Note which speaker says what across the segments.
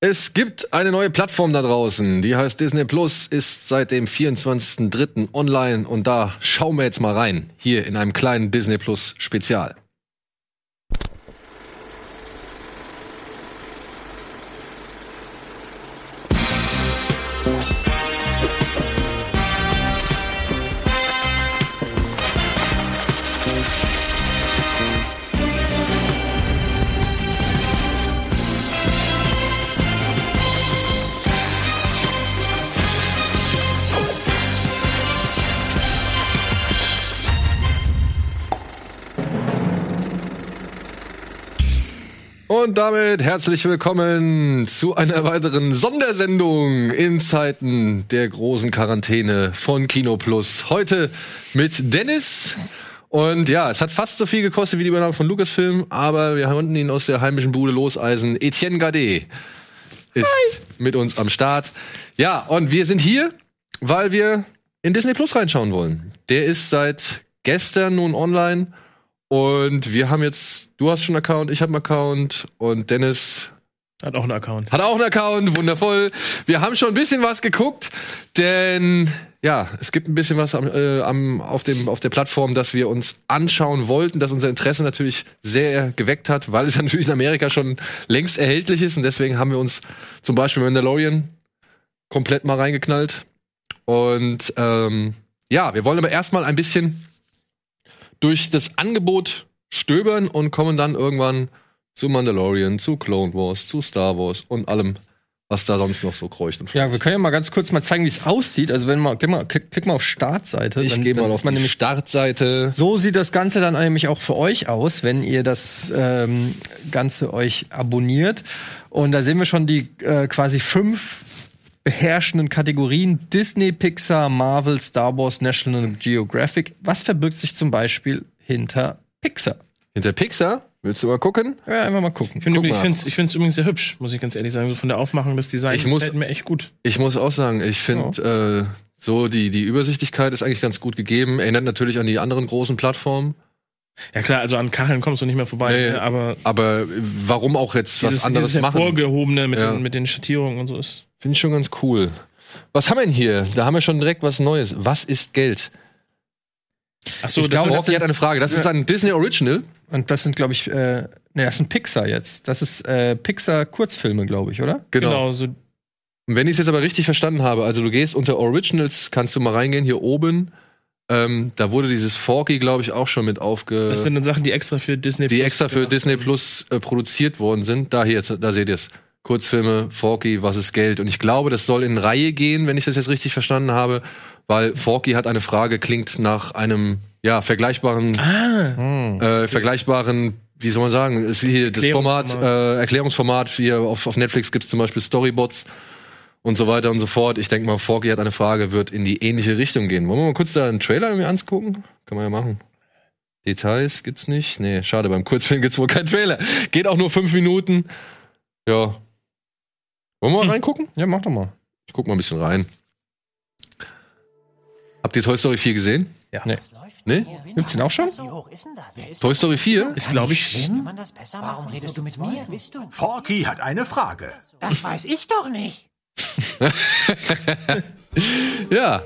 Speaker 1: Es gibt eine neue Plattform da draußen, die heißt Disney Plus, ist seit dem 24.03. online und da schauen wir jetzt mal rein, hier in einem kleinen Disney Plus Spezial. Und damit herzlich willkommen zu einer weiteren Sondersendung in Zeiten der großen Quarantäne von Kino Plus. Heute mit Dennis. Und ja, es hat fast so viel gekostet wie die Übernahme von Lucasfilm, aber wir konnten ihn aus der heimischen Bude loseisen. Etienne Gade ist mit uns am Start. Ja, und wir sind hier, weil wir in Disney Plus reinschauen wollen. Der ist seit gestern nun online. Und wir haben jetzt, du hast schon einen Account, ich habe einen Account und Dennis
Speaker 2: Hat auch einen Account.
Speaker 1: hat auch einen Account, wundervoll. Wir haben schon ein bisschen was geguckt, denn ja, es gibt ein bisschen was am, äh, am, auf, dem, auf der Plattform, das wir uns anschauen wollten, das unser Interesse natürlich sehr geweckt hat, weil es natürlich in Amerika schon längst erhältlich ist und deswegen haben wir uns zum Beispiel Mandalorian komplett mal reingeknallt. Und ähm, ja, wir wollen aber erstmal ein bisschen durch das Angebot stöbern und kommen dann irgendwann zu Mandalorian, zu Clone Wars, zu Star Wars und allem, was da sonst noch so kreucht und
Speaker 3: Ja, wir können ja mal ganz kurz mal zeigen, wie es aussieht. Also wenn man, klick mal, klick, klick mal auf Startseite.
Speaker 1: Ich
Speaker 3: dann-
Speaker 1: gehe
Speaker 3: dann
Speaker 1: mal
Speaker 3: sieht
Speaker 1: auf
Speaker 3: man
Speaker 1: die
Speaker 3: nämlich
Speaker 1: Startseite.
Speaker 3: So sieht das Ganze dann nämlich auch für euch aus, wenn ihr das ähm, Ganze euch abonniert. Und da sehen wir schon die äh, quasi fünf beherrschenden Kategorien Disney, Pixar, Marvel, Star Wars, National Geographic. Was verbirgt sich zum Beispiel hinter Pixar?
Speaker 1: Hinter Pixar, willst du mal gucken?
Speaker 3: Ja, einfach mal gucken.
Speaker 2: Ich finde
Speaker 1: Guck
Speaker 2: ich
Speaker 1: mal.
Speaker 2: find's, ich find's übrigens sehr hübsch, muss ich ganz ehrlich sagen. So von der Aufmachung, das Design
Speaker 1: Ich muss-
Speaker 2: gefällt mir echt gut.
Speaker 1: Ich muss auch sagen, ich finde äh, so die, die Übersichtlichkeit ist eigentlich ganz gut gegeben. Erinnert natürlich an die anderen großen Plattformen.
Speaker 2: Ja klar, also an Kacheln kommst du nicht mehr vorbei,
Speaker 1: Nee.
Speaker 2: ne, aber
Speaker 1: Aber warum auch jetzt was
Speaker 2: dieses,
Speaker 1: anderes
Speaker 2: dieses
Speaker 1: machen?
Speaker 2: hervorgehobene mit,
Speaker 1: Ja.
Speaker 2: den, mit den Schattierungen und so ist.
Speaker 1: Finde ich schon ganz cool. Was haben wir denn hier? Da haben wir schon direkt was Neues. Was ist Geld?
Speaker 2: Ach so,
Speaker 1: ich
Speaker 2: das-
Speaker 1: glaube,
Speaker 3: das
Speaker 1: Rocky
Speaker 3: sind-
Speaker 1: hat eine Frage. Das ist ein Disney Original.
Speaker 3: Und das sind, glaube ich, äh, ne, das sind Pixar jetzt. Das ist äh, Pixar-Kurzfilme, glaube ich, oder?
Speaker 2: genau. so,
Speaker 1: Äh. Und Wenn ich es jetzt aber richtig verstanden habe, also du gehst unter Originals, kannst du mal reingehen, hier oben. Ähm, da wurde dieses Forky, glaube ich, auch schon mit aufge...
Speaker 2: das sind dann Sachen, die extra für Disney
Speaker 1: die extra für
Speaker 2: gemacht
Speaker 1: Disney
Speaker 2: wurden.
Speaker 1: Plus äh, produziert worden sind. Da hier, jetzt, da seht ihr es. Kurzfilme, Forky, was ist Geld? Und ich glaube, das soll in Reihe gehen, wenn ich das jetzt richtig verstanden habe, weil Forky hat eine Frage, klingt nach einem, ja, vergleichbaren,
Speaker 2: Ah,
Speaker 3: Hm.
Speaker 1: äh, vergleichbaren, wie soll man sagen, ist hier das
Speaker 2: Erklärungsformat.
Speaker 1: Format, äh, Erklärungsformat, hier auf, auf Netflix gibt es zum Beispiel Storybots und so weiter und so fort. Ich denke mal, Forky hat eine Frage, wird in die ähnliche Richtung gehen. Wollen wir mal kurz da einen Trailer irgendwie angucken? Kann man ja machen. Details gibt's nicht. Nee, schade, beim Kurzfilm gibt's wohl keinen Trailer. Geht auch nur fünf Minuten. Ja. Wollen wir
Speaker 2: Hm.
Speaker 1: mal reingucken?
Speaker 3: Ja, mach doch mal.
Speaker 1: Ich guck mal ein bisschen rein. Habt ihr Toy Story 4 gesehen? Nee?
Speaker 3: Gibt's den Ne? auch schon?
Speaker 4: Wie Oh, hoch ist denn das?
Speaker 1: Toy Story 4?
Speaker 2: ist glaube ich.
Speaker 4: Kann man das besser Warum redest du mit mir? Bist du?
Speaker 5: Forky hat eine Frage.
Speaker 4: Das weiß ich doch nicht.
Speaker 1: Ja.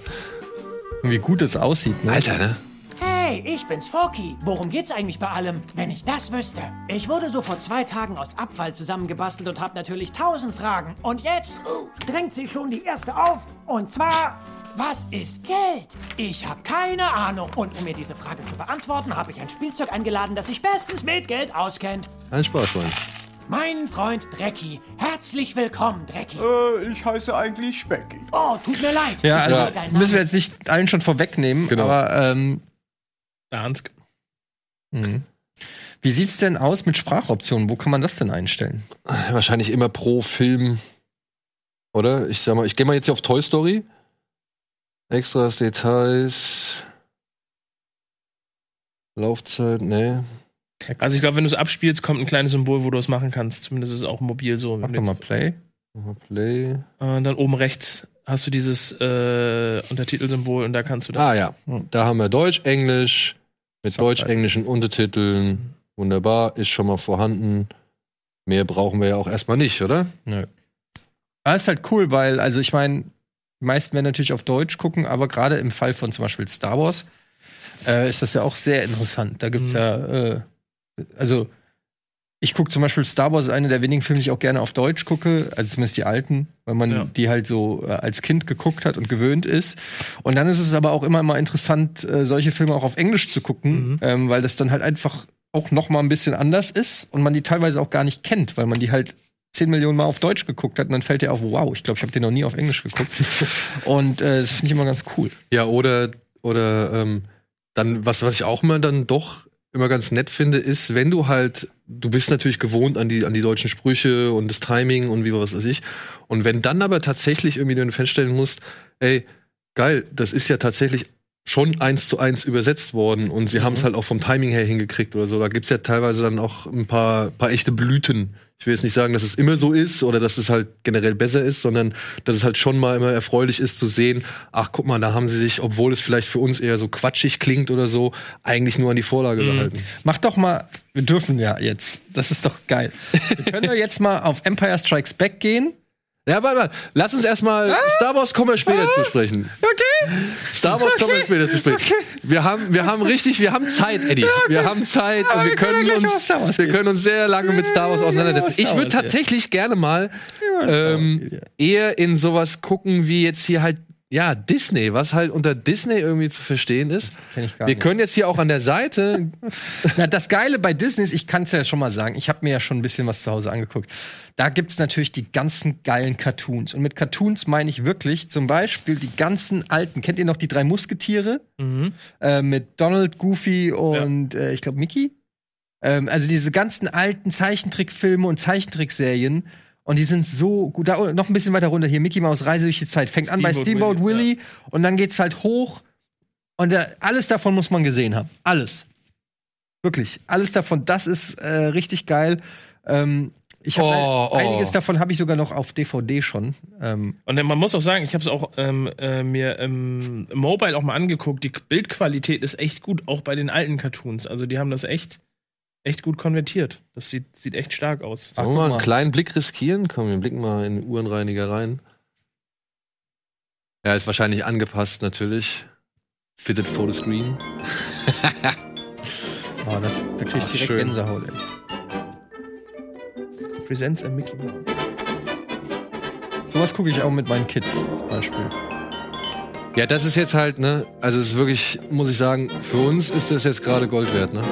Speaker 3: Und Wie gut das aussieht, ne?
Speaker 1: Alter, ne?
Speaker 4: Hey, ich bin's Forky. Worum geht's eigentlich bei allem? Wenn ich das wüsste. Ich wurde so vor zwei Tagen aus Abfall zusammengebastelt und hab natürlich tausend Fragen. Und jetzt uh, drängt sich schon die erste auf. Und zwar. Was ist Geld? Ich habe keine Ahnung. Und um mir diese Frage zu beantworten, habe ich ein Spielzeug eingeladen, das sich bestens mit Geld auskennt.
Speaker 1: Ein Sparschwein.
Speaker 4: Mein Freund Drecki. Herzlich willkommen, Drecki.
Speaker 5: Äh, ich heiße eigentlich Specky.
Speaker 4: Oh, tut mir leid.
Speaker 3: Ja, also
Speaker 4: Ja. Dein Name.
Speaker 3: müssen wir jetzt nicht allen schon vorwegnehmen,
Speaker 1: Genau.
Speaker 3: aber ähm,
Speaker 2: Dansk.
Speaker 3: wie sieht's denn aus mit Sprachoptionen? Wo kann man das denn einstellen?
Speaker 1: Wahrscheinlich immer pro Film. Oder? Ich sag mal, ich gehe mal jetzt hier auf Toy Story. Extras, Details. Laufzeit, ne, nee.
Speaker 2: Also ich glaube, wenn du es abspielst, kommt ein kleines Symbol, wo du es machen kannst. Zumindest ist es auch mobil so.
Speaker 3: Mach
Speaker 2: Wenn
Speaker 3: doch
Speaker 2: du
Speaker 3: mal
Speaker 2: jetzt,
Speaker 3: Play.
Speaker 1: Nochmal Play.
Speaker 2: äh, dann oben rechts hast du dieses äh, Untertitelsymbol und da kannst du dann.
Speaker 1: Ah ja, da haben wir Deutsch, Englisch. Mit
Speaker 3: Subtitle.
Speaker 1: deutsch-englischen Untertiteln. Wunderbar, ist schon mal vorhanden. Mehr brauchen wir ja auch erstmal nicht, oder?
Speaker 3: Nö. Ja, ist halt cool, weil, also ich meine, die meisten werden natürlich auf Deutsch gucken, aber gerade im Fall von zum Beispiel Star Wars äh, ist das ja auch sehr interessant. Da gibt's ja, äh, also ich gucke zum Beispiel Star Wars, ist einer der wenigen Filme, die ich auch gerne auf Deutsch gucke, also zumindest die alten, weil man
Speaker 2: Ja.
Speaker 3: die halt so äh, als Kind geguckt hat und gewöhnt ist. Und dann ist es aber auch immer mal interessant, äh, solche Filme auch auf Englisch zu gucken, ähm, weil das dann halt einfach auch noch mal ein bisschen anders ist und man die teilweise auch gar nicht kennt, weil man die halt 10 Millionen Mal auf Deutsch geguckt hat und dann fällt dir auf, wow, ich glaube, ich habe den noch nie auf Englisch geguckt. und äh, das finde ich immer ganz cool.
Speaker 1: Ja, oder, oder ähm, dann, was, was ich auch immer dann doch immer ganz nett finde, ist, wenn du halt, du bist natürlich gewohnt an die, an die deutschen Sprüche und das Timing und wie was weiß ich. Und wenn dann aber tatsächlich irgendwie du feststellen musst, ey, geil, das ist ja tatsächlich schon eins zu eins übersetzt worden und sie haben es halt auch vom Timing her hingekriegt oder so. Da gibt's ja teilweise dann auch ein paar, paar echte Blüten. Ich will jetzt nicht sagen, dass es immer so ist oder dass es halt generell besser ist, sondern dass es halt schon mal immer erfreulich ist zu sehen, ach guck mal, da haben sie sich, obwohl es vielleicht für uns eher so quatschig klingt oder so, eigentlich nur an die Vorlage gehalten.
Speaker 3: Mach doch mal, wir dürfen ja jetzt, das ist doch geil. Wir können doch jetzt mal auf Empire Strikes Back gehen.
Speaker 1: Ja, warte mal, lass uns erstmal Star Wars kommen wir später zu sprechen.
Speaker 3: Okay.
Speaker 1: Star Wars kommen wir später zu sprechen. Wir haben, wir haben richtig, wir haben Zeit, Eddie. Wir haben Zeit
Speaker 3: Aber
Speaker 1: und wir
Speaker 3: wir können
Speaker 1: können
Speaker 3: ja gleich über
Speaker 1: uns,
Speaker 3: Star Wars
Speaker 1: wir
Speaker 3: reden.
Speaker 1: können uns sehr lange mit Star Wars
Speaker 3: Ja,
Speaker 1: auseinandersetzen.
Speaker 3: über Star
Speaker 1: Ich würde
Speaker 3: Wars reden.
Speaker 1: tatsächlich gerne mal
Speaker 3: Über Star
Speaker 1: ähm,
Speaker 3: Wars reden,
Speaker 1: eher in sowas gucken wie jetzt hier halt ja Disney, was halt unter Disney irgendwie zu verstehen ist.
Speaker 3: Kenn ich gar
Speaker 1: Wir
Speaker 3: nicht.
Speaker 1: können jetzt hier auch an der Seite
Speaker 3: Na, das Geile bei Disney ist, ich kann es ja schon mal sagen, ich habe mir ja schon ein bisschen was zu Hause angeguckt. Da gibt es natürlich die ganzen geilen Cartoons. Und mit Cartoons meine ich wirklich zum Beispiel die ganzen alten. Kennt ihr noch die drei Musketiere? Äh, mit Donald, Goofy und äh, ich glaube Mickey? Ähm, also diese ganzen alten Zeichentrickfilme und Zeichentrickserien. Und die sind so gut. Da, oh, noch ein bisschen weiter runter hier. Mickey Mouse Reise durch die Zeit. Fängt an bei
Speaker 2: Steamboat
Speaker 3: Steamboat Willie.
Speaker 2: Willie,
Speaker 3: Und dann geht's halt hoch. Und da, alles davon muss man gesehen haben. Alles. Wirklich. Alles davon. Das ist äh, richtig geil. Ähm, ich habe
Speaker 1: Oh, oh.
Speaker 3: einiges davon habe ich sogar noch auf DVD schon. Ähm,
Speaker 2: Und man muss auch sagen, ich habe es auch ähm, äh, mir ähm, im Mobile auch mal angeguckt. Die Bildqualität ist echt gut, auch bei den alten Cartoons. Also die haben das echt, echt gut konvertiert. Das sieht, sieht echt stark aus.
Speaker 3: Ach,
Speaker 1: Sollen wir
Speaker 3: guck
Speaker 1: mal einen
Speaker 3: mal.
Speaker 1: kleinen Blick riskieren? Komm, wir blicken mal in den Uhrenreiniger rein. Ja, ist wahrscheinlich angepasst natürlich. Fitted for the screen.
Speaker 3: oh, das, da krieg ich
Speaker 1: Ah,
Speaker 3: direkt
Speaker 1: schön.
Speaker 3: Gänsehaut. Ey.
Speaker 2: Presents and Mickey Mouse.
Speaker 3: Sowas gucke ich auch mit meinen Kids zum Beispiel.
Speaker 1: Ja, das ist jetzt halt, ne? Also es ist wirklich, muss ich sagen, für uns ist das jetzt gerade Gold wert, ne?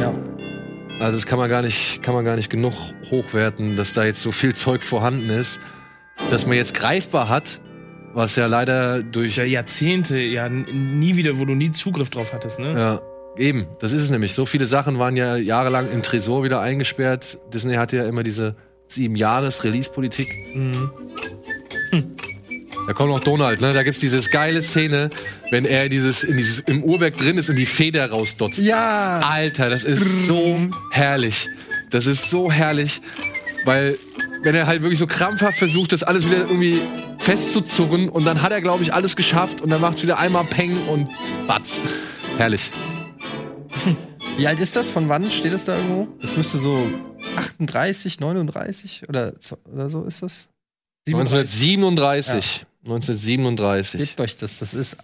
Speaker 3: Ja.
Speaker 1: Also das kann man gar nicht, kann man gar nicht genug hochwerten, dass da jetzt so viel Zeug vorhanden ist, dass man jetzt greifbar hat, was ja leider durch
Speaker 2: Ja, Jahrzehnte, ja, n- nie wieder, wo du nie Zugriff drauf hattest, ne?
Speaker 1: Ja, eben, das ist es nämlich. So viele Sachen waren ja jahrelang im Tresor wieder eingesperrt. Disney hatte ja immer diese sieben Jahres Release-Politik.
Speaker 2: Mhm.
Speaker 1: Da kommt noch Donald, ne? Da gibt's dieses geile Szene, wenn er dieses, in dieses, im Uhrwerk drin ist und die Feder rausdotzt.
Speaker 3: Ja.
Speaker 1: Alter, das ist so herrlich. Das ist so herrlich, weil wenn er halt wirklich so krampfhaft versucht, das alles wieder irgendwie festzuzurren und dann hat er, glaube ich, alles geschafft und dann macht's wieder einmal Peng und Batz. Herrlich.
Speaker 3: Wie alt ist das? Von wann steht es da irgendwo? Das müsste so 38, 39 oder, so- oder so ist das.
Speaker 1: 1937. 1937.
Speaker 3: Gebt euch das. Das ist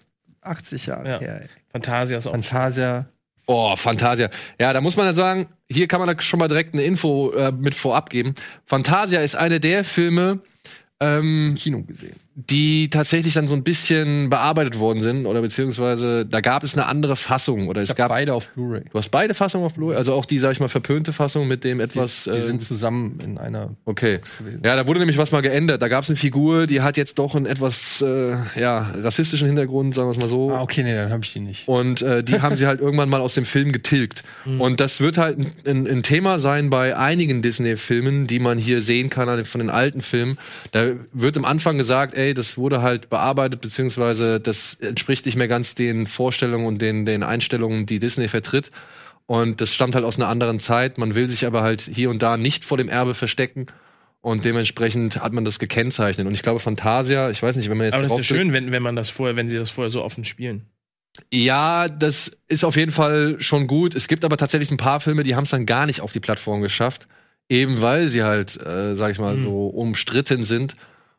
Speaker 3: 80 Jahre
Speaker 2: Ja.
Speaker 3: her. Ey.
Speaker 2: Fantasia ist auch.
Speaker 3: Fantasia.
Speaker 1: Oh, Fantasia. Ja, da muss man dann sagen, hier kann man da schon mal direkt eine Info äh, mit vorab geben. Fantasia ist einer der Filme, ähm,
Speaker 3: Kino gesehen.
Speaker 1: die tatsächlich dann so ein bisschen bearbeitet worden sind oder beziehungsweise da gab es eine andere Fassung oder es
Speaker 3: Ich habe
Speaker 1: gab.
Speaker 3: beide auf Blu-ray.
Speaker 1: Du hast beide Fassungen auf Blu-ray, also auch die, sag ich mal, verpönte Fassung mit dem etwas.
Speaker 3: Wir
Speaker 1: äh,
Speaker 3: sind zusammen in einer.
Speaker 1: Okay.
Speaker 3: gewesen.
Speaker 1: Ja, da wurde nämlich was mal geändert. Da gab es eine Figur, die hat jetzt doch einen etwas äh, ja, rassistischen Hintergrund, sagen wir es mal so.
Speaker 3: Ah, okay, nee, dann habe ich die nicht.
Speaker 1: Und äh, die haben sie halt irgendwann mal aus dem Film getilgt.
Speaker 2: Hm.
Speaker 1: Und das wird halt ein, ein, ein Thema sein bei einigen Disney-Filmen, die man hier sehen kann an den- von den alten Filmen. Da wird am Anfang gesagt, ey, das wurde halt bearbeitet, beziehungsweise das entspricht nicht mehr ganz den Vorstellungen und den, den Einstellungen, die Disney vertritt. Und das stammt halt aus einer anderen Zeit. Man will sich aber halt hier und da nicht vor dem Erbe verstecken. Und dementsprechend hat man das gekennzeichnet. Und ich glaube, Fantasia, ich weiß nicht, wenn man jetzt
Speaker 2: Aber das ist ja
Speaker 1: draufklickt-
Speaker 2: schön, wenn, wenn man das vorher, wenn sie das vorher so offen spielen.
Speaker 1: ja, das ist auf jeden Fall schon gut. Es gibt aber tatsächlich ein paar Filme, die haben es dann gar nicht
Speaker 3: Mhm.
Speaker 1: auf die Plattform geschafft. Eben weil sie halt, äh, sag ich mal, so umstritten sind.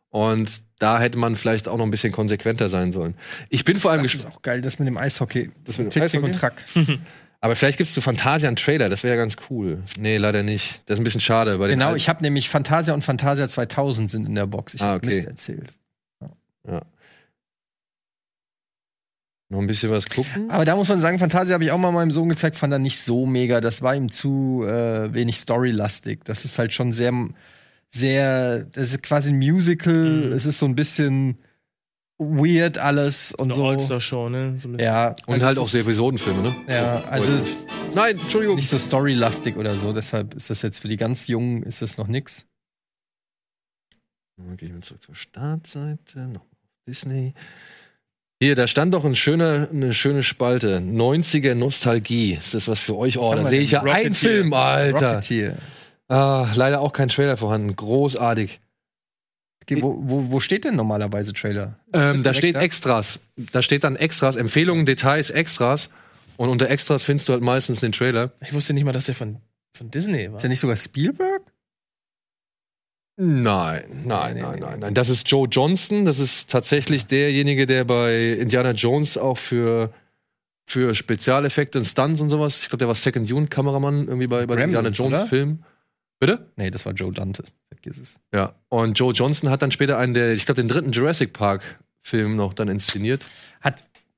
Speaker 1: Und da hätte man vielleicht auch noch ein bisschen konsequenter sein sollen. Ich bin vor allem
Speaker 3: Das ist
Speaker 1: gespannt.
Speaker 3: auch geil, das mit dem Eishockey.
Speaker 1: Das mit dem
Speaker 3: Tick, Tick und
Speaker 1: Eishockey?
Speaker 3: Track.
Speaker 1: Aber vielleicht gibt's zu Fantasia einen Trailer, das wäre ja ganz cool. Nee, leider nicht. Das ist ein bisschen schade. halt Bei den
Speaker 3: Genau,
Speaker 1: alten-
Speaker 3: ich habe nämlich Fantasia und Fantasia 2000 sind in der Box. Ich
Speaker 1: Ah,
Speaker 3: hab
Speaker 1: okay.
Speaker 3: Mist erzählt.
Speaker 1: noch ein bisschen was gucken.
Speaker 3: Aber da muss man sagen, Fantasia habe ich auch mal meinem Sohn gezeigt, fand er nicht so mega. Das war ihm zu äh, wenig storylastig. Das ist halt schon sehr, sehr, das ist quasi ein Musical.
Speaker 2: Mhm.
Speaker 3: Es ist so ein bisschen weird alles und
Speaker 2: Eine
Speaker 3: so.
Speaker 2: All-Star-Show, ne? So ein bisschen.
Speaker 3: Ja.
Speaker 1: Und
Speaker 3: also
Speaker 1: halt
Speaker 3: es
Speaker 1: auch
Speaker 3: ist-
Speaker 1: so Episodenfilme, ne?
Speaker 3: Ja, also es ist
Speaker 1: Nein, Entschuldigung.
Speaker 3: nicht so storylastig oder so. Deshalb ist das jetzt für die ganz Jungen ist das noch nix.
Speaker 1: Dann gehe ich mal zurück zur Startseite. Noch Disney. Hier, da stand doch ein schöner, eine schöne Spalte. 90er Nostalgie. Ist das was für euch? Oh,
Speaker 3: haben
Speaker 1: da
Speaker 3: wir
Speaker 1: sehe
Speaker 3: denn?
Speaker 1: ich ja einen
Speaker 2: Rocketeer.
Speaker 1: Film, Alter.
Speaker 3: Rocketeer.
Speaker 1: Ah, leider auch kein Trailer vorhanden. Großartig.
Speaker 3: Okay, wo, wo, wo steht denn normalerweise Trailer?
Speaker 1: Ähm,
Speaker 3: Ist
Speaker 1: da
Speaker 3: direkt
Speaker 1: steht
Speaker 3: da?
Speaker 1: Extras. Da steht dann Extras, Empfehlungen, Details, Extras. Und unter Extras findest du halt meistens den Trailer.
Speaker 2: Ich wusste nicht mal, dass der von, von Disney war.
Speaker 3: Ist ja nicht sogar Spielberg?
Speaker 1: Nein, nein,
Speaker 3: Nee, nee,
Speaker 1: nein,
Speaker 3: nee,
Speaker 1: nein, nein. Das ist Joe Johnston. Das ist tatsächlich derjenige, der bei Indiana Jones auch für, für Spezialeffekte und Stunts und sowas. Ich glaube, der war Second Unit Kameramann irgendwie bei, bei
Speaker 3: Gremlins,
Speaker 1: Indiana Jones
Speaker 3: oder?
Speaker 1: Film. Bitte?
Speaker 3: Nee, das war Joe Dante. Vergiss es.
Speaker 1: Ja. Und Joe Johnston hat dann später einen der, ich glaube, den dritten Jurassic Park Film noch dann inszeniert.
Speaker 3: Hat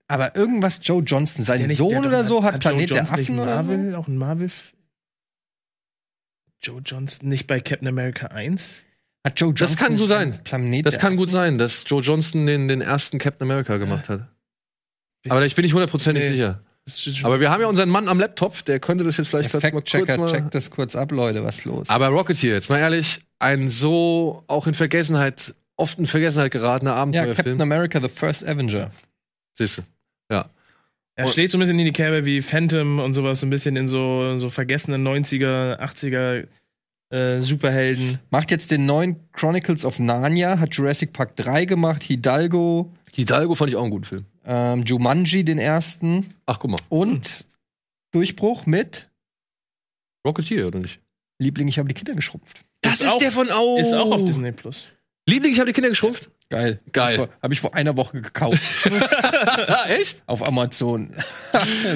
Speaker 3: aber irgendwas Joe Johnston, sein
Speaker 2: Der nicht-
Speaker 3: Sohn
Speaker 2: der doch-
Speaker 3: oder so, hat,
Speaker 2: Joe
Speaker 3: Planet der
Speaker 2: Johnston nicht
Speaker 3: Affen
Speaker 2: einen
Speaker 3: oder so?
Speaker 2: Marvel, Auch ein Marvel. f- Joe Johnston nicht bei Captain America 1?
Speaker 3: Hat Joe
Speaker 1: Das kann so
Speaker 3: nicht
Speaker 1: sein.
Speaker 3: einen Planet
Speaker 1: Das
Speaker 3: der
Speaker 1: kann gut sein, dass Joe Johnston den, den ersten Captain America gemacht hat. Aber ich bin nicht hundertprozentig
Speaker 2: Nee.
Speaker 1: sicher.
Speaker 2: Das ist-
Speaker 1: Aber wir haben ja unseren Mann am Laptop, der könnte das jetzt vielleicht
Speaker 3: Der
Speaker 1: ganz mal kurz
Speaker 3: Fact-Checker,
Speaker 1: mal
Speaker 3: checkt das kurz ab, Leute, was los?
Speaker 1: Aber Rocketeer, jetzt mal ehrlich, ein so auch in Vergessenheit, oft in Vergessenheit geratener
Speaker 3: ja, Captain
Speaker 1: Abenteuerfilm.
Speaker 3: America, The First Avenger.
Speaker 1: Siehst du. Ja.
Speaker 2: er schlägt so ein bisschen in die Kerbe wie Phantom und sowas, so ein bisschen in so, so vergessene 90er, 80er äh, Superhelden.
Speaker 3: Macht jetzt den neuen Chronicles of Narnia, hat Jurassic Park 3 gemacht, Hidalgo,
Speaker 1: Hidalgo fand ich auch einen guten Film.
Speaker 3: ähm, Jumanji den ersten
Speaker 1: Ach, guck mal.
Speaker 3: und Durchbruch mit
Speaker 1: Rocketeer, oder nicht?
Speaker 3: Liebling, ich habe die Kinder geschrumpft.
Speaker 1: Das
Speaker 2: Ist auch-
Speaker 1: von Au.
Speaker 2: Ist auch
Speaker 3: Oh.
Speaker 2: auf Disney Plus.
Speaker 1: Liebling, ich habe die Kinder geschrumpft.
Speaker 3: Geil.
Speaker 1: Geil.
Speaker 3: Habe ich, vor- hab ich vor einer Woche gekauft
Speaker 1: Ah, echt?
Speaker 3: auf Amazon.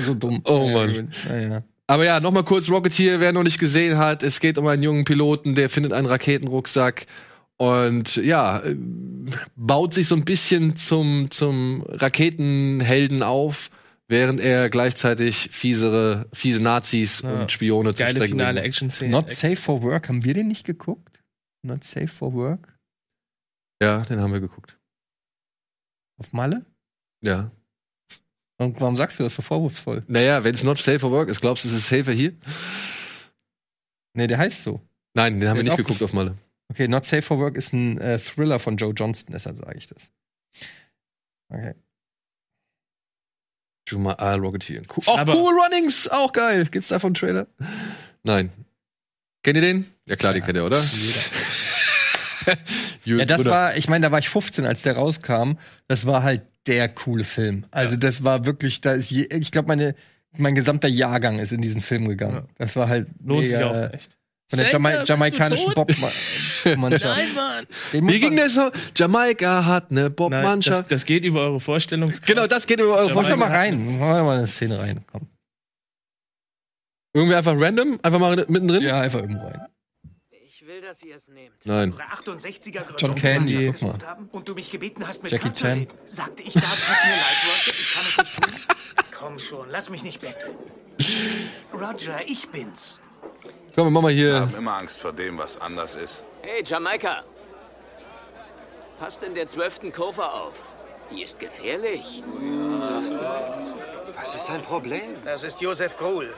Speaker 3: so dumm.
Speaker 1: Oh Mann.
Speaker 3: Ja, ja.
Speaker 1: Aber ja, nochmal kurz Rocketeer, wer noch nicht gesehen hat, es geht um einen jungen Piloten, der findet einen Raketenrucksack und ja, äh, baut sich so ein bisschen zum, zum Raketenhelden auf, während er gleichzeitig fiesere, fiese Nazis
Speaker 2: Ja.
Speaker 1: und Spione zu
Speaker 2: Geile finale
Speaker 1: bringt.
Speaker 2: Action-Szene.
Speaker 3: Not Safe for Work, haben wir den nicht geguckt? Not Safe for Work?
Speaker 1: Ja, den haben wir geguckt.
Speaker 3: Auf Malle?
Speaker 1: Ja.
Speaker 3: Und warum sagst du das so vorwurfsvoll?
Speaker 1: Naja, wenn es not safe for work ist, glaubst du, ist es safer hier?
Speaker 3: Nee, der heißt so.
Speaker 1: Nein, den haben
Speaker 3: Der
Speaker 1: wir
Speaker 3: ist
Speaker 1: nicht
Speaker 3: auch
Speaker 1: geguckt
Speaker 3: gut.
Speaker 1: auf Malle.
Speaker 3: Okay, Not Safe for Work ist ein äh, Thriller von Joe Johnston, deshalb sage ich das. Okay.
Speaker 1: Juma ah, Rocketeer. Cool. Auch
Speaker 2: Aber-
Speaker 1: Cool Runnings, auch geil. Gibt's davon einen Trailer? Nein. Kennt ihr den? Ja klar, den kennt ihr, oder? Jürgen
Speaker 3: Ja, das
Speaker 1: Brünner.
Speaker 3: war, ich meine, da war ich 15, als der rauskam. Das war halt der coole Film. Also, das war wirklich, da ist je, ich glaube, meine, mein gesamter Jahrgang ist in diesen Film gegangen.
Speaker 2: Ja.
Speaker 3: Das war halt
Speaker 2: Lohnt sich
Speaker 3: mega,
Speaker 2: auch echt.
Speaker 3: Von der
Speaker 2: Sänger,
Speaker 3: Jama
Speaker 2: bist
Speaker 3: jamaikanischen
Speaker 2: du tot?
Speaker 3: Bob-Mannschaft.
Speaker 2: Nein, Mann.
Speaker 1: Wie ging der Song? Jamaika hat eine
Speaker 2: Nein, das,
Speaker 1: Bob-Mannschaft.
Speaker 2: das geht über eure Vorstellungskraft.
Speaker 1: Genau, das geht über eure
Speaker 2: Jamaika-
Speaker 3: Mach doch
Speaker 1: Vorstellung.
Speaker 3: mal rein. Mach doch mal eine Szene rein. Komm.
Speaker 1: Irgendwie einfach random, einfach mal mittendrin?
Speaker 3: Ja, einfach irgendwo rein.
Speaker 6: Ich will, dass ihr es nehmt.
Speaker 1: Nein.
Speaker 6: Unsere 68er
Speaker 3: John
Speaker 6: Gründung
Speaker 3: Candy.
Speaker 2: die-
Speaker 3: Guck mal.
Speaker 6: haben und du mich gebeten hast, mit
Speaker 3: Jackie
Speaker 6: Kat zu reden. Sagte ich, da hat mir leid, Roger. Ich kann es nicht tun. Komm schon, lass mich nicht betteln. Roger, ich bin's.
Speaker 1: Komm, wir machen mal hier.
Speaker 7: haben immer Angst vor dem, was anders ist.
Speaker 8: Hey, Jamaika! Passt in der zwölften Kurve auf. Die ist gefährlich.
Speaker 9: Was ist dein Problem?
Speaker 6: Das ist Josef Gruhl.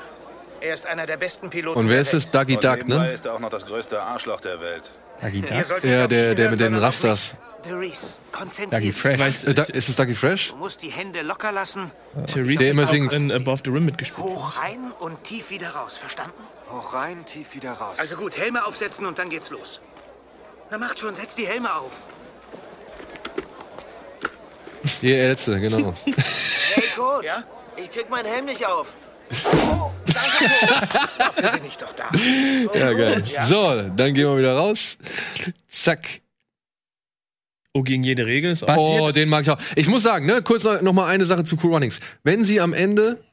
Speaker 6: Er ist einer der besten Piloten.
Speaker 1: Und wer ist
Speaker 6: der
Speaker 1: das? Ducky
Speaker 7: Und
Speaker 1: Duck,
Speaker 7: nebenbei
Speaker 1: ne?
Speaker 7: ist er auch noch das größte Arschloch der Welt.
Speaker 3: Dagi
Speaker 6: Welt. Ihr
Speaker 3: Duck.
Speaker 6: solltet
Speaker 1: Ja,
Speaker 6: auf
Speaker 1: der,
Speaker 6: ihn
Speaker 1: der
Speaker 6: hören,
Speaker 1: mit den
Speaker 6: sondern auf
Speaker 1: Rastas.
Speaker 6: mich. Therese, konzentrier
Speaker 3: Dagi
Speaker 6: dich.
Speaker 3: Fresh.
Speaker 1: Äh, da, ist es Ducky Fresh?
Speaker 6: Du musst die Hände locker lassen,
Speaker 2: Therese
Speaker 1: Der immer
Speaker 2: hat auch
Speaker 1: singt.
Speaker 2: in Above the Rim mitgespielt.
Speaker 3: Oh.
Speaker 6: hoch rein und tief wieder raus, verstanden?
Speaker 9: Hoch Oh, rein, tief wieder raus.
Speaker 6: Also gut, Helme aufsetzen und dann geht's los. Na macht schon, setz die Helme auf.
Speaker 1: Hier, der letzte, genau.
Speaker 8: Hey, Coach! Ja? Ich krieg meinen Helm nicht auf.
Speaker 6: Oh, Da bin ich doch da.
Speaker 1: ja, geil. So, dann gehen wir wieder raus. Zack.
Speaker 2: Oh, gegen jede Regel ist auch.
Speaker 1: Oh, den mag ich auch. Ich muss sagen, ne, kurz noch, noch mal eine Sache zu Cool Runnings. Wenn sie am Ende,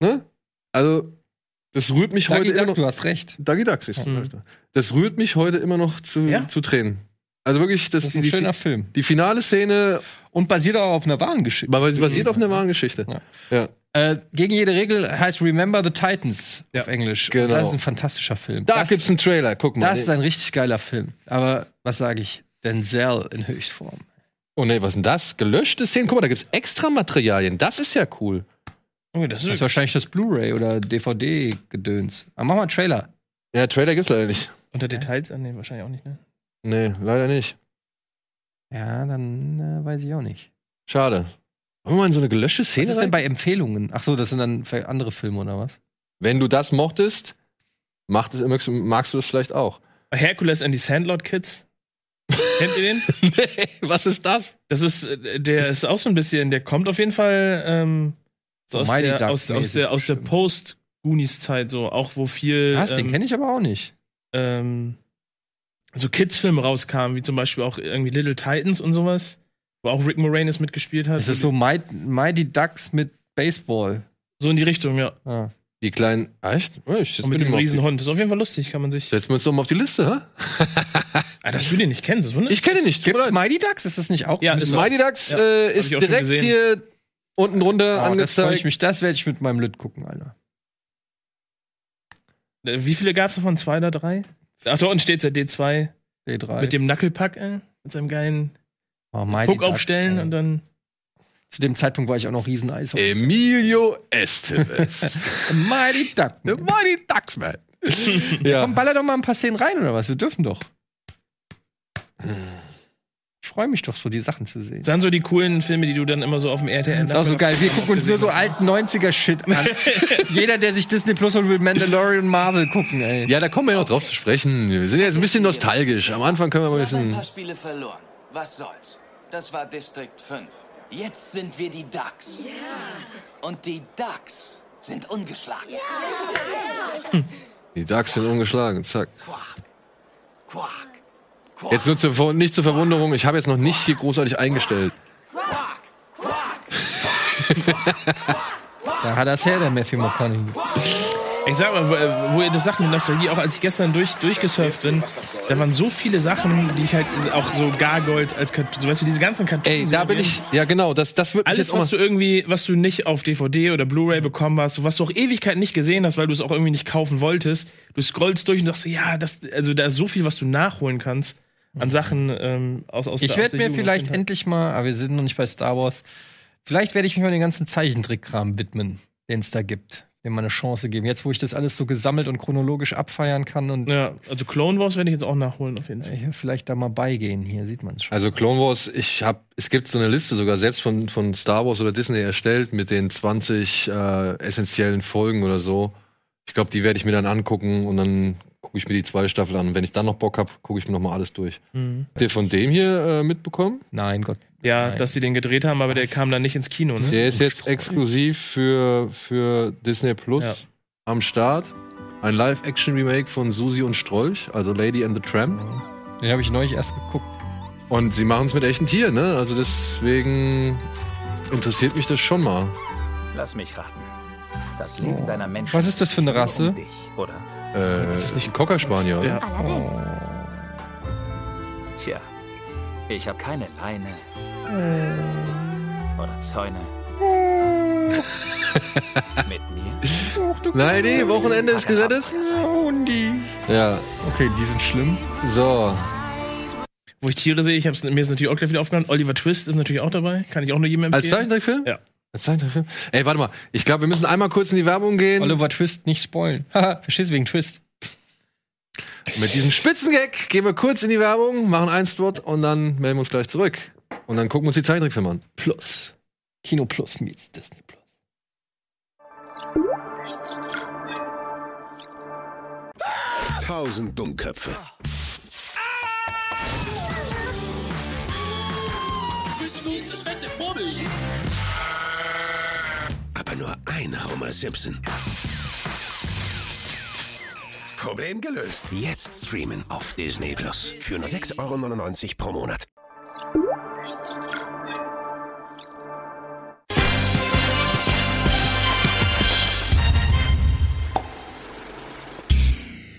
Speaker 1: ne, also das rührt mich heute
Speaker 3: Ducky
Speaker 1: immer
Speaker 3: Duck,
Speaker 1: noch.
Speaker 3: du hast recht.
Speaker 1: Dagi Duck, siehst du.
Speaker 3: Hm.
Speaker 1: Das rührt mich heute immer noch zu,
Speaker 2: Ja?
Speaker 1: zu Tränen. Also wirklich, das,
Speaker 3: Das ist ein
Speaker 1: die,
Speaker 3: schöner
Speaker 1: die,
Speaker 3: Film.
Speaker 1: die finale Szene
Speaker 3: Und basiert auch auf einer wahren Geschichte.
Speaker 1: bas- basiert auf einer wahren Geschichte. Ja.
Speaker 3: Äh, gegen jede Regel heißt Remember the Titans
Speaker 2: Ja,
Speaker 3: auf Englisch. Und
Speaker 1: genau.
Speaker 3: Das ist ein fantastischer Film.
Speaker 1: Da
Speaker 3: das,
Speaker 1: gibt's einen Trailer, guck mal.
Speaker 3: Das ist ein richtig geiler Film. Aber was sage ich? Denzel in Höchstform.
Speaker 1: oh nee, was ist denn das? Gelöschte Szenen? Guck mal, da gibt's extra Materialien. Das ist ja cool.
Speaker 2: Oh, das
Speaker 3: Das ist
Speaker 2: ist,
Speaker 3: wahrscheinlich das Blu-ray oder DVD-Gedöns. Aber mach mal einen Trailer.
Speaker 1: Ja, Trailer gibt's leider nicht.
Speaker 2: unter Details annehmen, wahrscheinlich auch nicht, ne?
Speaker 1: Nee, leider nicht.
Speaker 3: Ja, dann äh, weiß ich auch nicht.
Speaker 1: Schade. Wollen wir mal in so eine gelöschte
Speaker 3: Was
Speaker 1: Szene
Speaker 3: ist
Speaker 1: rein?
Speaker 3: denn bei Empfehlungen? Ach so, das sind dann vielleicht andere Filme oder was?
Speaker 1: Wenn du das mochtest, macht es, magst, du- magst du es vielleicht auch.
Speaker 2: Hercules and the Sandlot Kids. Kennt ihr den?
Speaker 1: nee, was ist das?
Speaker 2: Das ist, äh, der ist auch so ein bisschen, der kommt auf jeden Fall ähm, so
Speaker 3: So
Speaker 2: aus,
Speaker 3: Mighty
Speaker 2: der, aus,
Speaker 3: Ducks-mäßig
Speaker 2: aus der, aus der
Speaker 3: bestimmt.
Speaker 2: Post-Goonies-Zeit, so auch wo viel
Speaker 3: Was? Den
Speaker 2: ähm,
Speaker 3: kenne ich aber auch nicht.
Speaker 2: ähm, so Kids-Filme rauskamen, wie zum Beispiel auch irgendwie Little Titans und sowas, wo auch Rick Moranis mitgespielt hat.
Speaker 3: Es ist so Might- Mighty Ducks mit Baseball.
Speaker 2: So in die Richtung, ja.
Speaker 3: Ah.
Speaker 1: Die kleinen. Ah, Echt? Oh, ich setz
Speaker 2: Und mit
Speaker 1: mir die
Speaker 2: diesem
Speaker 1: mal auf die-
Speaker 2: Riesenhund. Das ist auf jeden Fall lustig, kann man sich.
Speaker 1: Setzen wir uns doch mal auf die Liste, hä?
Speaker 2: Ah, dass du den nicht kennst, ist wunderbar.
Speaker 1: Ich kenne ihn nicht.
Speaker 3: Gibt's
Speaker 1: Oder?
Speaker 3: Mighty Ducks? Ist das nicht auch?
Speaker 2: Ja,
Speaker 3: ein
Speaker 2: ist
Speaker 3: bisschen-
Speaker 2: auch.
Speaker 1: Mighty Ducks
Speaker 2: Ja,
Speaker 1: äh,
Speaker 2: hab
Speaker 1: ist
Speaker 2: ich auch schon
Speaker 1: direkt
Speaker 2: gesehen. Ah,
Speaker 1: hier unten runter
Speaker 3: Oh, das freu
Speaker 1: angezeigt.
Speaker 3: ich mich, das werde ich mit meinem Lüt gucken, Alter.
Speaker 2: Äh, Wie viele gab es davon? Zwei oder drei? Ach, da unten steht ja D2
Speaker 3: D3.
Speaker 2: mit dem Knucklepack, äh, mit seinem geilen
Speaker 3: oh, Mighty
Speaker 2: Hook aufstellen
Speaker 3: Ducks,
Speaker 2: und
Speaker 3: und
Speaker 2: dann.
Speaker 3: Zu dem Zeitpunkt war ich auch noch riesen
Speaker 1: Äh.
Speaker 3: Eishockey.
Speaker 1: Emilio Estevez.
Speaker 3: Mighty Duck.
Speaker 2: Äh,
Speaker 1: The Mighty Ducks, man. ja.
Speaker 3: Komm, baller doch mal ein paar Szenen rein oder was? Wir dürfen doch. Ich freue mich doch so, die Sachen zu sehen.
Speaker 2: Das sind so die coolen Filme, die du dann immer so auf dem RTL.
Speaker 3: Ist auch so geil. Wir gucken uns nur so alten 90er-Shit an. Jeder, der sich Disney Plus und Mandalorian und Marvel gucken, ey.
Speaker 1: ja, da kommen wir ja noch drauf zu sprechen. Wir sind jetzt ein bisschen nostalgisch. Am Anfang können wir mal ein
Speaker 10: Wir haben ein
Speaker 1: bisschen.
Speaker 10: paar Spiele verloren. Was soll's? Das war District 5. Jetzt sind wir die Ducks. Und die Ducks sind ungeschlagen.
Speaker 1: Die Ducks sind ungeschlagen. Zack.
Speaker 10: Quack. Quack. Quack.
Speaker 1: Jetzt nur zur, Ver- nicht zur Verwunderung. Ich habe jetzt noch nicht hier großartig eingestellt.
Speaker 10: Quack. Quack.
Speaker 3: Da hat das her, der Matthew McConaughey.
Speaker 2: Ich sag mal, wo, wo ihr das sagt mit Nostalgie, auch als ich gestern durch, durchgesurft bin, da waren so viele Sachen, die ich halt auch so Gargoyles als Cartoon, so weißt du, diese ganzen
Speaker 1: Ey,
Speaker 2: Cartoons.
Speaker 1: da bin ich. Ja, genau. Das, das wird mich
Speaker 2: Alles,
Speaker 1: jetzt auch
Speaker 2: was
Speaker 1: mal,
Speaker 2: du irgendwie, was du nicht auf DVD oder Blu-ray bekommen hast, was du auch Ewigkeiten nicht gesehen hast, weil du es auch irgendwie nicht kaufen wolltest, du scrollst durch und sagst, so, ja, das, also da ist so viel, was du nachholen kannst an Sachen ähm, aus, aus
Speaker 3: Ich
Speaker 2: der- aus
Speaker 3: werde
Speaker 2: der
Speaker 3: mir
Speaker 2: Jugend,
Speaker 3: vielleicht
Speaker 2: aus dem-
Speaker 3: endlich mal, aber wir sind noch nicht bei Star Wars, vielleicht werde ich mich mal dem ganzen Zeichentrickkram widmen, den es da gibt. Dem mal eine Chance geben. Jetzt, wo ich das alles so gesammelt und chronologisch abfeiern kann und
Speaker 2: Ja, also Clone Wars werde ich jetzt auch nachholen, auf jeden Fall.
Speaker 3: hier vielleicht da mal beigehen. Hier sieht man es schon.
Speaker 1: also Clone Wars, ich hab, es gibt so eine Liste sogar selbst von, von Star Wars oder Disney erstellt mit den 20 äh, essentiellen Folgen oder so. Ich glaube, die werde ich mir dann angucken und dann gucke ich mir die zweite Staffel an. Und wenn ich dann noch Bock habe, gucke ich mir nochmal alles durch.
Speaker 2: Mhm.
Speaker 1: Habt ihr von dem hier äh, mitbekommen?
Speaker 3: Nein, Gott.
Speaker 2: Ja,
Speaker 3: Nein.
Speaker 2: dass sie den gedreht haben, aber der kam dann nicht ins Kino, ne?
Speaker 1: Der ist jetzt exklusiv für, für Disney Plus am Start. Ein Live-Action-Remake von Susi und Strolch, also Lady and the Tramp.
Speaker 3: Den habe ich neulich erst geguckt.
Speaker 1: Und sie machen es mit echten Tieren, ne? Also deswegen interessiert mich das schon mal.
Speaker 6: Lass mich raten. Das Leben deiner Menschen.
Speaker 3: Was ist das für eine
Speaker 6: geht nur
Speaker 3: Rasse?
Speaker 6: Um dich, oder?
Speaker 1: Äh, ist das nicht ein Cockerspanier, oder?
Speaker 2: Ja.
Speaker 11: Allerdings.
Speaker 6: Tja, ich habe keine Leine.
Speaker 12: Äh.
Speaker 6: Oder Zäune. Mit mir?
Speaker 1: Nein, nee, Wochenende ist gerettet. Ja,
Speaker 3: Okay, die sind schlimm.
Speaker 1: so.
Speaker 2: Wo ich Tiere sehe, ich hab's, mir ist natürlich auch gleich wieder aufgenommen. Oliver Twist ist natürlich auch dabei. Kann ich auch nur jedem
Speaker 3: Also
Speaker 2: empfehlen.
Speaker 1: Als Zeichentrickfilm?
Speaker 2: Ja.
Speaker 1: Als Zeichentrickfilm? Ey, warte mal. Ich glaube, wir müssen einmal kurz in die Werbung gehen.
Speaker 3: Oliver Twist nicht spoilen. Haha, verstehst du wegen Twist?
Speaker 1: Mit diesem Spitzengag gehen wir kurz in die Werbung, machen einen Spot und dann melden wir uns gleich zurück. Und dann gucken wir uns die Zeichentrickfilme an.
Speaker 3: Plus. Kino Plus meets Disney Plus.
Speaker 12: Tausend Dummköpfe. Aber nur ein Homer Simpson.
Speaker 11: Problem gelöst. Jetzt streamen auf Disney Plus. Für nur 6,99 Euro pro Monat.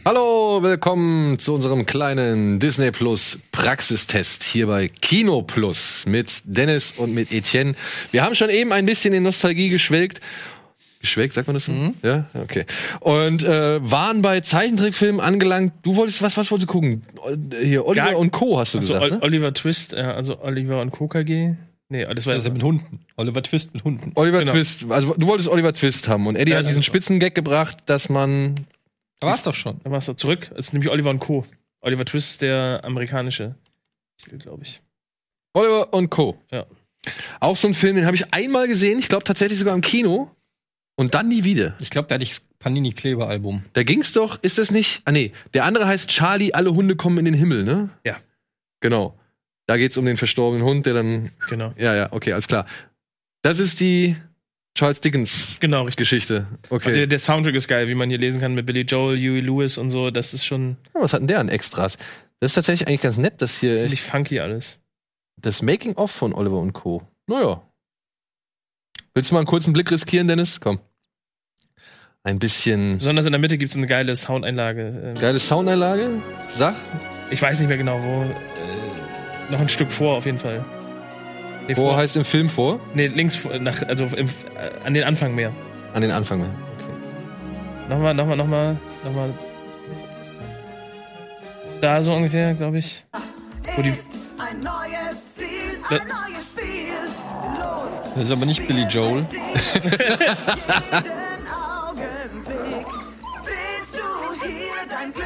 Speaker 1: Hallo, willkommen zu unserem kleinen Disney Plus Praxistest hier bei Kino Plus mit Dennis und mit Etienne. Wir haben schon eben ein bisschen in Nostalgie geschwelgt. Geschwelgt, sagt man das so?
Speaker 2: Mhm.
Speaker 1: Ja, okay. Und äh, waren bei Zeichentrickfilmen angelangt. Du wolltest, was, was wolltest du gucken? O- Hier, Oliver
Speaker 2: Gar-
Speaker 1: und Co. hast du
Speaker 2: also
Speaker 1: gesagt,
Speaker 2: Ol-
Speaker 1: ne?
Speaker 2: Oliver Twist, äh, also Oliver und KKG. Nee, das war
Speaker 3: Also mit
Speaker 2: Hunden. Oliver Twist mit Hunden.
Speaker 1: Oliver
Speaker 3: Genau.
Speaker 1: Twist, also du wolltest Oliver Twist haben und Eddie
Speaker 2: genau. Ja,
Speaker 1: hat diesen
Speaker 2: also-
Speaker 1: Spitzengag gebracht, dass man
Speaker 3: Da war's doch schon.
Speaker 2: Da warst du zurück. Das ist nämlich Oliver und Co. Oliver Twist ist der amerikanische Titel, glaube ich.
Speaker 1: Oliver und Co.
Speaker 2: Ja.
Speaker 1: Auch so ein Film, den habe ich einmal gesehen, ich glaube tatsächlich sogar im Kino und dann nie wieder.
Speaker 3: Ich glaube, da hatte ich das Panini-Klebealbum.
Speaker 1: Da ging's doch, ist das nicht? Ah nee, der andere heißt Charlie, alle Hunde kommen in den Himmel, ne?
Speaker 2: Ja.
Speaker 1: Genau. Da geht's um den verstorbenen Hund, der dann
Speaker 2: Genau.
Speaker 1: Ja, ja, okay, alles klar. Das ist die Charles Dickens
Speaker 2: Genau, richtig.
Speaker 1: Geschichte.
Speaker 2: Der,
Speaker 1: Okay.
Speaker 2: Also der Soundtrack ist geil, wie man hier lesen kann mit Billy Joel, Huey Lewis und so. Das ist schon
Speaker 1: Ja, Oh, was hat denn der an Extras? Das ist tatsächlich eigentlich ganz nett, dass hier
Speaker 2: ziemlich funky alles.
Speaker 1: das Making of von Oliver und Co. Naja. Willst du mal einen kurzen Blick riskieren, Dennis? Komm. Ein bisschen
Speaker 2: Besonders in der Mitte gibt es eine geile Soundeinlage. Ähm,
Speaker 1: geile Soundeinlage. Sag.
Speaker 2: Ich weiß nicht mehr genau wo. Äh, noch ein Stück vor auf jeden Fall. Nee,
Speaker 1: Wo
Speaker 3: halt-
Speaker 1: heißt im Film vor?
Speaker 2: nee links vor- nach, also im, äh, an den Anfang mehr.
Speaker 1: An den Anfang. mal.
Speaker 2: Nochmal, nochmal, nochmal, nochmal. Da so ungefähr, glaube ich. Wo die,
Speaker 12: Ein neues Ziel,
Speaker 2: Da-
Speaker 13: ah.
Speaker 12: ein neues Spiel. Los,
Speaker 3: Das ist aber nicht Billy Joel.
Speaker 12: den Augenblick. Siehst du hier dein Glück?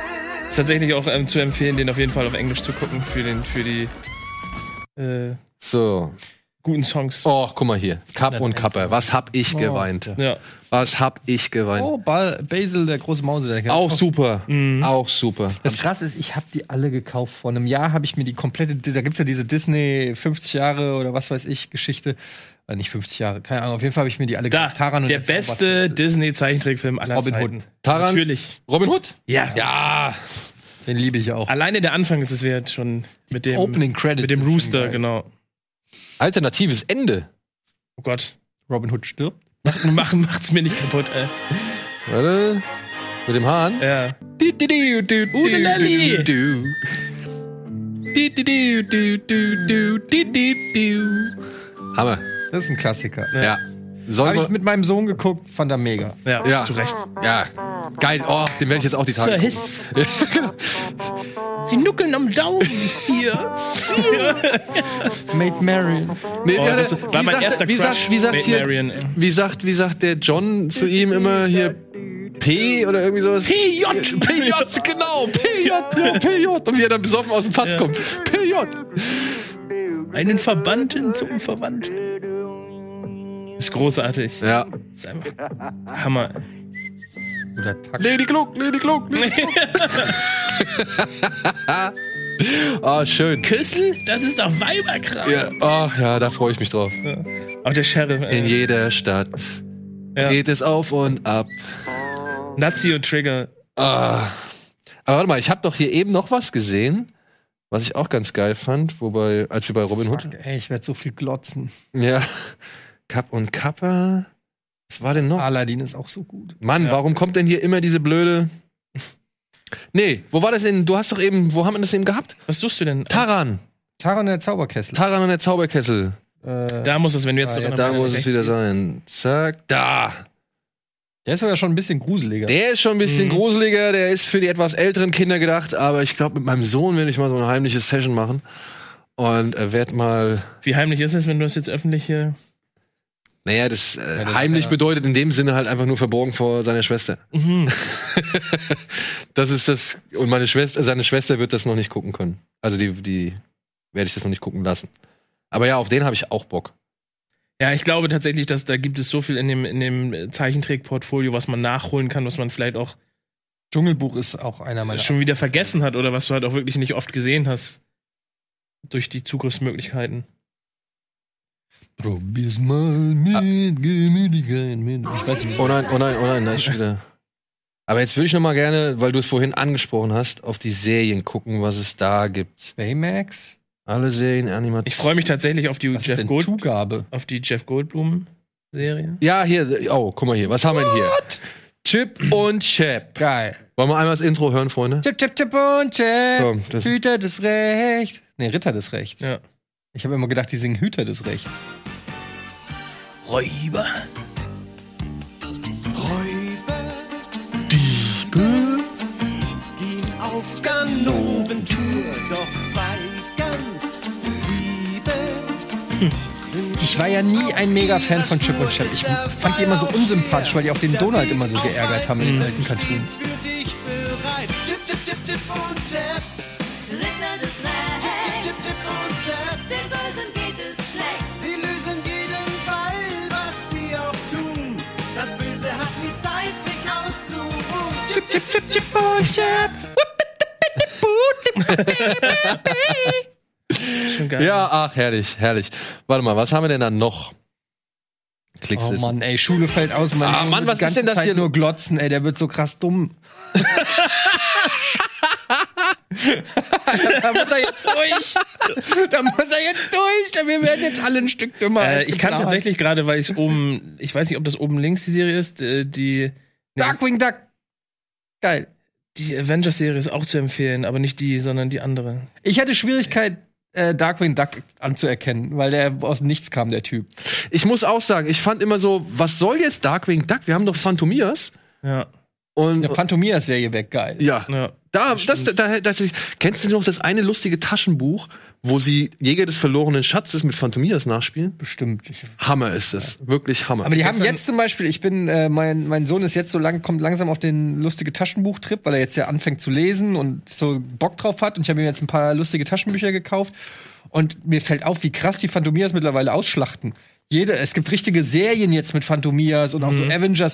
Speaker 2: ist tatsächlich auch ähm, zu empfehlen, den auf jeden Fall auf Englisch zu gucken für den, für die äh,
Speaker 1: So.
Speaker 2: guten Songs.
Speaker 1: Och, guck mal hier. Kapp und Kapper. Was hab ich geweint?
Speaker 2: Oh. Ja.
Speaker 1: Was hab ich geweint?
Speaker 3: Oh, Bal Basil, der große Mausedecker.
Speaker 1: Auch super.
Speaker 2: Mhm.
Speaker 1: Auch super.
Speaker 3: Das krasse ist, ich habe die alle gekauft. Vor einem Jahr habe ich mir die komplette, da gibt's ja diese Disney 50 Jahre oder was weiß ich Geschichte. Äh, nicht 50 Jahre, keine Ahnung. Auf jeden Fall habe ich mir die alle
Speaker 2: Da, der
Speaker 3: Zauberer-
Speaker 2: beste Disney-Zeichentrickfilm aller
Speaker 3: Robin
Speaker 2: Zeiten.
Speaker 3: Hood.
Speaker 1: Taran,
Speaker 2: Natürlich.
Speaker 1: Robin Hood?
Speaker 2: Ja.
Speaker 1: Ja.
Speaker 3: Den liebe ich ja auch.
Speaker 2: Alleine der Anfang ist es wert schon mit dem
Speaker 3: Opening Credits.
Speaker 2: mit dem
Speaker 3: sind schon
Speaker 2: Rooster,
Speaker 3: geil.
Speaker 2: genau.
Speaker 1: Alternatives Ende.
Speaker 2: Oh Gott.
Speaker 3: Robin Hood stirbt.
Speaker 2: Mach, mach, macht's mir nicht kaputt, ey.
Speaker 1: Warte. Mit dem Hahn.
Speaker 2: Ja.
Speaker 1: Du, du, du, du, du,
Speaker 2: Udeleli.
Speaker 1: du, du. Du, du, du, du, du, du, du, du, du. Hammer.
Speaker 3: Das ist ein Klassiker.
Speaker 1: Ja. Sollen
Speaker 3: Habe ich
Speaker 1: wir.
Speaker 3: mit meinem Sohn geguckt, fand er mega.
Speaker 2: Ja,
Speaker 1: Ja.
Speaker 2: zu Recht.
Speaker 1: Ja. Geil. Oh, den werde ich jetzt auch die Tage. gucken. Genau.
Speaker 2: Sie nuckeln am Daumen hier.
Speaker 3: Maid Marian.
Speaker 1: Nee,
Speaker 2: Oh,
Speaker 1: wie hat
Speaker 2: das
Speaker 1: er-
Speaker 2: war
Speaker 1: wie
Speaker 2: mein
Speaker 1: sagt,
Speaker 2: erster
Speaker 1: wie
Speaker 2: Crush,
Speaker 1: sagt, wie sagt
Speaker 2: Maid
Speaker 1: hier,
Speaker 2: Marian, ey.
Speaker 1: Wie sagt, wie sagt der John zu ihm immer hier P oder irgendwie sowas? PJ! PJ, genau! PJ, ja, PJ! Und wie er dann besoffen aus dem Fass kommt. PJ!
Speaker 2: Einen Verbannten zum Verwandten. Ist großartig.
Speaker 1: Ja.
Speaker 2: Ist einfach Hammer. ey.
Speaker 3: Oder Takt.
Speaker 1: Lady Gluck, Lady Gluck, Lady Gluck. Ah, schön.
Speaker 2: Küssen? Das ist doch Weiberkram.
Speaker 1: Ja, ah, ja, da freue ich mich drauf.
Speaker 2: Auch der Sheriff.
Speaker 1: In
Speaker 2: Ey.
Speaker 1: jeder Stadt
Speaker 2: Ja.
Speaker 1: geht es auf und ab.
Speaker 2: Nazio Trigger.
Speaker 1: Ah. Aber warte mal, ich habe doch hier eben noch was gesehen, was ich auch ganz geil fand, wobei, als wir bei Robin Hood
Speaker 3: Ey, ich werde so viel glotzen.
Speaker 1: Ja. Kapp und Kappa. Was war denn noch?
Speaker 3: Aladdin ist auch so gut.
Speaker 1: Mann, warum kommt denn hier immer diese blöde. Nee, wo war das denn? Du hast doch eben, wo haben wir das eben gehabt?
Speaker 2: Was suchst du denn?
Speaker 1: Taran.
Speaker 3: Taran der Zauberkessel.
Speaker 1: Taran und der Zauberkessel.
Speaker 3: äh,
Speaker 2: Da muss es, wenn du jetzt
Speaker 3: Ah,
Speaker 2: noch
Speaker 3: ja,
Speaker 2: in der
Speaker 1: Da
Speaker 2: Meinung
Speaker 1: muss es
Speaker 2: recht
Speaker 1: wieder
Speaker 2: bist.
Speaker 1: sein. Zack, da.
Speaker 3: der ist sogar schon ein bisschen gruseliger.
Speaker 1: Der ist schon ein bisschen
Speaker 2: Mhm.
Speaker 1: gruseliger, der ist für die etwas älteren Kinder gedacht, aber ich glaube, mit meinem Sohn werde ich mal so eine heimliche Session machen. Und äh, werd mal.
Speaker 2: Wie heimlich ist es, wenn du es jetzt öffentlich hier.
Speaker 1: Naja, das äh,
Speaker 3: das-
Speaker 1: heimlich
Speaker 3: ja. Mhm.
Speaker 1: bedeutet in dem Sinne halt einfach nur verborgen vor seiner Schwester. das ist das. Und meine Schwester, seine Schwester wird das noch nicht gucken können. Also die, die werde ich das noch nicht gucken lassen. Aber ja, auf den habe ich auch Bock.
Speaker 2: Ja, ich glaube tatsächlich, dass da gibt es so viel in dem, in dem Zeichentrickportfolio, was man nachholen kann, was man vielleicht auch
Speaker 3: Dschungelbuch ist auch einer meiner.
Speaker 2: schon wieder vergessen hat oder was du halt auch wirklich nicht oft gesehen hast. Durch die Zugriffsmöglichkeiten.
Speaker 3: Probier's mal mit Gemütlichkeit mit. Ich weiß nicht,
Speaker 1: Oh
Speaker 3: wieso.
Speaker 1: nein, oh nein, oh nein, da ist schon wieder. Aber jetzt würde ich noch mal gerne, weil du es vorhin angesprochen hast, auf die Serien gucken, was es da gibt.
Speaker 3: Baymax?
Speaker 1: Alle Serien, Animationen.
Speaker 2: Ich freue mich tatsächlich auf die
Speaker 1: Was ist
Speaker 2: Jeff
Speaker 1: denn
Speaker 2: Gold
Speaker 3: Zugabe.
Speaker 2: auf die Jeff Goldblum Serie.
Speaker 1: Ja, hier, oh, guck mal hier. Was haben wir denn hier? Chip und Chap.
Speaker 3: Geil.
Speaker 1: Wollen wir einmal das Intro hören, Freunde?
Speaker 3: Chip, chip, chip und chip.
Speaker 1: Komm, das-
Speaker 3: Hüter des Rechts. Nee, Ritter des Rechts.
Speaker 2: Ja.
Speaker 3: Ich habe immer gedacht, die singen Hüter des Rechts.
Speaker 2: Räuber.
Speaker 12: Auf Ganoventour, doch zwei ganz liebe.
Speaker 3: Ich war ja nie ein mega Fan von Chip und Chap. Ich fand die immer so unsympathisch, weil die auch den Donald immer so geärgert haben in den alten Cartoons.
Speaker 12: Für dich bereit. Tipp, tipp, tipp, tipp und tap.
Speaker 14: Ritter des
Speaker 12: Tipp,
Speaker 14: Rechts,
Speaker 12: tipp, tipp und tap.
Speaker 14: den Bösen geht es schlecht.
Speaker 12: Sie lösen jeden Fall, was sie auch tun. Das Böse hat nie Zeit, sich auszuruhen. Tipp, tipp, tipp, tipp und tap.
Speaker 1: Ja, ach, herrlich, herrlich. Warte mal, was haben wir denn da noch? Klickst
Speaker 3: Oh
Speaker 1: du-
Speaker 3: Mann, ey, Schule fällt aus. Man
Speaker 1: Ah, Mann, was ist
Speaker 3: die ganze
Speaker 1: denn das
Speaker 3: Zeit
Speaker 1: hier?
Speaker 3: nur glotzen, ey, der wird so krass dumm. da muss er jetzt durch. Da muss er jetzt durch. Wir werden jetzt alle ein Stück dümmer.
Speaker 2: Äh,
Speaker 3: als
Speaker 2: ich kann
Speaker 3: geplant.
Speaker 2: tatsächlich gerade, weil ich oben, ich weiß nicht, ob das oben links die Serie ist, äh, die
Speaker 3: Darkwing Duck. Geil.
Speaker 2: die Avengers Serie ist auch zu empfehlen, aber nicht die, sondern die andere.
Speaker 3: Ich hatte Schwierigkeit, äh, Darkwing Duck anzuerkennen, weil der aus dem Nichts kam, der Typ.
Speaker 1: Ich muss auch sagen, ich fand immer so, was soll jetzt Darkwing Duck? Wir haben doch Phantomias.
Speaker 2: Ja.
Speaker 1: Und
Speaker 3: Eine Phantomias-Serie weg, geil.
Speaker 1: ja,
Speaker 2: Ja.
Speaker 1: da, das, da, das, kennst du noch das eine lustige Taschenbuch, wo sie Jäger des verlorenen Schatzes mit Phantomias nachspielen?
Speaker 3: Bestimmt. Ich,
Speaker 1: Hammer ist es, wirklich Hammer.
Speaker 3: aber die haben jetzt zum Beispiel, ich bin, äh, mein, mein Sohn ist jetzt so lang, kommt langsam auf den lustige Taschenbuchtrip, weil er jetzt ja anfängt zu lesen und so Bock drauf hat. Und ich habe ihm jetzt ein paar lustige Taschenbücher gekauft. Und mir fällt auf, wie krass die Phantomias mittlerweile ausschlachten. Jede, es gibt richtige Serien jetzt mit Phantomias und auch
Speaker 1: Mhm.
Speaker 3: so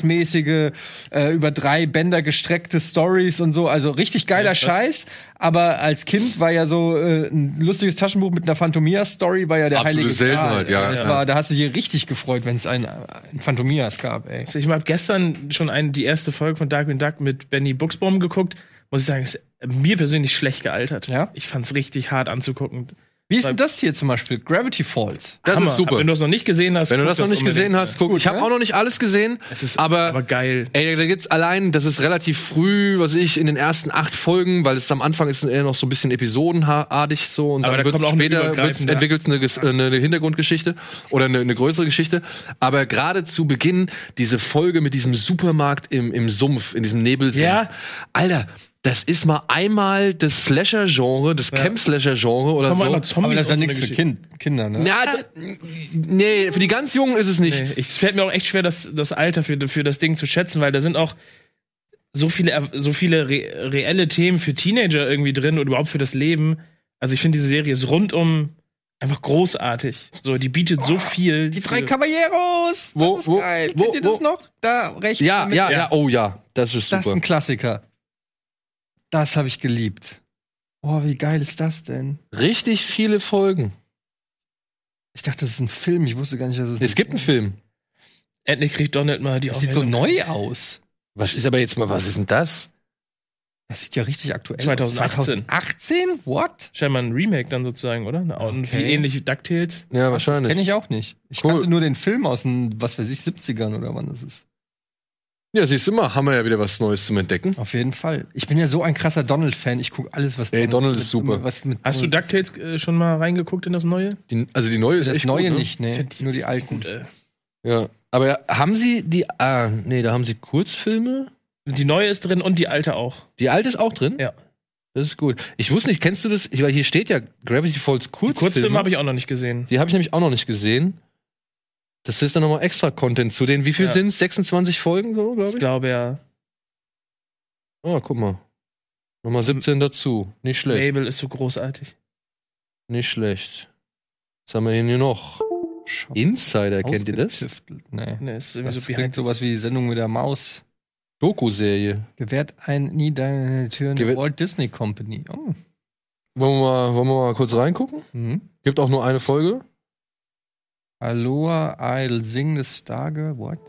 Speaker 3: Avengers-mäßige, äh, über drei Bänder gestreckte Stories und so. Also richtig geiler Scheiß. Aber als Kind war ja so äh, ein lustiges Taschenbuch mit einer Phantomias-Story, war ja der
Speaker 1: Absolute
Speaker 3: heilige
Speaker 1: Seltenheit, ja.
Speaker 3: Das
Speaker 1: Ja.
Speaker 3: war, Ah, da hast du dich richtig gefreut, wenn es ein, ein Phantomias gab, ey.
Speaker 2: Also ich habe gestern schon einen, die erste Folge von Darkwing Duck mit Benny Buxbaum geguckt. Muss ich sagen, ist mir persönlich schlecht gealtert.
Speaker 3: Ja?
Speaker 2: Ich fand's richtig hart anzugucken.
Speaker 3: Wie ist denn das hier zum Beispiel? Gravity Falls.
Speaker 1: das
Speaker 2: Hammer.
Speaker 1: ist super.
Speaker 2: Wenn du das noch nicht gesehen hast,
Speaker 1: Wenn du
Speaker 2: guck
Speaker 1: das noch nicht
Speaker 2: unbedingt.
Speaker 1: gesehen hast, guck. ich habe
Speaker 3: ne?
Speaker 1: auch noch nicht alles gesehen,
Speaker 2: Es ist
Speaker 1: aber,
Speaker 2: aber geil.
Speaker 1: ey, da gibt's allein, das ist relativ früh, was ich in den ersten acht Folgen, weil es am Anfang ist eher noch so ein bisschen episodenartig so und
Speaker 2: Aber da
Speaker 1: dann wird's
Speaker 2: kommt auch eine
Speaker 1: später wird's,
Speaker 2: übergreifende-
Speaker 1: entwickelt eine, Ges- äh, eine Hintergrundgeschichte oder eine, eine größere Geschichte. Aber gerade zu Beginn diese Folge mit diesem Supermarkt im, im Sumpf, in diesem Nebelsumpf,
Speaker 2: Ja.
Speaker 1: Alter. Das ist mal einmal das Slasher-Genre, das Camp-Slasher-Genre oder
Speaker 2: Kommen
Speaker 1: so.
Speaker 2: auch noch halt Zombies
Speaker 3: Aber das ist ja
Speaker 2: und so
Speaker 3: nichts
Speaker 2: eine
Speaker 3: für
Speaker 2: Geschichte.
Speaker 3: kind, Kinder, ne?
Speaker 1: Ja, d- nee, für die ganz Jungen ist es nichts.
Speaker 2: Nee, ich- Es fällt mir auch echt schwer, das, das Alter für, für das Ding zu schätzen, weil da sind auch so viele, so viele re reelle Themen für Teenager irgendwie drin und überhaupt für das Leben. Also ich finde, diese Serie ist rundum einfach großartig. So, die bietet so viel.
Speaker 3: Die drei Caballeros!
Speaker 1: Wo-
Speaker 3: das ist
Speaker 1: wo-
Speaker 3: geil.
Speaker 1: wo-
Speaker 3: Kennt ihr das
Speaker 1: wo-
Speaker 3: noch? Da rechts.
Speaker 1: Ja,
Speaker 3: mit-
Speaker 1: ja, ja, oh ja, das ist
Speaker 3: Das ist
Speaker 1: super.
Speaker 3: ein Klassiker. Das habe ich geliebt. Boah, wie geil ist das denn?
Speaker 1: Richtig viele Folgen.
Speaker 3: Ich dachte, das ist ein Film. Ich wusste gar nicht, dass es.
Speaker 1: Es gibt einen Film.
Speaker 2: Endlich kriegt Donald mal die
Speaker 3: Das sieht so neu aus.
Speaker 1: Was ist aber jetzt mal, was ist denn das?
Speaker 3: Das sieht ja richtig aktuell
Speaker 2: 2018.
Speaker 3: aus. 2018? What?
Speaker 2: Scheinbar ein Remake dann sozusagen, oder? Eine, okay. Viel
Speaker 3: Okay.
Speaker 2: ähnlich wie DuckTales.
Speaker 1: Ja,
Speaker 3: Das
Speaker 1: wahrscheinlich.
Speaker 3: kenne ich auch nicht. Ich
Speaker 1: Cool.
Speaker 3: kannte nur den Film aus den, was weiß ich, 70ern oder wann das ist.
Speaker 1: Ja, siehst du mal, haben wir ja wieder was Neues zum Entdecken.
Speaker 3: Auf jeden Fall. Ich bin ja so ein krasser Donald-Fan. Ich gucke alles, was
Speaker 1: Ey, Donald ist super.
Speaker 3: Was mit
Speaker 2: Hast du
Speaker 3: Donald-
Speaker 2: DuckTales äh, schon mal reingeguckt in das Neue?
Speaker 1: Die, also die neue ist
Speaker 3: Das
Speaker 1: echt
Speaker 3: Neue
Speaker 1: gut, ne?
Speaker 3: nicht, ne?
Speaker 2: Find ich
Speaker 3: Nur die alten.
Speaker 2: Gut, äh.
Speaker 1: Ja. Aber haben sie die, ah, nee, da haben sie Kurzfilme?
Speaker 2: Die neue ist drin und die alte auch.
Speaker 1: Die alte ist auch drin?
Speaker 2: Ja.
Speaker 1: Das ist gut. Ich wusste nicht, kennst du das? Ich, weil hier steht ja Gravity Falls Kurzfilme.
Speaker 2: Kurzfilm habe ich auch noch nicht gesehen.
Speaker 1: Die habe ich nämlich auch noch nicht gesehen. Das ist dann nochmal extra Content zu den, wie viel
Speaker 2: Ja.
Speaker 1: sind es? 26 Folgen so, glaube
Speaker 2: Ich
Speaker 1: ich?
Speaker 2: glaube ja,
Speaker 1: Ah, guck mal. Nochmal
Speaker 3: Hm.
Speaker 1: 17 dazu. Nicht schlecht.
Speaker 2: Mabel ist so großartig.
Speaker 1: Nicht schlecht. Was haben wir denn hier noch? Insider, kennt ihr das?
Speaker 3: Ausgetüftelt. Nee.
Speaker 2: Ne, ist irgendwie
Speaker 3: Das
Speaker 2: so behind
Speaker 3: klingt
Speaker 2: the
Speaker 3: sowas wie die Sendung mit der Maus.
Speaker 1: Doku-Serie.
Speaker 3: Gewährt ein nie deine Türen der
Speaker 1: Gewährt-
Speaker 3: Walt Disney Company. Oh.
Speaker 1: Wollen wir, mal, wollen wir mal kurz reingucken?
Speaker 3: Mhm.
Speaker 1: Gibt auch nur eine Folge.
Speaker 3: Aloha, I'll sing the Stargirl. What?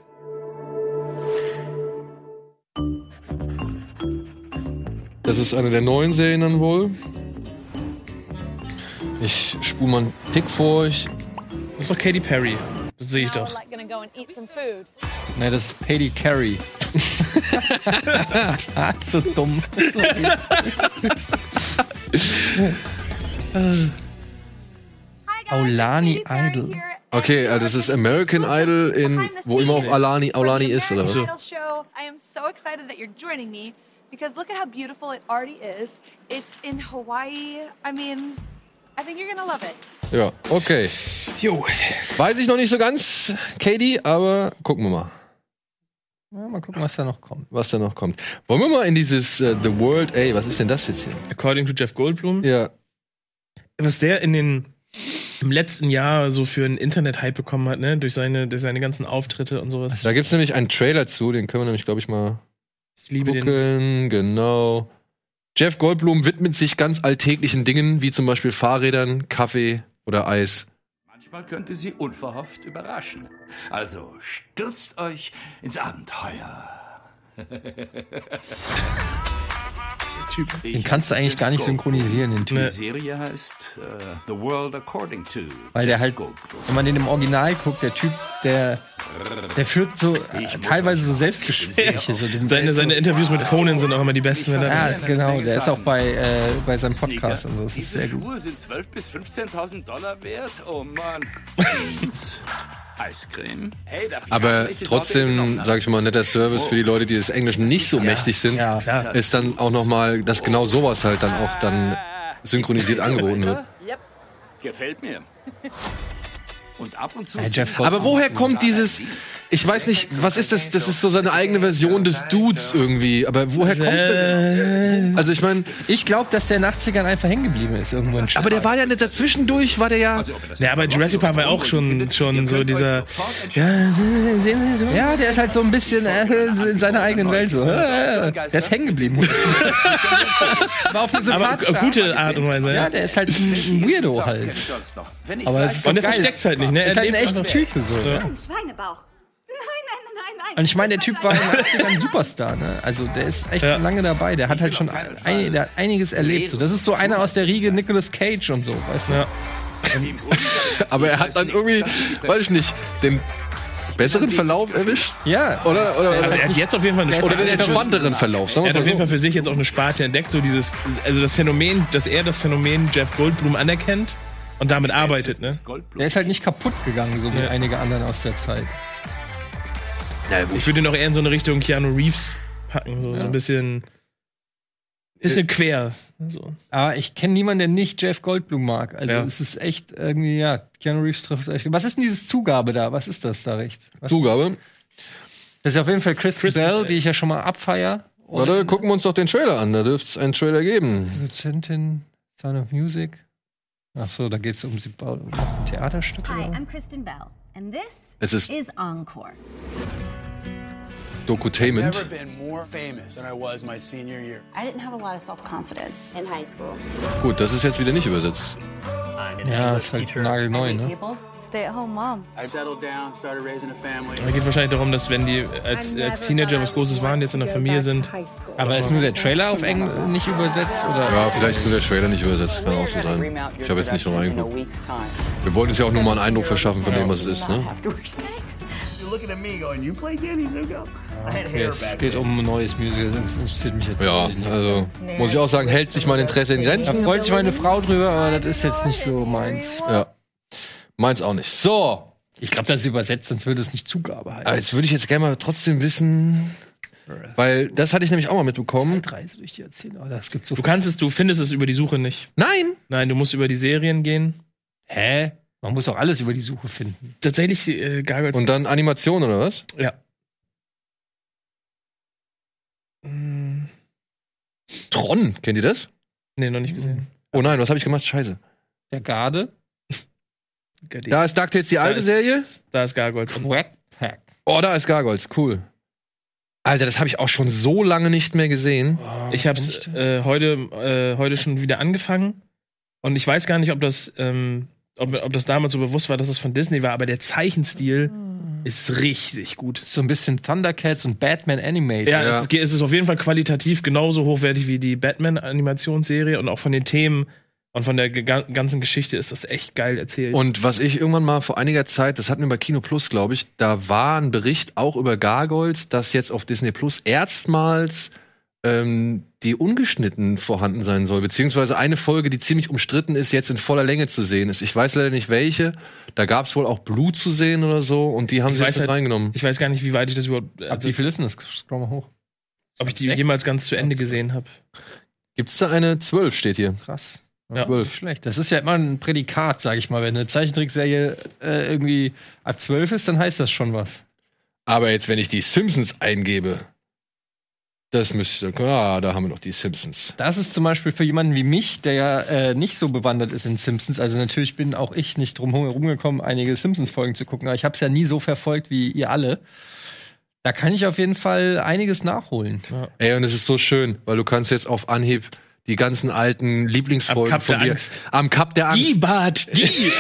Speaker 1: Das ist eine der neuen Serien dann wohl. Ich spule mal einen Tick vor. Ich
Speaker 2: Das ist doch Katy Perry. Das sehe ich doch.
Speaker 15: like gonna go and eat some food.
Speaker 3: Ne, das ist Katy Carey. so dumm.
Speaker 1: Aulani Idol. Okay, also das ist American Idol in wo immer auch Alani Aulani ist oder was?
Speaker 13: Idol show. I am so excited that you're joining me because look at how beautiful it already is. It's in Hawaii. I mean, I think you're gonna love it.
Speaker 1: Ja, okay. Jo. Weiß ich noch nicht so ganz, Katie, aber gucken wir mal,
Speaker 3: Ja, mal gucken, was da noch kommt.
Speaker 1: was da noch kommt. Wollen wir mal in dieses äh, The World, ey, was ist denn das jetzt hier?
Speaker 2: According to Jeff Goldblum.
Speaker 1: Ja.
Speaker 2: Was der in den im letzten Jahr so für einen Internet-Hype bekommen hat, ne? Durch seine, durch seine ganzen Auftritte und
Speaker 3: Also
Speaker 2: sowas.
Speaker 1: Da gibt's nämlich einen Trailer zu, den können wir nämlich, glaube ich, mal
Speaker 2: ich liebe
Speaker 1: gucken. Genau. Jeff Goldblum widmet sich ganz alltäglichen Dingen, wie zum Beispiel Fahrrädern, Kaffee oder Eis.
Speaker 16: Manchmal könnte sie unverhofft überraschen. Also stürzt euch ins Abenteuer.
Speaker 3: Den kannst du eigentlich gar nicht synchronisieren, den Typ.
Speaker 16: Die Serie heißt äh, The World According to.
Speaker 3: Weil der halt, wenn man den im Original guckt, der Typ, der, der führt so äh, teilweise so Selbstgespräche. So, die sind
Speaker 2: Seine,
Speaker 3: selbst
Speaker 2: seine
Speaker 3: so-
Speaker 2: Interviews mit Conan sind auch immer die besten, wenn
Speaker 3: Ja,
Speaker 2: er
Speaker 3: ist genau. Der ist auch bei, äh, bei seinem Podcast und so. Das ist
Speaker 16: Diese
Speaker 3: sehr gut.
Speaker 16: Schuhe sind 12.000 bis 15.000 Dollar wert. Oh Mann. Jeans, Eiscreme. Hey, darf ich fragen,
Speaker 1: Aber
Speaker 16: welche Sorte ihr genommen
Speaker 1: trotzdem,
Speaker 16: habt?
Speaker 1: sage ich mal, netter Service für die Leute, die des Englischen nicht so mächtig sind,
Speaker 16: klar.
Speaker 1: ist dann auch nochmal, dass genau sowas halt dann auch dann synchronisiert angeboten wird.
Speaker 16: Gefällt mir. Und ab und zu.
Speaker 1: Aber woher kommt dieses, ich weiß nicht, was ist das, das ist so seine eigene Version des Dudes irgendwie, aber woher kommt denn, also ich meine,
Speaker 3: Ich glaube, dass der in den 80ern einfach hängen geblieben ist irgendwo in
Speaker 1: aber der war ja nicht dazwischendurch, war der ja,
Speaker 2: Ja, aber Jurassic Park war auch schon, schon so dieser. Ja, sehen Sie so.
Speaker 3: Ja, der ist halt so ein bisschen äh, in seiner eigenen Welt so. Äh, der ist hängen geblieben. war auf diese
Speaker 2: Aber
Speaker 3: sympathische
Speaker 2: gute Art und Weise.
Speaker 3: Ja, der ist halt ein, ein Weirdo halt. Aber das ist
Speaker 2: und der
Speaker 3: doch geil.
Speaker 2: versteckt's halt nicht, ne?
Speaker 3: Ist halt ein
Speaker 2: lebt
Speaker 3: echter
Speaker 2: einfach.
Speaker 3: Typ so.
Speaker 2: Ja.
Speaker 3: Ja.
Speaker 14: Schweinebauch. Nein, nein, nein, nein.
Speaker 3: Und ich meine, der Typ war in den 80ern ein Superstar, ne? Also der ist echt schon lange dabei. Der hat halt schon ein, der hat einiges erlebt. So, Das ist so einer aus der Riege Nicolas Cage und so, weißt du?
Speaker 1: aber er hat dann irgendwie, weiß ich nicht, den besseren Verlauf erwischt?
Speaker 3: Ja. halt,
Speaker 1: Oder, oder,
Speaker 2: Also er hat jetzt auf jeden Fall eine
Speaker 1: Oder den
Speaker 2: er hat-
Speaker 1: entspannteren Verlauf, sagen wir
Speaker 2: Er hat
Speaker 1: mal
Speaker 2: auf jeden
Speaker 1: so.
Speaker 2: Fall für sich jetzt auch eine Sparte entdeckt, so dieses, also das Phänomen, dass er das Phänomen Jeff Goldblum anerkennt und damit arbeitet, ne?
Speaker 3: Der ist halt nicht kaputt gegangen, so wie
Speaker 2: Ja.
Speaker 3: einige anderen aus der Zeit.
Speaker 2: Ich würde ihn auch eher in so eine Richtung Keanu Reeves packen, so, so ein bisschen, bisschen quer. So.
Speaker 3: Aber Ah, ich kenne niemanden, der nicht Jeff Goldblum mag. Also
Speaker 2: Ja.
Speaker 3: es ist echt irgendwie, ja, Keanu Reeves trifft echt. Was ist denn dieses Zugabe da? Was ist das da recht? Was?
Speaker 1: Zugabe?
Speaker 3: Das ist auf jeden Fall Kristen, Bell, die ich ja schon mal abfeier. Und
Speaker 1: Warte, gucken wir uns doch den Trailer an, da dürfte es einen Trailer geben.
Speaker 3: Produzentin, Sound of Music. Ach so, da geht's um, sie- um Theaterstücke.
Speaker 14: Hi, I'm Kristen Bell, and this
Speaker 1: Es ist-
Speaker 14: is Encore.
Speaker 1: Dokutainment.
Speaker 17: Never been more famous than I was my senior year.
Speaker 18: I didn't have a lot of self confidence in high school.
Speaker 1: Gut, das ist jetzt wieder nicht übersetzt.
Speaker 3: Ja, ist halt nagelneu, ne?
Speaker 18: Stay at home mom.
Speaker 17: I settled down, started raising a family.
Speaker 2: Da geht wahrscheinlich darum, dass wenn die als, als Teenager was Großes waren, jetzt in der Familie sind.
Speaker 3: Aber ist nur der Trailer auf Englisch nicht übersetzt? Oder?
Speaker 1: Ja, vielleicht ist nur der Trailer nicht übersetzt, kann auch so sein. Ich habe jetzt nicht noch reingeguckt. Wir wollten uns ja auch nur mal einen Eindruck verschaffen von dem, was es ist, ne?
Speaker 6: You're looking at me going, you play Danny Zuko? I had
Speaker 3: Okay,
Speaker 6: hair
Speaker 3: es
Speaker 6: back
Speaker 3: geht um ein neues Musical, das interessiert mich jetzt
Speaker 1: Ja,
Speaker 3: nicht.
Speaker 1: also muss ich auch sagen, hält sich mein Interesse in
Speaker 3: Da
Speaker 1: Grenzen.
Speaker 3: freut sich meine Frau drüber, aber das ist jetzt nicht so meins.
Speaker 1: Ja. Meins auch nicht. So.
Speaker 3: Ich glaube, das ist übersetzt, sonst würde es nicht Zugabe heißen.
Speaker 1: Aber jetzt würde ich jetzt gerne mal trotzdem wissen, weil das hatte ich nämlich auch mal mitbekommen.
Speaker 3: Äh, Reise durch die Erzählung. aber Das gibt's so
Speaker 2: Du kannst es, du findest es über die Suche nicht.
Speaker 1: Nein!
Speaker 2: Nein, du musst über die Serien gehen.
Speaker 3: Hä? Man muss auch alles über die Suche finden.
Speaker 2: Tatsächlich äh, Gargoyles.
Speaker 1: Und dann Animation oder was?
Speaker 2: Ja.
Speaker 1: Tron, kennt ihr das?
Speaker 2: Nee, noch nicht gesehen.
Speaker 1: Oh nein, was habe ich gemacht? Scheiße.
Speaker 3: Der Garde. Mhm.
Speaker 1: Da ist DuckTales die alte
Speaker 2: ist-
Speaker 1: Serie.
Speaker 2: Da ist Gargoyles. Und
Speaker 3: Quackpack.
Speaker 1: Oh, da ist Gargoyles, cool. Alter, das habe ich auch schon so lange nicht mehr gesehen.
Speaker 2: ich hab's äh, heute, äh, heute schon wieder angefangen. Und ich weiß gar nicht, ob das ähm, ob, ob das damals so bewusst war, dass es von Disney war, aber der Zeichenstil
Speaker 3: Mhm.
Speaker 2: ist richtig gut.
Speaker 3: So ein bisschen Thundercats und Batman Animated.
Speaker 2: Ja, Es, ist, es ist auf jeden Fall qualitativ genauso hochwertig wie die Batman-Animationsserie und auch von den Themen und von der gega- ganzen Geschichte ist das echt geil erzählt.
Speaker 1: Und was ich irgendwann mal vor einiger Zeit, das hatten wir bei Kino Plus, glaube ich, da war ein Bericht auch über Gargoyles, dass jetzt auf Disney Plus erstmals ähm, die ungeschnitten vorhanden sein soll, beziehungsweise eine Folge, die ziemlich umstritten ist, jetzt in voller Länge zu sehen ist. Ich weiß leider nicht welche. Da gab es wohl auch Blut zu sehen oder so und die haben
Speaker 2: Ich
Speaker 1: sie
Speaker 2: weiß
Speaker 1: jetzt mit
Speaker 2: halt-
Speaker 1: reingenommen.
Speaker 2: ich weiß gar nicht, wie weit ich das überhaupt. Also,
Speaker 3: Wie viel ist denn das? Scroll mal hoch.
Speaker 2: ob ich die jemals ganz zu Ende gesehen habe.
Speaker 1: Gibt's da eine 12 steht hier?
Speaker 3: Krass.
Speaker 2: Ja.
Speaker 3: Nicht schlecht. Das ist ja immer ein Prädikat, sag ich mal. Wenn eine Zeichentrickserie äh, irgendwie ab 12 ist, dann heißt das schon was.
Speaker 1: Aber jetzt, wenn ich die Simpsons eingebe, das müsste. Ah, da haben wir noch die Simpsons.
Speaker 3: Das ist zum Beispiel für jemanden wie mich, der ja äh, nicht so bewandert ist in Simpsons. Also natürlich bin auch ich nicht drum herumgekommen, einige Simpsons-Folgen zu gucken, aber ich habe es ja nie so verfolgt wie ihr alle. Da kann ich auf jeden Fall einiges nachholen.
Speaker 1: Ey, und es ist so schön, weil du kannst jetzt auf Anhieb die ganzen alten Lieblingsfolgen
Speaker 3: Am Kap
Speaker 1: von
Speaker 3: der
Speaker 1: dir
Speaker 3: Angst.
Speaker 1: am Kap der Angst. Die
Speaker 2: Bart, die.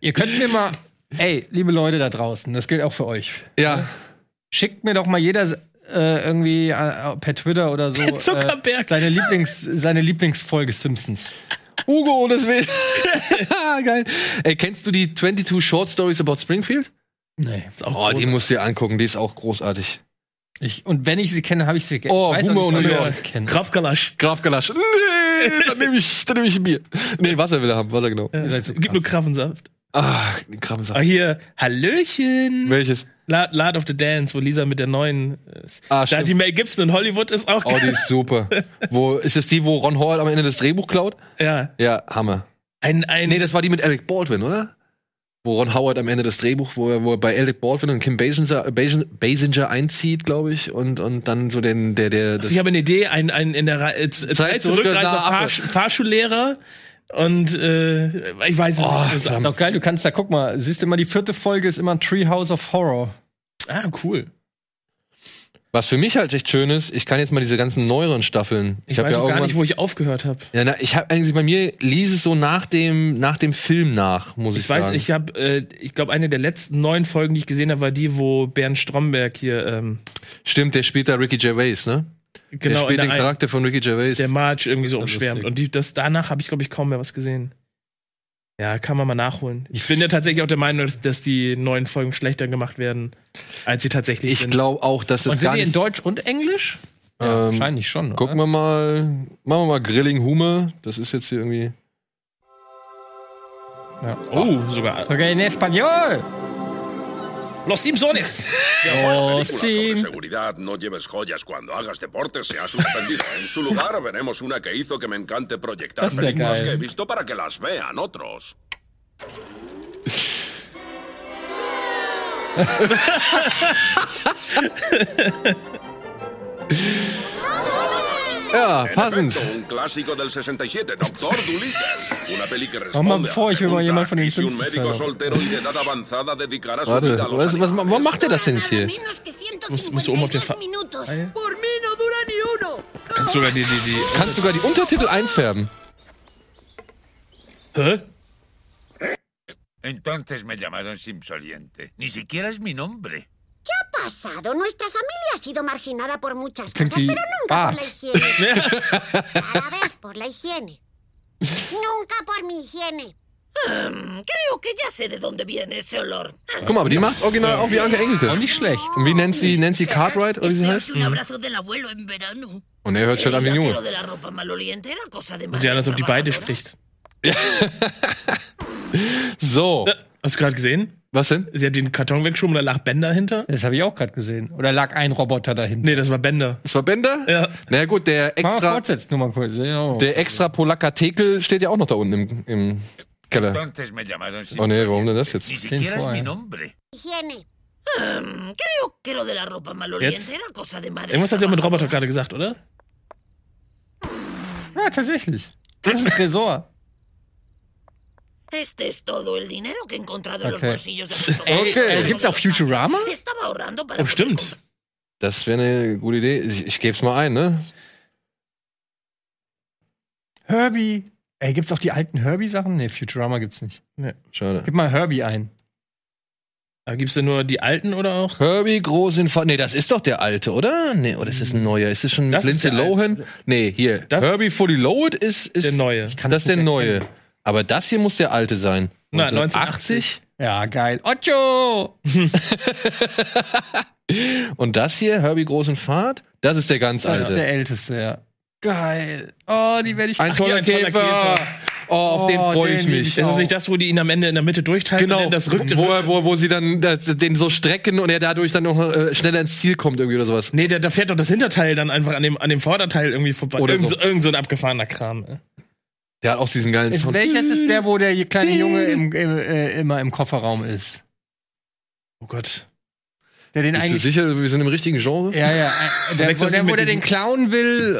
Speaker 3: Ihr könnt mir mal, ey, liebe Leute da draußen, das gilt auch für euch.
Speaker 1: Ja.
Speaker 3: Schickt mir doch mal jeder äh, irgendwie äh, per Twitter oder so
Speaker 2: Zuckerberg.
Speaker 3: Äh, seine, Lieblings, seine Lieblingsfolge Simpsons.
Speaker 1: Hugo, das will. Geil. Ey, kennst du die 22 Short Stories about Springfield?
Speaker 3: Nee.
Speaker 1: oh, die musst du dir angucken, die ist auch großartig.
Speaker 3: Ich, und wenn ich sie kenne, habe ich sie ge-
Speaker 1: Oh,
Speaker 3: ich weiß auch
Speaker 1: Humor
Speaker 3: nicht,
Speaker 1: und
Speaker 3: ob ich
Speaker 1: Humor.
Speaker 3: alles kenne.
Speaker 2: Grafgalasch.
Speaker 1: Grafgalasch. Nee, dann nehme ich, dann nehm ich ein Bier. Nee, Wasser will er haben, Wasser genau.
Speaker 3: seid so
Speaker 2: Gib nur Krafensaft.
Speaker 1: Ah, den Kram ist
Speaker 2: Ah, hier, Hallöchen.
Speaker 1: Welches?
Speaker 2: Lard, Lard of the Dance, wo Lisa mit der neuen. Ist.
Speaker 1: Ah,
Speaker 2: da
Speaker 1: stimmt.
Speaker 2: die Mel Gibson in Hollywood ist auch.
Speaker 1: Oh, die
Speaker 2: geil.
Speaker 1: ist super. Wo, ist es die, wo Ron Howard am Ende das Drehbuch klaut?
Speaker 2: ja.
Speaker 1: Ja, Hammer.
Speaker 2: Ein, ein,
Speaker 1: Nee, das war die mit Alec Baldwin, oder? Wo Ron Howard am Ende das Drehbuch, wo er, wo er bei Alec Baldwin und Kim Basinger, Basin- Basinger einzieht, glaube ich, und, und dann so den, der, der, das,
Speaker 2: ich habe eine Idee, ein, ein in der Re äh, z- Zeit zurückreisender
Speaker 1: zurückreisender
Speaker 2: Fahrsch Fahrschullehrer und äh, ich weiß es
Speaker 3: Oh,
Speaker 2: nicht.
Speaker 3: ist
Speaker 2: Das-
Speaker 3: doch geil, du kannst da, guck mal, siehst du immer, die vierte Folge ist immer ein Treehouse of Horror.
Speaker 2: Ah, cool.
Speaker 1: was für mich halt echt schön ist, ich kann jetzt mal diese ganzen neueren Staffeln.
Speaker 2: Ich,
Speaker 1: hab
Speaker 2: weiß auch gar
Speaker 1: irgendwann-
Speaker 2: nicht, wo ich aufgehört habe.
Speaker 1: Ja, na, ich habe eigentlich bei mir lies es so nach dem nach dem Film nach, muss ich,
Speaker 2: Ich weiß,
Speaker 1: sagen.
Speaker 2: ich habe, äh, ich glaube, eine der letzten neun Folgen, die ich gesehen habe, war die, wo Bernd Stromberg hier, ähm,
Speaker 1: Stimmt, der spielt da Ricky Gervais, ne?
Speaker 2: Genau,
Speaker 1: der
Speaker 2: in
Speaker 1: spielt
Speaker 2: der
Speaker 1: den
Speaker 2: einen-
Speaker 1: Charakter von Ricky Gervais.
Speaker 2: der March irgendwie so
Speaker 1: Das ist
Speaker 2: umschwärmt.
Speaker 1: lustig.
Speaker 2: Und die, das danach habe ich, glaube ich, kaum mehr was gesehen. Ja, kann man mal nachholen. Ich bin ja tatsächlich auch der Meinung, dass, dass die neuen Folgen schlechter gemacht werden, als sie tatsächlich
Speaker 1: ich
Speaker 2: sind.
Speaker 1: glaube auch, dass es
Speaker 3: und sind
Speaker 1: gar
Speaker 3: die in
Speaker 1: nicht.
Speaker 3: Deutsch und Englisch?
Speaker 1: Ähm,
Speaker 3: Wahrscheinlich schon.
Speaker 1: Gucken wir mal, machen wir mal Grilling Hume. Das ist jetzt hier irgendwie.
Speaker 3: Ja.
Speaker 2: Oh, sogar.
Speaker 3: Okay, en español.
Speaker 2: Los Simpsons!
Speaker 3: Oh,
Speaker 7: Sobre
Speaker 3: sí.
Speaker 7: seguridad, no lleves joyas cuando hagas deporte, se ha suspendido. En su lugar veremos una que hizo que me encante proyectar
Speaker 3: Das wär
Speaker 7: películas
Speaker 3: geil.
Speaker 7: que he visto para que las vean otros.
Speaker 1: Ja,
Speaker 7: En
Speaker 1: passend.
Speaker 7: efecto, un clásico del 67, Doctor Dolittle. Una peli que
Speaker 3: Komm mal
Speaker 7: responde a
Speaker 3: vor, Oh, ich will mal jemand von den
Speaker 7: si un
Speaker 3: Simpsons
Speaker 7: médico
Speaker 3: hören.
Speaker 7: soltero y de edad avanzada dedicará su vida a
Speaker 1: Warte, was,
Speaker 7: los
Speaker 1: was, warum macht der das denn jetzt hier?
Speaker 2: Muss, muss oben auf den Fa
Speaker 15: minutos.
Speaker 2: Ah, ja.
Speaker 15: Por mí no dura ni uno.
Speaker 2: Kannst sogar die, die, die.
Speaker 1: Kannst sogar die Untertitel einfärben.
Speaker 2: Hä?
Speaker 19: Entonces me llamaron Simsoliente. Ni siquiera es mi nombre.
Speaker 15: ¿Qué ha pasado? Nuestra familia ha sido marginada por muchas cosas,
Speaker 19: Klingt
Speaker 15: pero
Speaker 19: wie
Speaker 15: nunca por
Speaker 19: Bart.
Speaker 15: la higiene. Rara vez por la higiene. Nunca por mi higiene. creo que ya sé de dónde viene ese olor.
Speaker 1: Guck mal, aber die macht's original auch wie Anke Engelke. Auch
Speaker 3: nicht schlecht.
Speaker 1: Und wie nennt sie Nancy Cartwright oder wie sie heißt? Mhm.
Speaker 15: Un abrazo del abuelo en verano.
Speaker 1: Und er hört schon an wie ein
Speaker 15: El
Speaker 1: Junge.
Speaker 15: vaquero de la ropa maloliente era cosa de
Speaker 2: Und sie an, als ob die beide spricht.
Speaker 1: So.
Speaker 2: Hast du gerade gesehen?
Speaker 1: Was denn?
Speaker 2: Sie hat den Karton weggeschoben, da lag Bender hinter.
Speaker 3: Das habe ich auch gerade gesehen. Oder lag ein Roboter dahin?
Speaker 2: Nee, das war Bender.
Speaker 1: Das war Bender?
Speaker 2: Ja.
Speaker 1: Na ja, gut, der
Speaker 3: Mal
Speaker 1: extra,
Speaker 3: fortsetzen, nur mal kurz. Ja.
Speaker 1: der extra Polacca Tekel steht ja auch noch da unten im, im Keller.
Speaker 19: Entonces me llamaron
Speaker 1: Oh
Speaker 19: Simpsoliente.
Speaker 1: nee, warum denn das jetzt?
Speaker 19: Ni siquiera es mi nombre.
Speaker 15: higiene. Em, creo que lo de la ropa maloliente
Speaker 2: Jetzt?
Speaker 15: era cosa de madre.
Speaker 2: Irgendwas hat sie auch mit Roboter gerade gesagt, oder?
Speaker 3: ja, tatsächlich. Das ist ein Tresor.
Speaker 15: Este es todo el dinero que he encontrado en los
Speaker 3: Okay.
Speaker 15: bolsillos de mis
Speaker 3: Ey,
Speaker 15: compañeros.
Speaker 3: äh, gibt's auch Futurama?
Speaker 15: Estaba ahorrando para
Speaker 2: Oh, stimmt.
Speaker 1: Das wäre eine gute Idee. Ich, ich geb's mal ein, ne?
Speaker 3: Herbie. Ey, gibt's auch die alten Herbie-Sachen? Nee, Futurama gibt's nicht.
Speaker 2: Nee.
Speaker 1: Schade.
Speaker 3: Gib mal Herbie ein.
Speaker 2: Aber gibt's denn nur die alten oder auch?
Speaker 1: Herbie Großinfanz. Nee, das ist doch der alte, oder? Nee, oder ist das ein neuer? Ist das schon
Speaker 2: Das ist
Speaker 1: Lindsay
Speaker 2: der
Speaker 1: Lohan? Nee, hier.
Speaker 2: Das
Speaker 1: Herbie Fully Loaded ist, ist
Speaker 2: Der neue.
Speaker 1: Ich kann das ist der neue. Aber das hier muss der alte sein. Also
Speaker 2: Na,
Speaker 1: 1980.
Speaker 3: Ja, geil. Ocho!
Speaker 1: Und das hier, Herbie Großinfahrt, das ist der ganz
Speaker 3: Das ist der
Speaker 1: alte.
Speaker 3: älteste, ja. Geil. Oh, die werde ich
Speaker 1: Ein
Speaker 3: Ach,
Speaker 1: toller
Speaker 3: ja,
Speaker 1: Käfer. Oh, auf
Speaker 3: Oh,
Speaker 1: den freue ich
Speaker 3: den lieb
Speaker 1: mich.
Speaker 3: ich
Speaker 2: Ist es nicht das, wo die ihn am Ende in der Mitte durchteilen? und
Speaker 1: Genau,
Speaker 2: dann Das rückt
Speaker 1: wo, er- wo, wo sie dann das, den so strecken und er dadurch dann noch äh, schneller ins Ziel kommt irgendwie oder sowas.
Speaker 2: Nee, da, da fährt doch das Hinterteil dann einfach an dem, an dem Vorderteil irgendwie vorbei.
Speaker 1: Oder
Speaker 2: irgend,
Speaker 1: so.
Speaker 2: so. irgend so ein abgefahrener Kram. ey.
Speaker 1: Der hat auch diesen geilen
Speaker 3: Ist,
Speaker 1: Sound.
Speaker 3: welches ist der, wo der kleine Junge
Speaker 1: Hm.
Speaker 3: im, im, äh, immer im Kofferraum ist?
Speaker 2: Oh Gott.
Speaker 3: Der den
Speaker 1: Bist du
Speaker 3: eigentlich.
Speaker 1: sicher, wir sind im richtigen Genre?
Speaker 3: Ja, ja. äh, Der, wo
Speaker 2: Verwechselst du
Speaker 3: der,
Speaker 2: mit
Speaker 3: wo der den
Speaker 2: diesem-
Speaker 3: klauen will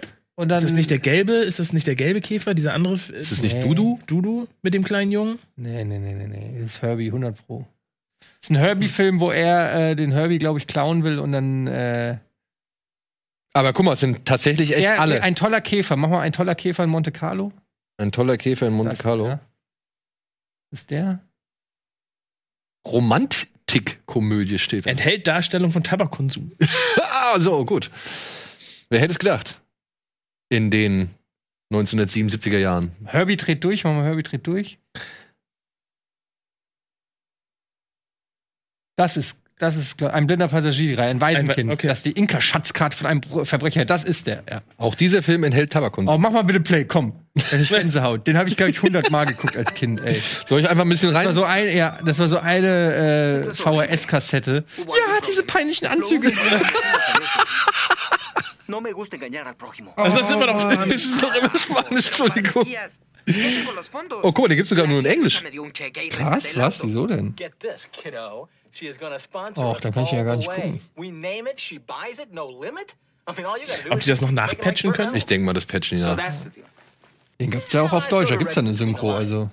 Speaker 3: äh, und dann.
Speaker 2: Ist das nicht der gelbe? Ist das nicht der gelbe Käfer? Dieser andere.
Speaker 1: Ist das nicht Dudu?
Speaker 2: Dudu mit dem kleinen Jungen?
Speaker 3: Nee, nee, nee, nee, nee. Das ist Herbie, 100 Pro. Das ist ein Herbie-Film, wo er äh, den Herbie, glaube ich, klauen will und dann. Äh,
Speaker 1: Aber guck mal, es sind tatsächlich echt
Speaker 3: Ja,
Speaker 1: alle. Ein,
Speaker 3: Ein toller Käfer. Mach mal ein toller Käfer in Monte Carlo.
Speaker 1: toller Käfer in Monte
Speaker 3: Das,
Speaker 1: Carlo.
Speaker 3: ja. Ist der?
Speaker 1: Romantikkomödie steht. da.
Speaker 2: Enthält Darstellung von Tabakkonsum.
Speaker 1: ah, so, gut. Wer hätte es gedacht? In den 1977er Jahren.
Speaker 3: Herbie dreht durch. Mach mal Herbie dreht durch. Das ist, das ist glaub- ein blinder Passagier, ein Waisenkind.
Speaker 2: Ein Wa- okay.
Speaker 3: Das ist die Inka-Schatzkarte von einem Br- Verbrecher. Das ist der. Ja.
Speaker 1: Auch dieser Film enthält Tabakkonsum.
Speaker 3: Oh, mach mal bitte Play, komm. Wenn ich Gänsehaut. Den habe ich, glaube ich, 100 Mal geguckt als Kind, ey.
Speaker 1: Soll ich einfach ein bisschen
Speaker 3: Das
Speaker 1: rein?
Speaker 3: war so, ein, ja, das war so eine äh, VHS-Kassette. Ja, diese peinlichen Anzüge.
Speaker 6: No me gusta engañar al
Speaker 1: Oh.
Speaker 6: prójimo.
Speaker 2: Also das ist immer noch.
Speaker 1: das ist doch immer Spanisch, Entschuldigung.
Speaker 6: Días. Ya tengo los fondos.
Speaker 1: Oh, guck mal, den gibt's sogar nur in Englisch.
Speaker 6: Me dio un cheque y
Speaker 3: Krass,
Speaker 6: rescaté el
Speaker 3: was?
Speaker 6: auto.
Speaker 3: Wieso denn?
Speaker 20: Get this, kiddo. She is gonna sponsor
Speaker 3: Och,
Speaker 20: us
Speaker 3: dann kann ich ja
Speaker 20: all
Speaker 3: gar
Speaker 20: the
Speaker 3: nicht
Speaker 20: way.
Speaker 3: gucken.
Speaker 20: We name it, she buys it, no limit. I mean, all you gotta do
Speaker 2: Ob
Speaker 20: is
Speaker 2: die das noch
Speaker 20: make it like
Speaker 2: nachpatchen
Speaker 20: Bert
Speaker 2: können?
Speaker 1: Ich denke mal, das Patchen,
Speaker 20: Reynolds. So
Speaker 1: ja.
Speaker 20: that's the deal.
Speaker 3: Den gibt's ja auch auf Deutsch. Da gibt's ja eine Synchro, also.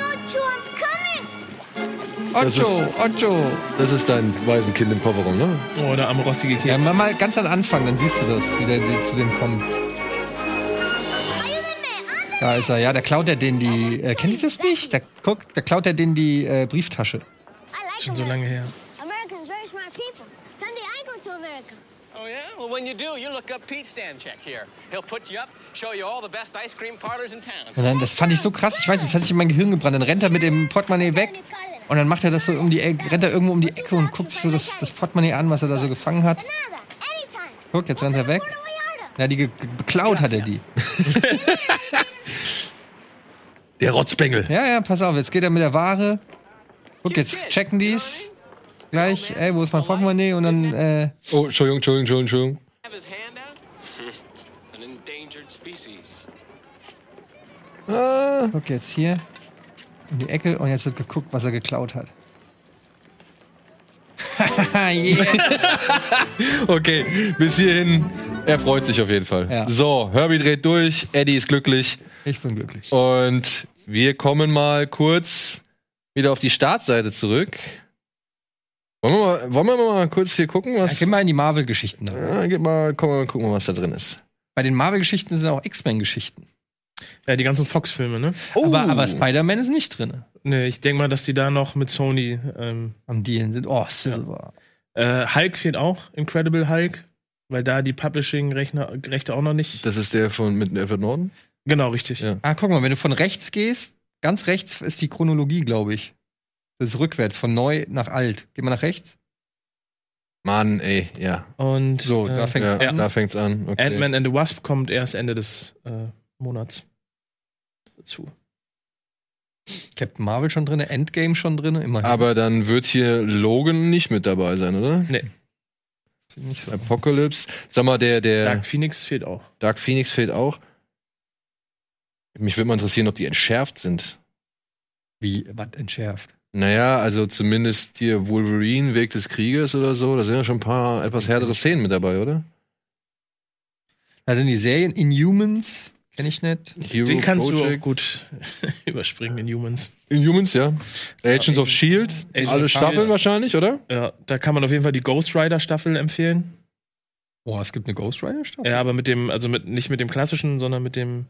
Speaker 15: Ocho, I'm coming!
Speaker 1: Das ist-
Speaker 3: Otto, Otto.
Speaker 1: Das ist dein Waisenkind im Kofferraum, ne?
Speaker 2: Oh, der arme rostige Käfer.
Speaker 3: Ja, mach mal ganz an Anfang, dann siehst du das, wie der die- zu dem kommt. Da ist er, ja, da klaut er den die. Äh, kennt ihr das nicht? Da, guck, da klaut er den die äh, Brieftasche.
Speaker 15: I like
Speaker 2: Schon so
Speaker 15: America.
Speaker 2: lange her.
Speaker 15: Americans, very smart people. Sunday I go to America.
Speaker 20: Oh yeah? Well when you do, you look up Pete Stanchek here. He'll put you up, show you all the best ice cream parlors in town.
Speaker 3: Und dann, das fand ich so krass, ich weiß nicht, das hat sich in mein Gehirn gebrannt. Dann rennt er mit dem Portemonnaie weg und dann macht er das so um die Ecke, rennt er irgendwo um die Ecke und guckt sich so das, das Portemonnaie an, was er da so gefangen hat. Guck, jetzt rennt er weg. Ja, die ge- ge- beklaut hat er die.
Speaker 1: Der Rotzbengel.
Speaker 3: Ja, ja, pass auf, jetzt geht er mit der Ware. Guck, jetzt checken die's. Gleich, ey, wo ist mein Portemonnaie? Und dann, äh,
Speaker 1: Oh, Entschuldigung, Entschuldigung, Entschuldigung, Entschuldigung.
Speaker 20: Have his hand out? An endangered species.
Speaker 1: Ah,
Speaker 3: guck jetzt hier. Um die Ecke und jetzt wird geguckt, was er geklaut hat. yeah.
Speaker 1: Okay, bis hierhin. Er freut sich auf jeden Fall.
Speaker 3: Ja.
Speaker 1: So, Herbie dreht durch, Eddie ist glücklich
Speaker 3: Ich bin glücklich.
Speaker 1: und wir kommen mal kurz wieder auf die Startseite zurück. Wollen wir mal, wollen wir mal kurz hier gucken,
Speaker 3: Ja,
Speaker 1: was.
Speaker 3: geh mal in die Marvel-Geschichten rein.
Speaker 1: Ja, gib mal, komm mal gucken, was da drin ist.
Speaker 3: Bei den Marvel-Geschichten sind auch X-Men-Geschichten.
Speaker 2: Ja, die ganzen Fox-Filme, ne?
Speaker 1: Oh,
Speaker 3: Aber, aber Spider-Man ist nicht drin.
Speaker 2: Nee, ich denke mal, dass die da noch mit Sony. Ähm,
Speaker 3: Am Dealen sind. Oh, Silver.
Speaker 2: äh, Hulk fehlt auch, Incredible Hulk, weil da die Publishing-Rechte auch noch nicht.
Speaker 1: das ist der von mit Edward Norton.
Speaker 2: Genau, richtig.
Speaker 1: Ja.
Speaker 3: Ah, guck mal, wenn du von rechts gehst, ganz rechts ist die Chronologie, glaube ich. Das ist rückwärts, von neu nach alt. Geh mal nach rechts.
Speaker 1: Mann, ey, ja.
Speaker 2: Und
Speaker 3: So, da
Speaker 2: äh,
Speaker 3: fängt's
Speaker 1: ja,
Speaker 3: an.
Speaker 1: Da fängt's an. Okay.
Speaker 2: Ant-Man and the Wasp kommt erst Ende des äh, Monats dazu.
Speaker 3: Captain Marvel schon drin, Endgame schon drin, immerhin.
Speaker 1: Aber dann wird hier Logan nicht mit dabei sein, oder?
Speaker 2: Nee.
Speaker 3: Nicht so.
Speaker 1: Apocalypse. Sag mal, der, der
Speaker 2: Dark
Speaker 1: Dark,
Speaker 2: Phoenix fehlt auch.
Speaker 1: Phoenix fehlt auch. Mich würde mal interessieren, ob die entschärft sind.
Speaker 3: Wie, was entschärft?
Speaker 1: Naja, also zumindest hier Wolverine, Weg des Krieges oder so. Da sind ja schon ein paar etwas härtere Szenen mit dabei, oder?
Speaker 3: Da sind die Serien Inhumans, kenne ich nicht.
Speaker 1: Hero
Speaker 2: Den kannst du auch gut überspringen in Humans.
Speaker 1: Inhumans, ja. Agents of Shield.
Speaker 2: Agents
Speaker 1: E Alle
Speaker 2: of
Speaker 1: Staffeln
Speaker 2: Shield.
Speaker 1: wahrscheinlich, oder?
Speaker 2: Ja, da kann man auf jeden Fall die Ghost Rider Staffel empfehlen.
Speaker 3: Boah, es gibt eine Ghost Rider Staffel?
Speaker 2: Ja, aber mit dem, also mit, nicht mit dem klassischen, sondern mit dem,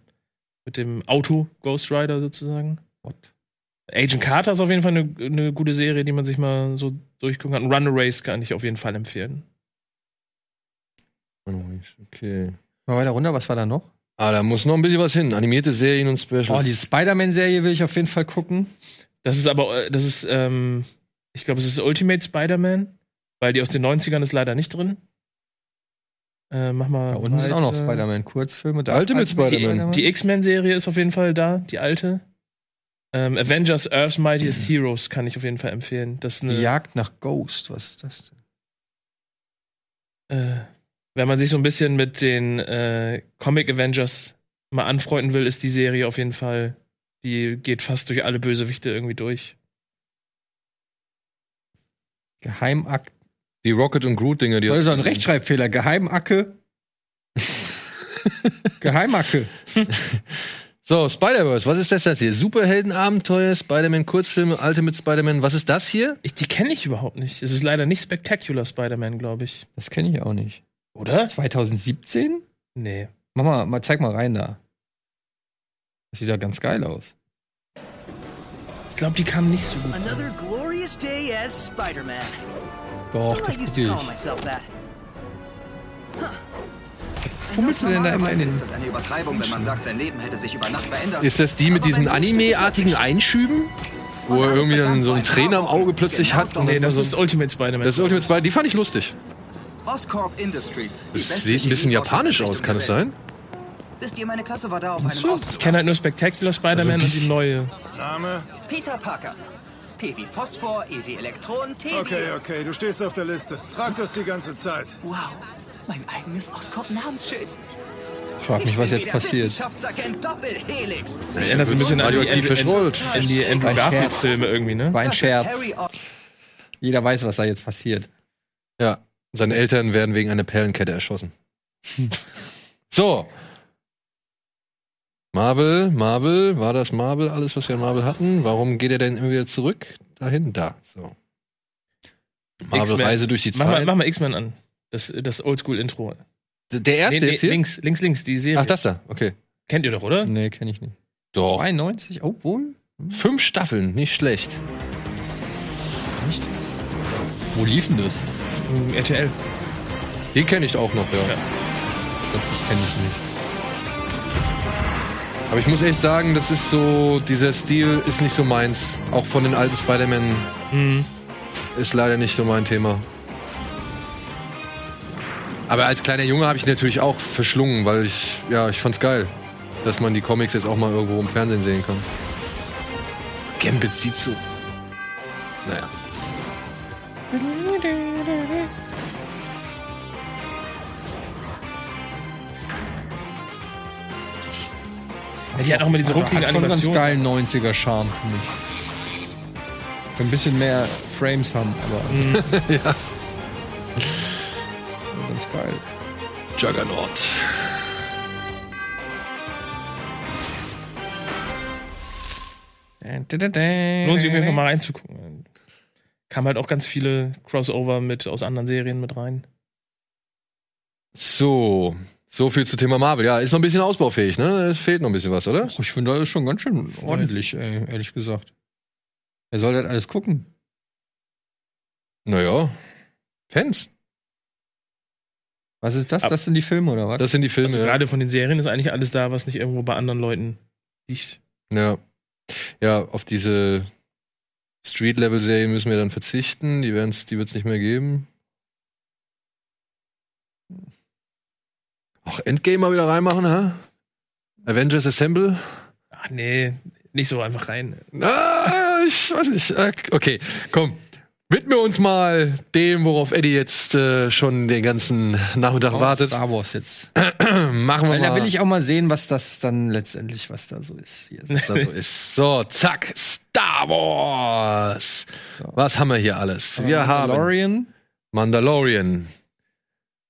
Speaker 2: mit dem Auto Ghost Rider sozusagen. Agent Carter ist auf jeden Fall eine, eine gute Serie, die man sich mal so durchgucken kann. Runaways kann ich auf jeden Fall empfehlen.
Speaker 1: Okay.
Speaker 3: Mal weiter runter, was war da noch?
Speaker 1: Ah, da muss noch ein bisschen was hin. Animierte Serien und Specials.
Speaker 3: Oh, die Spider-Man-Serie will ich auf jeden Fall gucken.
Speaker 2: Das ist aber, äh, das ist, ähm, ich glaube, es ist Ultimate Spider-Man, weil die aus den 90ern ist leider nicht drin. Äh, mach mal.
Speaker 3: Da unten sind auch noch Spider-Man-Kurzfilme. Da ist Ultimate Spider-Man.
Speaker 2: Die, die X-Men-Serie ist auf jeden Fall da, die alte. Ähm, Avengers Earth's
Speaker 3: Mhm.
Speaker 2: Mightiest Heroes kann ich auf jeden Fall empfehlen. Das ist eine,
Speaker 3: Die Jagd nach Ghost, was ist das denn?
Speaker 2: äh, wenn man sich so ein bisschen mit den äh, Comic Avengers mal anfreunden will, ist die Serie auf jeden Fall, die geht fast durch alle Bösewichte irgendwie durch.
Speaker 3: Geheimakt.
Speaker 1: Die Rocket und Groot-Dinger, die.
Speaker 3: Das ist ein Rechtschreibfehler. Geheimacke. Geheimacke.
Speaker 1: So, Spider-Verse, was ist das jetzt hier? Superheldenabenteuer, Spider-Man-Kurzfilme, Ultimate Spider-Man, was ist das hier?
Speaker 2: Ich, die kenne ich überhaupt nicht. Es ist leider nicht Spectacular Spider-Man, glaube ich.
Speaker 3: Das kenne ich auch nicht.
Speaker 2: Oder?
Speaker 3: 2017?
Speaker 2: Nee.
Speaker 3: Mach mal, mal, zeig mal rein da. Das sieht ja ganz geil aus.
Speaker 2: Ich glaube, die kamen nicht so gut.
Speaker 21: Another glorious day as Spider-Man.
Speaker 3: Doch,
Speaker 21: Still, I
Speaker 3: das
Speaker 21: used
Speaker 3: gucke
Speaker 21: to call
Speaker 3: ich.
Speaker 21: myself that.
Speaker 3: Fummelst du denn da immer in den.
Speaker 22: Ist das eine Übertreibung, wenn man sagt, sein Leben hätte sich über Nacht verändert?
Speaker 1: Ist das die mit diesen anime-artigen Einschüben? Wo er irgendwie dann so einen Trainer im Auge plötzlich hat? und
Speaker 2: Nee,
Speaker 1: dann
Speaker 2: das
Speaker 1: so
Speaker 2: ist Ultimate Spider-Man.
Speaker 1: Das ist Ultimate Spider-Man, die fand ich lustig.
Speaker 22: Oscorp Industries. die
Speaker 1: Das
Speaker 22: beste
Speaker 1: sieht ein bisschen
Speaker 22: Chemie-
Speaker 1: japanisch aus, kann es sein?
Speaker 22: Wisst ihr, meine Klasse war da auf einem
Speaker 2: So. Ich kenne halt nur Spectacular Spider-Man
Speaker 1: Also,
Speaker 2: und die neue.
Speaker 22: Name? Peter Parker. P wie Phosphor, E wie Elektron, T wie...
Speaker 5: Okay, okay, du stehst auf der Liste. Trag das die ganze Zeit.
Speaker 22: Wow, mein eigenes Oscorp-Namensschild.
Speaker 3: Ich frag mich, was jetzt passiert.
Speaker 22: Wissenschaftsagent Doppelhelix.
Speaker 2: Erinnert so ein bisschen an die
Speaker 1: Radioaktiv
Speaker 2: Andrew,
Speaker 1: verschmolzen.
Speaker 2: an die Andrew
Speaker 3: Ein Scherz.
Speaker 2: Garfield-Filme irgendwie, ne?
Speaker 3: War ein Scherz.
Speaker 22: Harry O-
Speaker 3: Jeder weiß, was da jetzt passiert.
Speaker 1: Ja, seine Eltern werden wegen einer Perlenkette erschossen. so. Marvel, Marvel, war das Marvel, alles, was wir an Marvel hatten? Warum geht er denn immer wieder zurück? Dahin, da. So. Marvel
Speaker 2: X-Men.
Speaker 1: Reise durch die
Speaker 2: Mach mal,
Speaker 1: Zeit.
Speaker 2: mach mal X-Men an. Das, das Oldschool-Intro.
Speaker 1: Der erste
Speaker 2: Nee,
Speaker 1: jetzt hier?
Speaker 2: Links, links, links, die Serie.
Speaker 1: Ach, das Hm. da, okay.
Speaker 2: Kennt ihr doch, oder?
Speaker 3: Nee, kenne ich nicht.
Speaker 1: Doch.
Speaker 3: 92, obwohl.
Speaker 1: Fünf Staffeln, nicht schlecht.
Speaker 3: Nicht? Wo liefen das?
Speaker 2: Mm, RTL.
Speaker 1: Den kenne ich auch noch, ja.
Speaker 3: Ich glaub, das kenne ich nicht.
Speaker 1: Aber ich muss echt sagen, das ist so, dieser Stil ist nicht so meins. Auch von den alten Spider-Man ist leider nicht so mein Thema. Aber als kleiner Junge habe ich natürlich auch verschlungen, weil ich, ja, ich fand's geil, dass man die Comics jetzt auch mal irgendwo im Fernsehen sehen kann. Gambit sieht so. Naja.
Speaker 2: Ja, die hat auch immer diese
Speaker 3: Aber
Speaker 2: ruckeligen
Speaker 3: hat schon einen ganz
Speaker 2: Animationen.
Speaker 3: geilen 90er-Charme für mich. Für ein bisschen mehr Frames haben, aber.
Speaker 1: Mhm. ja.
Speaker 3: Ganz geil.
Speaker 1: Juggernaut.
Speaker 2: Lohnt sich auf jeden Fall mal reinzugucken. Kam halt auch ganz viele Crossover mit aus anderen Serien mit rein.
Speaker 1: So. So viel zum Thema Marvel. Ja, ist noch ein bisschen ausbaufähig, ne? Es fehlt noch ein bisschen was, oder?
Speaker 3: Och, ich finde, das ist schon ganz schön ordentlich, ey, ehrlich gesagt. Wer soll das alles gucken?
Speaker 1: Naja. Fans.
Speaker 3: Was ist das? Das sind die Filme oder was?
Speaker 1: Das sind die Filme.
Speaker 2: Also
Speaker 1: ja.
Speaker 2: gerade von den Serien ist eigentlich alles da, was nicht irgendwo bei anderen Leuten liegt.
Speaker 1: Ja. Ja, auf diese Street-Level-Serie müssen wir dann verzichten. Die, werden's- die wird es nicht mehr geben. Auch Endgame mal wieder reinmachen, hä? Avengers Assemble?
Speaker 2: Ach Ah, nee, nicht so einfach rein.
Speaker 1: Ah, ich weiß nicht. Äh, Okay, komm. Widmen wir uns mal dem, worauf Eddie jetzt äh, schon den ganzen Nachmittag
Speaker 3: Oh,
Speaker 1: wartet.
Speaker 3: Star Wars jetzt.
Speaker 1: Machen wir mal.
Speaker 3: Weil da will ich auch mal sehen, was das dann letztendlich, was da so ist. Hier.
Speaker 1: Was da so ist. So, zack, Star Wars. Was haben wir hier alles? Wir
Speaker 3: Äh, Mandalorian.
Speaker 1: haben Mandalorian.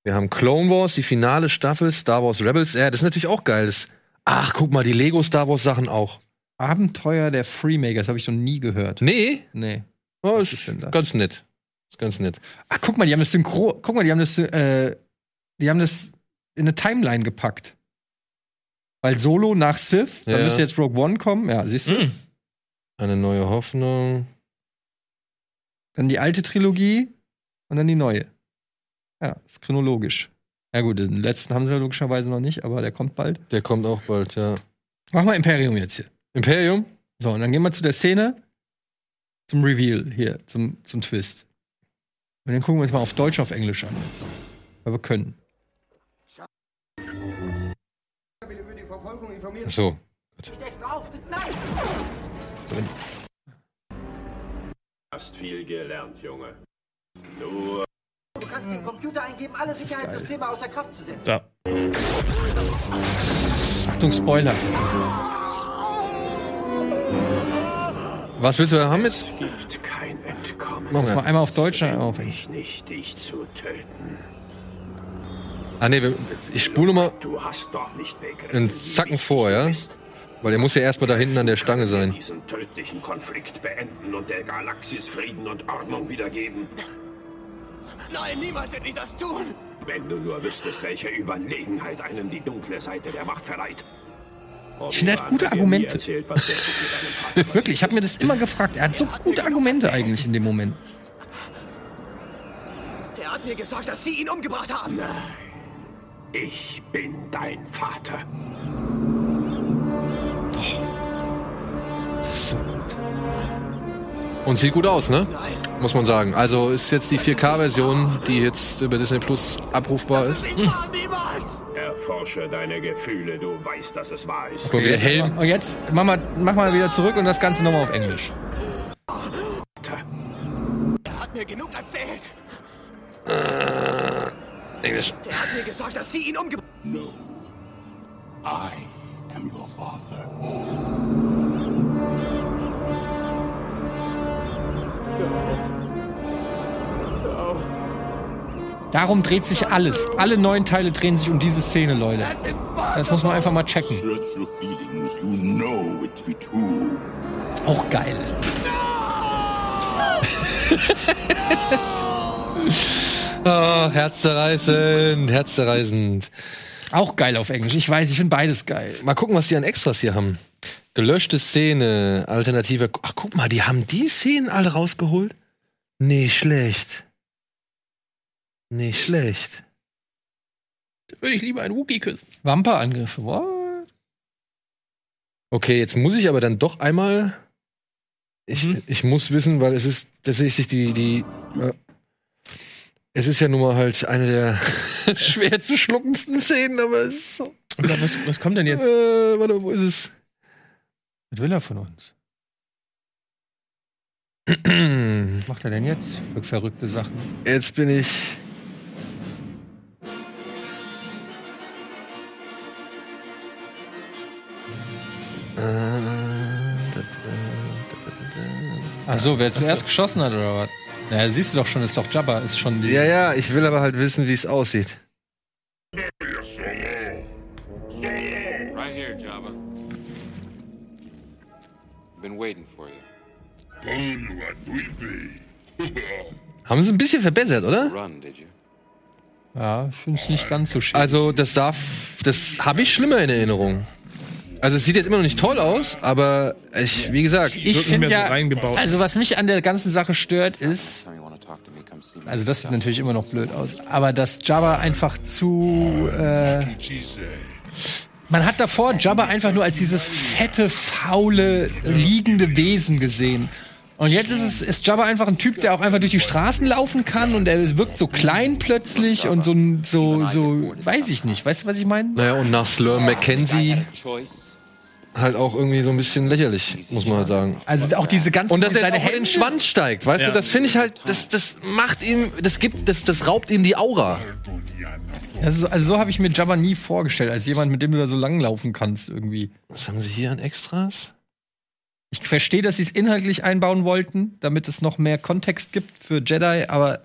Speaker 1: Wir haben Clone Wars, die finale Staffel, Star Wars Rebels. Ja, das ist natürlich auch geil. Das, ach, guck mal, die Lego Star Wars Sachen auch.
Speaker 3: Abenteuer der Freemakers, habe ich noch nie gehört.
Speaker 1: Nee,
Speaker 3: Nee.
Speaker 1: oh,
Speaker 3: Was ist
Speaker 1: ist
Speaker 3: denn das?
Speaker 1: ganz nett. Ist ganz nett.
Speaker 3: Ach, guck mal, die haben das Synchro. Guck mal, die haben das äh, die haben das in eine Timeline gepackt. Weil Solo nach Sith,
Speaker 1: Ja.
Speaker 3: dann müsste jetzt Rogue One kommen, ja, siehst du?
Speaker 1: Eine neue Hoffnung.
Speaker 3: Dann die alte Trilogie und dann die neue. Ja, ist chronologisch. Ja gut, den letzten haben sie ja logischerweise noch nicht, aber der kommt bald.
Speaker 1: Der kommt auch bald, ja.
Speaker 3: Mach mal Imperium jetzt hier.
Speaker 1: Imperium?
Speaker 3: So, und dann gehen wir zu der Szene, zum Reveal hier, zum, zum Twist. Und dann gucken wir uns mal auf Deutsch, auf Englisch an. Weil wir können.
Speaker 1: Ach So.
Speaker 12: Stehst auf! Nein!
Speaker 4: Hast viel gelernt, Junge. Nur
Speaker 12: Du kannst den Computer eingeben, alle Sicherheitssysteme außer Kraft zu setzen.
Speaker 2: Da.
Speaker 3: Achtung, Spoiler.
Speaker 1: Was willst du haben jetzt?
Speaker 4: gibt kein Entkommen.
Speaker 3: Machen wir mal einmal auf Deutsch, dann einmal auf Englisch.
Speaker 4: Ich nicht, dich zu töten.
Speaker 1: Ah, nee, wir- ich spule mal
Speaker 4: Du hast doch nicht begriffen.
Speaker 1: einen Zacken vor, ja? Weil der muss ja erstmal da hinten an der Stange sein.
Speaker 4: Diesen tödlichen Konflikt beenden und der Galaxis Frieden und Ordnung wiedergeben.
Speaker 6: Nein, niemals werde ich das tun!
Speaker 4: Wenn du nur wüsstest, welche Überlegenheit einem die dunkle Seite der Macht verleiht.
Speaker 3: Ich finde, er hat gute Argumente. Wirklich, ich habe mir das immer gefragt. Er hat so gute Argumente eigentlich in dem Moment.
Speaker 6: Er hat mir gesagt, dass Sie ihn umgebracht haben!
Speaker 4: Ich bin dein Vater.
Speaker 1: Und sieht gut aus, ne? Muss man sagen. Also ist jetzt die 4K-Version, die jetzt über Disney Plus abrufbar ist.
Speaker 4: Niemals! Erforsche deine Gefühle, du weißt, dass es wahr ist.
Speaker 3: Und jetzt, und jetzt mach mal, mach mal wieder zurück und das Ganze nochmal auf Englisch.
Speaker 6: Er hat mir genug erzählt!
Speaker 1: Äh, Englisch.
Speaker 6: Er hat mir gesagt, dass Sie ihn umgebracht haben! No.
Speaker 4: I am your father.
Speaker 3: Darum dreht sich alles. Alle neuen Teile drehen sich um diese Szene, Leute. Das muss man einfach mal checken.
Speaker 9: Search your feelings. You know it to be true.
Speaker 3: Auch geil.
Speaker 1: Oh, herzzerreißend, herzzerreißend.
Speaker 3: Auch geil auf Englisch. Ich weiß, ich finde beides geil.
Speaker 1: Mal gucken, was die an Extras hier haben. Gelöschte Szene, alternative. Ach, guck mal, die haben die Szenen alle rausgeholt? Nicht schlecht. Nicht schlecht.
Speaker 2: Würde ich lieber einen Wookie küssen.
Speaker 3: Wampa-Angriffe, wow.
Speaker 1: Okay, jetzt muss ich aber dann doch einmal. Ich,
Speaker 3: Mhm.
Speaker 1: ich muss wissen, weil es ist tatsächlich die. die äh, es ist ja nun mal halt eine der schwer zu schluckendsten Szenen, aber es ist so.
Speaker 2: Oder was, was kommt denn jetzt?
Speaker 1: Äh, warte, wo ist es?
Speaker 3: Was will er von uns? Was macht er denn jetzt für verrückte Sachen?
Speaker 1: Jetzt bin ich.
Speaker 3: Ach so, wer zuerst geschossen hat oder was? Naja, siehst du doch schon, ist doch Jabba, ist schon die.
Speaker 1: Ja, ja, ich will aber halt wissen, wie es aussieht.
Speaker 23: Right here, Java. Been waiting for you.
Speaker 1: Haben sie ein bisschen verbessert, oder?
Speaker 23: Run, did you?
Speaker 3: Ja, ich finde es nicht ganz so schön.
Speaker 1: Also, das sah. f- Das habe ich schlimmer in Erinnerung. Also, es sieht jetzt immer noch nicht toll aus, aber ich, wie gesagt,
Speaker 3: Ich finde ja, also was mich an der ganzen Sache stört, ist, also das sieht natürlich immer noch blöd aus, aber dass Jabba einfach zu, äh, man hat davor Jabba einfach nur als dieses fette, faule, liegende Wesen gesehen. Und jetzt ist es ist Jabba einfach ein Typ, der auch einfach durch die Straßen laufen kann und er wirkt so klein plötzlich und so ein- so so weiß ich nicht, weißt du was ich meine?
Speaker 1: Naja, und nach Slur Mackenzie halt auch irgendwie so ein bisschen lächerlich, muss man halt sagen.
Speaker 3: Also auch diese ganzen
Speaker 1: Und dass er
Speaker 3: seine
Speaker 1: auch in den
Speaker 3: Hände-
Speaker 1: Schwanz steigt, weißt
Speaker 3: Ja.
Speaker 1: du, das finde ich halt, das, das macht ihm, das gibt, das, das raubt ihm die Aura.
Speaker 3: Also, also so habe ich mir Jabba nie vorgestellt, als jemand, mit dem du da so langlaufen kannst irgendwie.
Speaker 1: Was haben sie hier an Extras?
Speaker 3: Ich verstehe, dass sie es inhaltlich einbauen wollten, damit es noch mehr Kontext gibt für Jedi, aber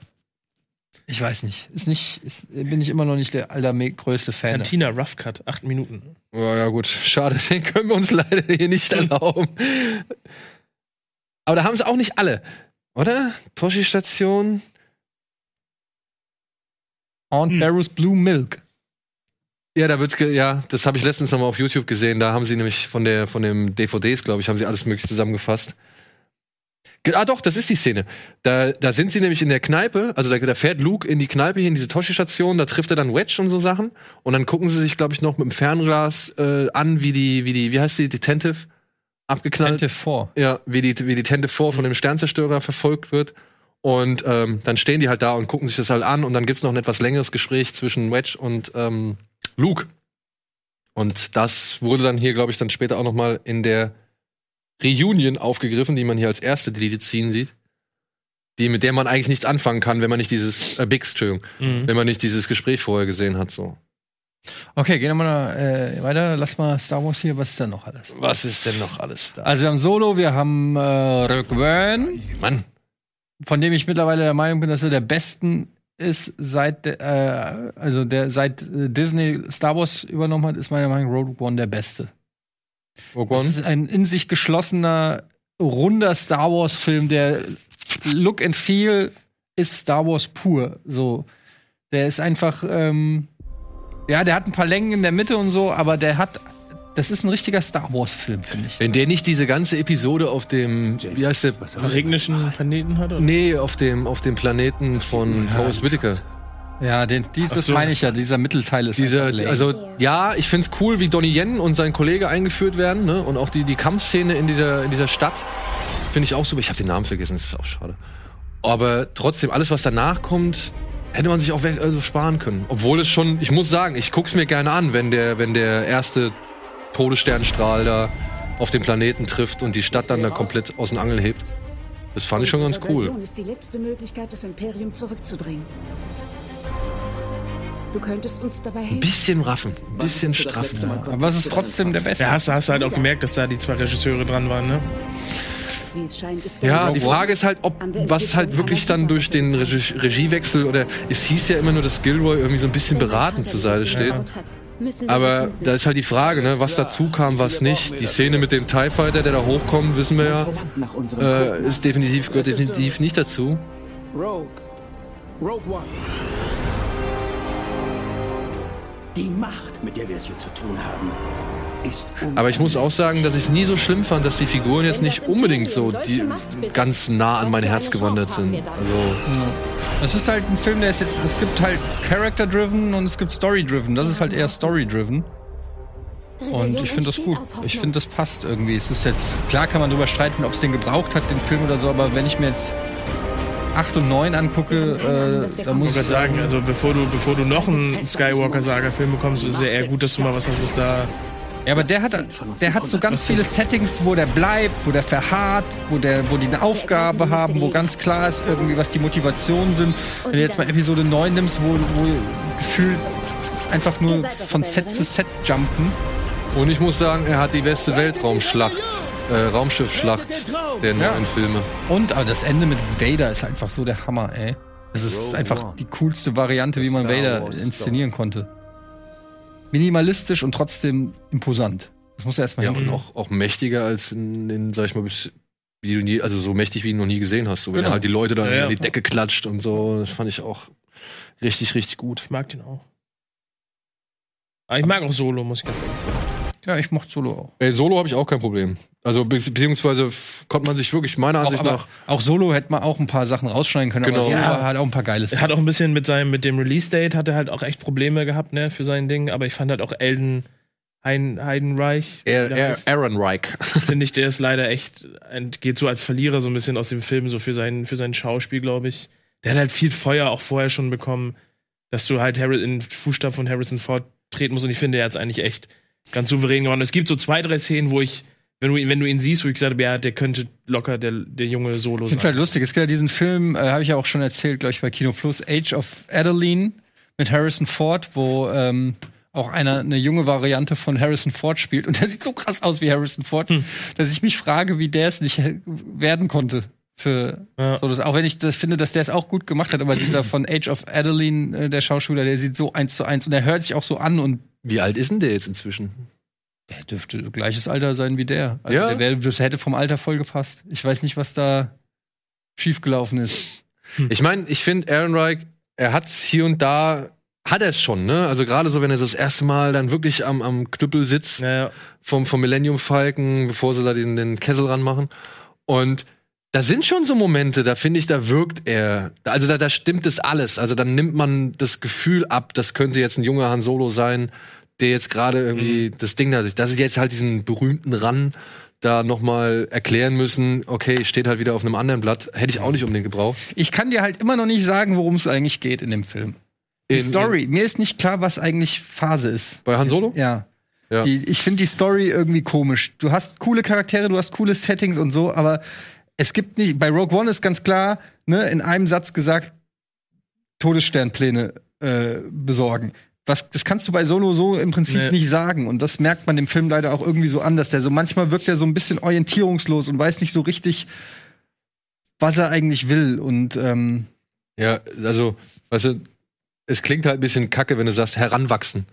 Speaker 3: ich weiß nicht. Ist nicht ist, bin ich immer noch nicht der allergrößte Fan.
Speaker 2: Cantina Rough Cut, acht Minuten.
Speaker 1: Ja, ja, gut. Schade, den können wir uns leider hier nicht erlauben. Aber da haben sie auch nicht alle, oder? Toshi-Station.
Speaker 3: Aunt Barrow's Blue Milk.
Speaker 1: Ja, da wird's ge ja, das habe ich letztens nochmal auf YouTube gesehen. Da haben sie nämlich von der von dem DVDs, glaube ich, haben sie alles mögliche zusammengefasst. Ge- Ah doch, das ist die Szene. Da, da sind sie nämlich in der Kneipe, also da, da fährt Luke in die Kneipe hier in diese Toshi-Station, da trifft er dann Wedge und so Sachen und dann gucken sie sich, glaube ich, noch mit dem Fernglas äh, an, wie die, wie die, wie heißt die, Detentive abgeknallt.
Speaker 3: Tente vor.
Speaker 1: Ja, wie die, wie die Tente vor von dem Sternzerstörer verfolgt wird. Und ähm, dann stehen die halt da und gucken sich das halt an. Und dann gibt's noch ein etwas längeres Gespräch zwischen Wedge und ähm, Luke. Und das wurde dann hier, glaube ich, dann später auch noch mal in der Reunion aufgegriffen, die man hier als erste Deletion sieht. Die, mit der man eigentlich nichts anfangen kann, wenn man nicht dieses, äh, Bix, Entschuldigung,
Speaker 3: Mhm.
Speaker 1: wenn man nicht dieses Gespräch vorher gesehen hat, so.
Speaker 3: Okay, gehen wir mal äh, weiter. Lass mal Star Wars hier. Was ist denn noch alles?
Speaker 1: Was ist denn noch alles da?
Speaker 3: Also wir haben Solo, wir haben äh, Rick Byrne.
Speaker 1: Mann.
Speaker 3: Von dem ich mittlerweile der Meinung bin, dass er der besten ist seit äh, also der seit äh, Disney Star Wars übernommen hat, ist meiner Meinung nach Rogue One der beste.
Speaker 1: Rogue One?
Speaker 3: Das ist ein in sich geschlossener runder Star Wars Film, der Look and Feel ist Star Wars pur. So, der ist einfach ähm, ja, der hat ein paar Längen in der Mitte und so, aber der hat das ist ein richtiger Star Wars Film, finde ich.
Speaker 1: Wenn der nicht diese ganze Episode auf dem, wie heißt der?
Speaker 2: Regnischen Planeten hat? Oder?
Speaker 1: Nee, auf dem, auf dem Planeten von Forrest Whitaker.
Speaker 3: Ja, den, die, das meine ich ja. Dieser Mittelteil ist
Speaker 1: Dieser,
Speaker 3: einfach lame.
Speaker 1: also ja, ich find's cool, wie Donnie Yen und sein Kollege eingeführt werden, ne? Und auch die, die Kampfszene in dieser, in dieser Stadt finde ich auch super. Ich habe den Namen vergessen, das ist auch schade. Aber trotzdem, alles, was danach kommt, hätte man sich auch weg, also sparen können. Obwohl es schon, ich muss sagen, ich guck's mir gerne an, wenn der, wenn der erste Todessternstrahl da auf den Planeten trifft und die Stadt dann da komplett aus den Angeln hebt. Das fand ich schon ganz cool.
Speaker 8: ist die letzte Möglichkeit, das Imperium zurückzudrängen. Du könntest uns dabei
Speaker 1: Ein
Speaker 8: helfen.
Speaker 1: bisschen raffen, ein bisschen straffen.
Speaker 3: also, Aber es ist trotzdem der beste.
Speaker 2: Ja, hast, du- hast du halt auch gemerkt, dass da die zwei Regisseure dran waren, ne?
Speaker 8: Wie es scheint, ist
Speaker 1: Ja, die Frage ist halt, ob was halt wirklich dann durch den Regie Regiewechsel oder es hieß ja immer nur, dass Gilroy irgendwie so ein bisschen beratend zur Seite steht. Aber da ist halt die Frage, ne, was dazu kam, was nicht. Die Szene mit dem TIE Fighter, der da hochkommt, wissen wir ja, äh, ist definitiv, gehört definitiv nicht dazu.
Speaker 17: Rogue. Rogue One.
Speaker 4: Die Macht, mit der wir es hier zu tun haben, ist um
Speaker 1: Aber ich muss auch sagen, dass ich es nie so schlimm fand, dass die Figuren jetzt nicht unbedingt so die, ganz nah an mein Herz gewandert sind. Also,
Speaker 3: Es ist halt ein Film, der ist jetzt. Es gibt halt Character-driven und es gibt Story-driven. Das ist halt eher Story-driven. Und ich finde das gut. Ich finde, das passt irgendwie. Es ist jetzt. Klar kann man drüber streiten, ob es den gebraucht hat, den Film oder so, aber wenn ich mir jetzt 8 und 9 angucke, äh, da
Speaker 2: Ich
Speaker 3: muss
Speaker 2: muss
Speaker 3: ich
Speaker 2: sagen, also bevor du, bevor du noch einen Skywalker-Saga-Film bekommst, ist es ja eher gut, dass du mal was hast, was da.
Speaker 3: Ja, aber der hat, der hat so ganz viele Settings, wo der bleibt, wo der verharrt, wo, der, wo die eine Aufgabe haben, wo ganz klar ist irgendwie, was die Motivationen sind. Wenn du jetzt mal Episode 9 nimmst, wo, wo gefühlt einfach nur von Set zu Set jumpen.
Speaker 1: und ich muss sagen, er hat die beste Weltraumschlacht, äh, Raumschiffschlacht der
Speaker 3: Ja.
Speaker 1: neuen Filme.
Speaker 3: Und aber das Ende mit Vader ist einfach so der Hammer, ey. Es ist einfach die coolste Variante, wie man Vader inszenieren konnte. Minimalistisch und trotzdem imposant. Das muss er erstmal
Speaker 1: Ja, Mhm.
Speaker 3: hin.
Speaker 1: und auch, auch mächtiger als in, in, sag ich mal, bis, wie du nie, also so mächtig, wie du ihn noch nie gesehen hast. So, Wenn
Speaker 3: Genau.
Speaker 1: er halt die Leute dann
Speaker 2: Ja, ja.
Speaker 1: an die Decke klatscht und so, das fand ich auch richtig, richtig gut.
Speaker 2: Ich mag den auch. Aber ich mag auch Solo, muss ich ganz ehrlich sagen.
Speaker 3: Ja, ich mochte Solo auch.
Speaker 1: Ey, Solo habe ich auch kein Problem. Also, be beziehungsweise f- konnte man sich wirklich meiner
Speaker 3: Auch,
Speaker 1: Ansicht
Speaker 3: aber,
Speaker 1: nach.
Speaker 3: auch Solo hätte man auch ein paar Sachen rausschneiden können,
Speaker 1: Genau.
Speaker 3: aber Solo
Speaker 2: Ja.
Speaker 3: hat auch ein paar geile
Speaker 2: Er
Speaker 3: Sachen.
Speaker 2: hat auch ein bisschen mit seinem, mit dem Release-Date hat er halt auch echt Probleme gehabt, ne, für sein Ding, aber ich fand halt auch Elden Heiden, Heidenreich.
Speaker 1: Er,
Speaker 2: wie der
Speaker 1: er,
Speaker 2: heißt,
Speaker 1: Aaron Reich.
Speaker 2: Finde ich, der ist leider echt, ein- geht so als Verlierer so ein bisschen aus dem Film, so für sein, für sein Schauspiel, glaube ich. Der hat halt viel Feuer auch vorher schon bekommen, dass du halt Harry in Fußstapfen von Harrison Ford treten musst. Und ich finde, er hat es eigentlich echt ganz souverän gewonnen. Es gibt so zwei, drei Szenen, wo ich, wenn du ihn, wenn du ihn siehst, wo ich gesagt habe, ja, der könnte locker der, der junge Solo
Speaker 3: Ich finde es
Speaker 2: sein.
Speaker 3: halt lustig. Es gibt ja diesen Film, äh, habe ich ja auch schon erzählt, glaube ich, bei Kino Plus, Age of Adeline mit Harrison Ford, wo ähm, auch einer eine junge Variante von Harrison Ford spielt. Und der sieht so krass aus wie Harrison Ford, dass ich mich frage, wie der es nicht he- werden konnte. Für so das, auch wenn ich das finde, dass der es auch gut gemacht hat, aber dieser von Age of Adeline, äh, der Schauspieler, der sieht so eins zu eins und der hört sich auch so an und
Speaker 1: Wie alt ist denn der jetzt inzwischen?
Speaker 3: der dürfte gleiches Alter sein wie der. Also
Speaker 1: Ja.
Speaker 3: der wär, das hätte vom Alter voll gepasst. Ich weiß nicht, was da schiefgelaufen ist. Hm.
Speaker 1: Ich meine, ich finde Aaron Reich, er hat's hier und da hat er es schon, ne? Also gerade so, wenn er so das erste Mal dann wirklich am, am Knüppel sitzt Vom, vom Millennium Falcon, bevor sie da den, den Kessel ranmachen. Und da sind schon so Momente, da finde ich, da wirkt er. Also da, da stimmt es alles. Also dann nimmt man das Gefühl ab, das könnte jetzt ein junger Han Solo sein, der jetzt gerade irgendwie
Speaker 3: Mhm.
Speaker 1: das Ding dadurch, dass sie jetzt halt diesen berühmten Ran da nochmal erklären müssen, okay, steht halt wieder auf einem anderen Blatt, hätte ich auch nicht unbedingt gebraucht.
Speaker 3: Ich kann dir halt immer noch nicht sagen, worum es eigentlich geht in dem Film. Die
Speaker 1: In-
Speaker 3: Story. Mir ist nicht klar, was eigentlich Phase ist.
Speaker 1: Bei Han Solo?
Speaker 3: Ja.
Speaker 1: Ja.
Speaker 3: Die, ich finde die Story irgendwie komisch. Du hast coole Charaktere, du hast coole Settings und so, aber es gibt nicht. Bei Rogue One ist ganz klar, ne, in einem Satz gesagt, Todessternpläne äh, besorgen. Was, das kannst du bei Solo so im Prinzip
Speaker 2: Nee.
Speaker 3: nicht sagen. Und das merkt man dem Film leider auch irgendwie so an, dass der so manchmal wirkt er so ein bisschen orientierungslos und weiß nicht so richtig, was er eigentlich will. Und ähm,
Speaker 1: Ja, also, weißt du, es klingt halt ein bisschen kacke, wenn du sagst, heranwachsen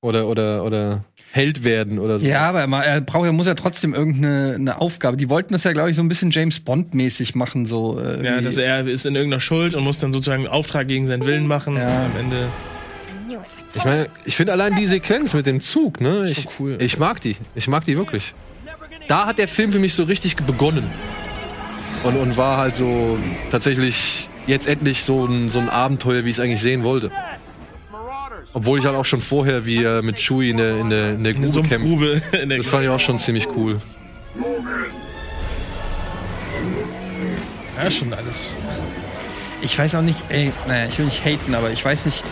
Speaker 1: oder, oder, oder Held werden oder so.
Speaker 3: ja, aber er, ma- er braucht, er muss ja trotzdem irgendeine eine Aufgabe. Die wollten das ja, glaube ich, so ein bisschen James Bond mäßig machen, so. Äh,
Speaker 2: Ja,
Speaker 3: irgendwie.
Speaker 2: dass er ist in irgendeiner Schuld und muss dann sozusagen einen Auftrag gegen seinen Willen machen und am Ende.
Speaker 1: Ich meine, ich finde allein die Sequenz mit dem Zug, ne? Ich, ich mag die. Ich mag die wirklich. Da hat der Film für mich so richtig begonnen. Und, und war halt so tatsächlich jetzt endlich so ein, so ein Abenteuer, wie ich es eigentlich sehen wollte. Obwohl ich halt auch schon vorher, wie er mit Chewie in der, in der, in der Grube
Speaker 2: Sumpfgrube.
Speaker 1: kämpft. Das fand ich auch schon ziemlich cool.
Speaker 2: Ja, schon alles.
Speaker 3: Ich weiß auch nicht, ey, naja, ich will nicht haten, aber ich weiß nicht,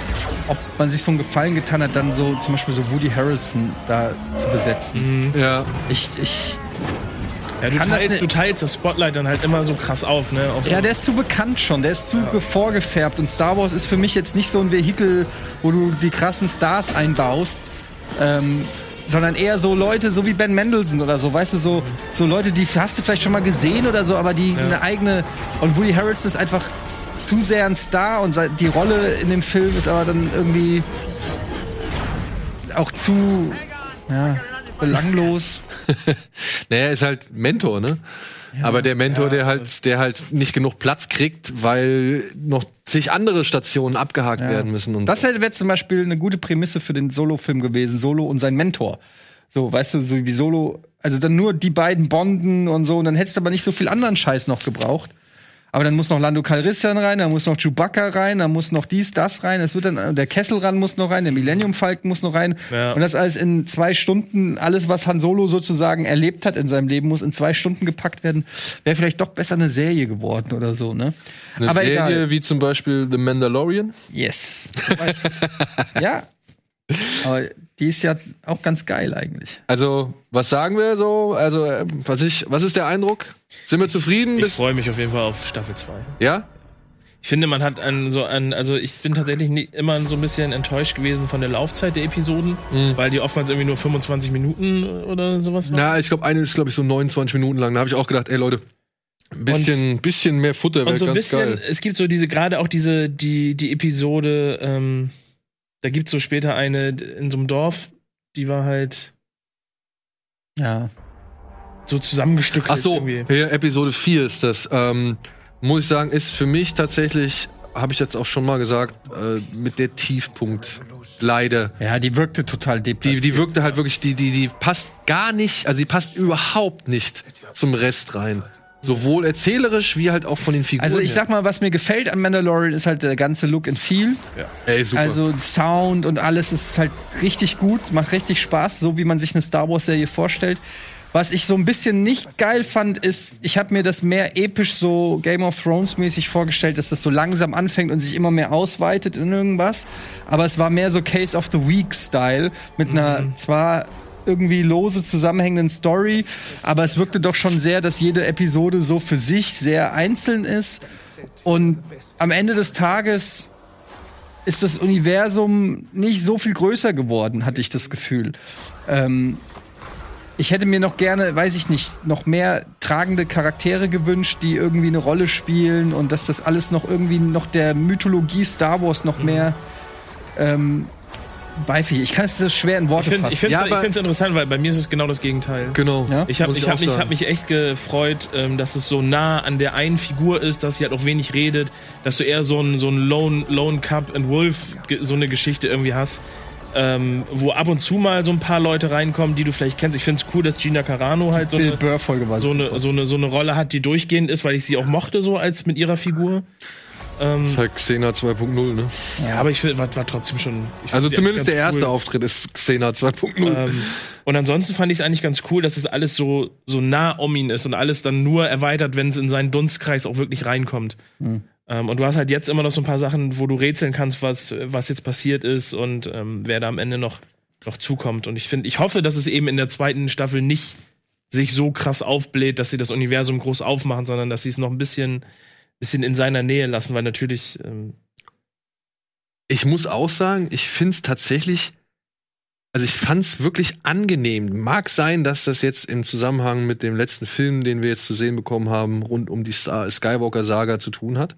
Speaker 3: ob man sich so einen Gefallen getan hat, dann so zum Beispiel so Woody Harrelson da zu besetzen.
Speaker 1: Ja.
Speaker 3: Ich, ich.
Speaker 2: Ja, du,
Speaker 3: Kann das
Speaker 2: teilst,
Speaker 3: ne-
Speaker 2: du teilst das Spotlight dann halt immer so krass auf, ne? Auf so
Speaker 3: Ja, der ist zu bekannt schon, der ist zu ge- vorgefärbt und Star Wars ist für mich jetzt nicht so ein Vehikel, wo du die krassen Stars einbaust, ähm, sondern eher so Leute, so wie Ben Mendelssohn oder so, weißt du, so, so Leute, die hast du vielleicht schon mal gesehen oder so, aber die eine eigene. Und Woody Harrelson ist einfach zu sehr ein Star und se- die Rolle in dem Film ist aber dann irgendwie auch zu ja, belanglos.
Speaker 1: naja, ist halt Mentor, ne? Aber der Mentor, der
Speaker 2: also
Speaker 1: halt, der halt nicht genug Platz kriegt, weil noch zig andere Stationen abgehakt werden müssen. Und
Speaker 3: Das wäre zum Beispiel eine gute Prämisse für den Solo-Film gewesen, Solo und sein Mentor. So, weißt du, so wie Solo, also dann nur die beiden Bonden und so, und dann hättest du aber nicht so viel anderen Scheiß noch gebraucht. Aber dann muss noch Lando Calrissian rein, dann muss noch Chewbacca rein, dann muss noch dies, das rein, es wird dann der Kesselrand muss noch rein, der Millennium Falcon muss noch rein
Speaker 2: Ja.
Speaker 3: und das alles in zwei Stunden, alles was Han Solo sozusagen erlebt hat in seinem Leben, muss in zwei Stunden gepackt werden. Wäre vielleicht doch besser eine Serie geworden oder so, ne?
Speaker 1: eine
Speaker 3: aber
Speaker 1: Serie
Speaker 3: egal.
Speaker 1: wie zum Beispiel The Mandalorian.
Speaker 3: Yes. ja. Aber die ist ja auch ganz geil eigentlich.
Speaker 1: Also, was sagen wir so? Also, äh, was, ich, was ist der Eindruck? Sind wir zufrieden?
Speaker 2: Ich
Speaker 1: Bis,
Speaker 2: freue mich auf jeden Fall auf Staffel 2.
Speaker 1: ja?
Speaker 2: Ich finde, man hat an so an, also ich bin tatsächlich nie, immer so ein bisschen enttäuscht gewesen von der Laufzeit der Episoden, weil die oftmals irgendwie nur 25 Minuten oder sowas waren.
Speaker 1: Na, ich glaube, eine ist, glaube ich, so 29 Minuten lang. Da habe ich auch gedacht, ey Leute, ein bisschen, bisschen mehr Futter wäre
Speaker 2: Und so ein
Speaker 1: ganz
Speaker 2: bisschen,
Speaker 1: geil.
Speaker 2: es gibt so diese, gerade auch diese, die, die Episode, ähm, da gibt es so später eine in so einem Dorf, die war halt
Speaker 3: Ja.
Speaker 2: so zusammengestückelt.
Speaker 1: Ach so,
Speaker 2: irgendwie.
Speaker 1: ja, Episode 4 ist das. Ähm, muss ich sagen, ist für mich tatsächlich, habe ich jetzt auch schon mal gesagt, äh, mit der Tiefpunkt. Leider.
Speaker 3: Ja, die wirkte total deplatziert.
Speaker 1: Die, die wirkte halt wirklich, die, die, die passt gar nicht, also die passt überhaupt nicht zum Rest rein. Sowohl erzählerisch wie halt auch von den Figuren.
Speaker 3: Also ich
Speaker 1: her.
Speaker 3: sag mal, was mir gefällt an Mandalorian ist halt der ganze Look and Feel.
Speaker 1: Ey, super.
Speaker 3: Also Sound und alles ist halt richtig gut, macht richtig Spaß, so wie man sich eine Star Wars Serie vorstellt. Was ich so ein bisschen nicht geil fand, ist, ich habe mir das mehr episch so Game of Thrones mäßig vorgestellt, dass das so langsam anfängt und sich immer mehr ausweitet in irgendwas. Aber es war mehr so Case of the Week Style mit
Speaker 1: Mhm.
Speaker 3: einer zwar irgendwie lose zusammenhängenden Story, aber es wirkte doch schon sehr, dass jede Episode so für sich sehr einzeln ist. Und am Ende des Tages ist das Universum nicht so viel größer geworden, hatte ich das Gefühl. Ähm, ich hätte mir noch gerne, weiß ich nicht, noch mehr tragende Charaktere gewünscht, die irgendwie eine Rolle spielen und dass
Speaker 2: Mhm.
Speaker 3: das alles noch irgendwie noch der Mythologie Star Wars noch mehr ähm, Beifig. Ich kann es so schwer in Worte
Speaker 2: Ich finde
Speaker 3: fassen.
Speaker 2: es interessant, weil bei mir ist es genau das Gegenteil.
Speaker 1: Genau.
Speaker 2: Ich habe
Speaker 3: Muss
Speaker 2: ich
Speaker 3: ich
Speaker 2: hab
Speaker 3: auch
Speaker 2: mich,
Speaker 3: sagen.
Speaker 2: hab mich echt gefreut, ähm, dass es so nah an der einen Figur ist, dass sie halt auch wenig redet, dass du eher so ein, so ein Lone, Lone Cup and Wolf, ge- so eine Geschichte irgendwie hast, ähm, wo ab und zu mal so ein paar Leute reinkommen, die du vielleicht kennst. Ich finde es cool, dass Gina Carano halt so
Speaker 3: Bill
Speaker 2: eine,
Speaker 3: Burr-Folge war
Speaker 2: so, eine,
Speaker 3: super.
Speaker 2: so, eine, so eine Rolle hat, die durchgehend ist, weil ich sie auch mochte, so als mit ihrer Figur. Ähm,
Speaker 1: Das ist halt Xena 2.0 ne?
Speaker 2: ja, aber ich finde, war, war trotzdem schon. ich find
Speaker 1: Also
Speaker 2: sie
Speaker 1: zumindest der
Speaker 2: ganz
Speaker 1: erste
Speaker 2: cool.
Speaker 1: Auftritt ist Xena 2.0.
Speaker 2: Ähm, und ansonsten fand ich es eigentlich ganz cool, dass es alles so, so nah um ihn ist und alles dann nur erweitert, wenn es in seinen Dunstkreis auch wirklich reinkommt. Ähm, und du hast halt jetzt immer noch so ein paar Sachen, wo du rätseln kannst, was, was jetzt passiert ist und ähm, wer da am Ende noch, noch zukommt. Und ich finde, ich hoffe, dass es eben in der zweiten Staffel nicht sich so krass aufbläht, dass sie das Universum groß aufmachen, sondern dass sie es noch ein bisschen, bisschen in seiner Nähe lassen, weil natürlich ähm,
Speaker 1: Ich muss auch sagen, ich finde es tatsächlich, also ich fand es wirklich angenehm. Mag sein, dass das jetzt im Zusammenhang mit dem letzten Film, den wir jetzt zu sehen bekommen haben, rund um die Star Skywalker-Saga zu tun hat.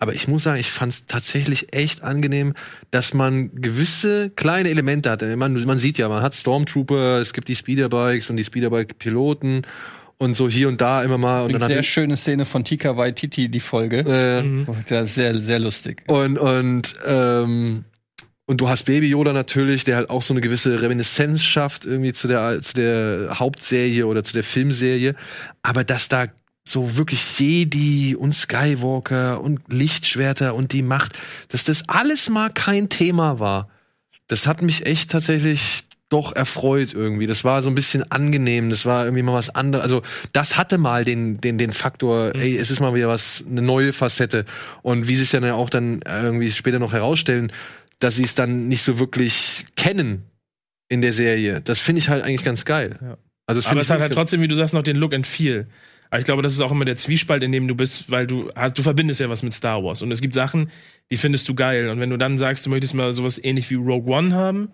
Speaker 1: Aber ich muss sagen, ich fand es tatsächlich echt angenehm, dass man gewisse kleine Elemente hatte. Man, man sieht ja, man hat Stormtrooper, es gibt die Speederbikes und die Speederbike-Piloten und so hier und da immer mal. Und
Speaker 3: Eine
Speaker 1: hat-
Speaker 3: sehr schöne Szene von Tika Waititi, die Folge.
Speaker 2: Mhm.
Speaker 3: Ja, sehr, sehr lustig.
Speaker 1: Und, und, ähm, und du hast Baby Yoda natürlich, der halt auch so eine gewisse Reminiszenz schafft, irgendwie zu der, zu der Hauptserie oder zu der Filmserie. Aber dass da so wirklich Jedi und Skywalker und Lichtschwerter und die Macht, dass das alles mal kein Thema war, das hat mich echt tatsächlich doch erfreut irgendwie. Das war so ein bisschen angenehm. Das war irgendwie mal was anderes. Also das hatte mal den den den Faktor.
Speaker 2: Mhm.
Speaker 1: Ey, es ist mal wieder was eine neue Facette. Und wie sie es ja dann auch dann äh, irgendwie später noch herausstellen, dass sie es dann nicht so wirklich kennen in der Serie. Das finde ich halt eigentlich ganz geil. Also das
Speaker 2: aber
Speaker 1: finde
Speaker 2: es
Speaker 1: ich
Speaker 2: hat halt
Speaker 1: wirklich-
Speaker 2: trotzdem, wie du sagst, noch den Look and Feel. Aber ich glaube, das ist auch immer der Zwiespalt, in dem du bist, weil du hast- du verbindest ja was mit Star Wars und es gibt Sachen, die findest du geil und wenn du dann sagst, du möchtest mal sowas ähnlich wie Rogue One haben,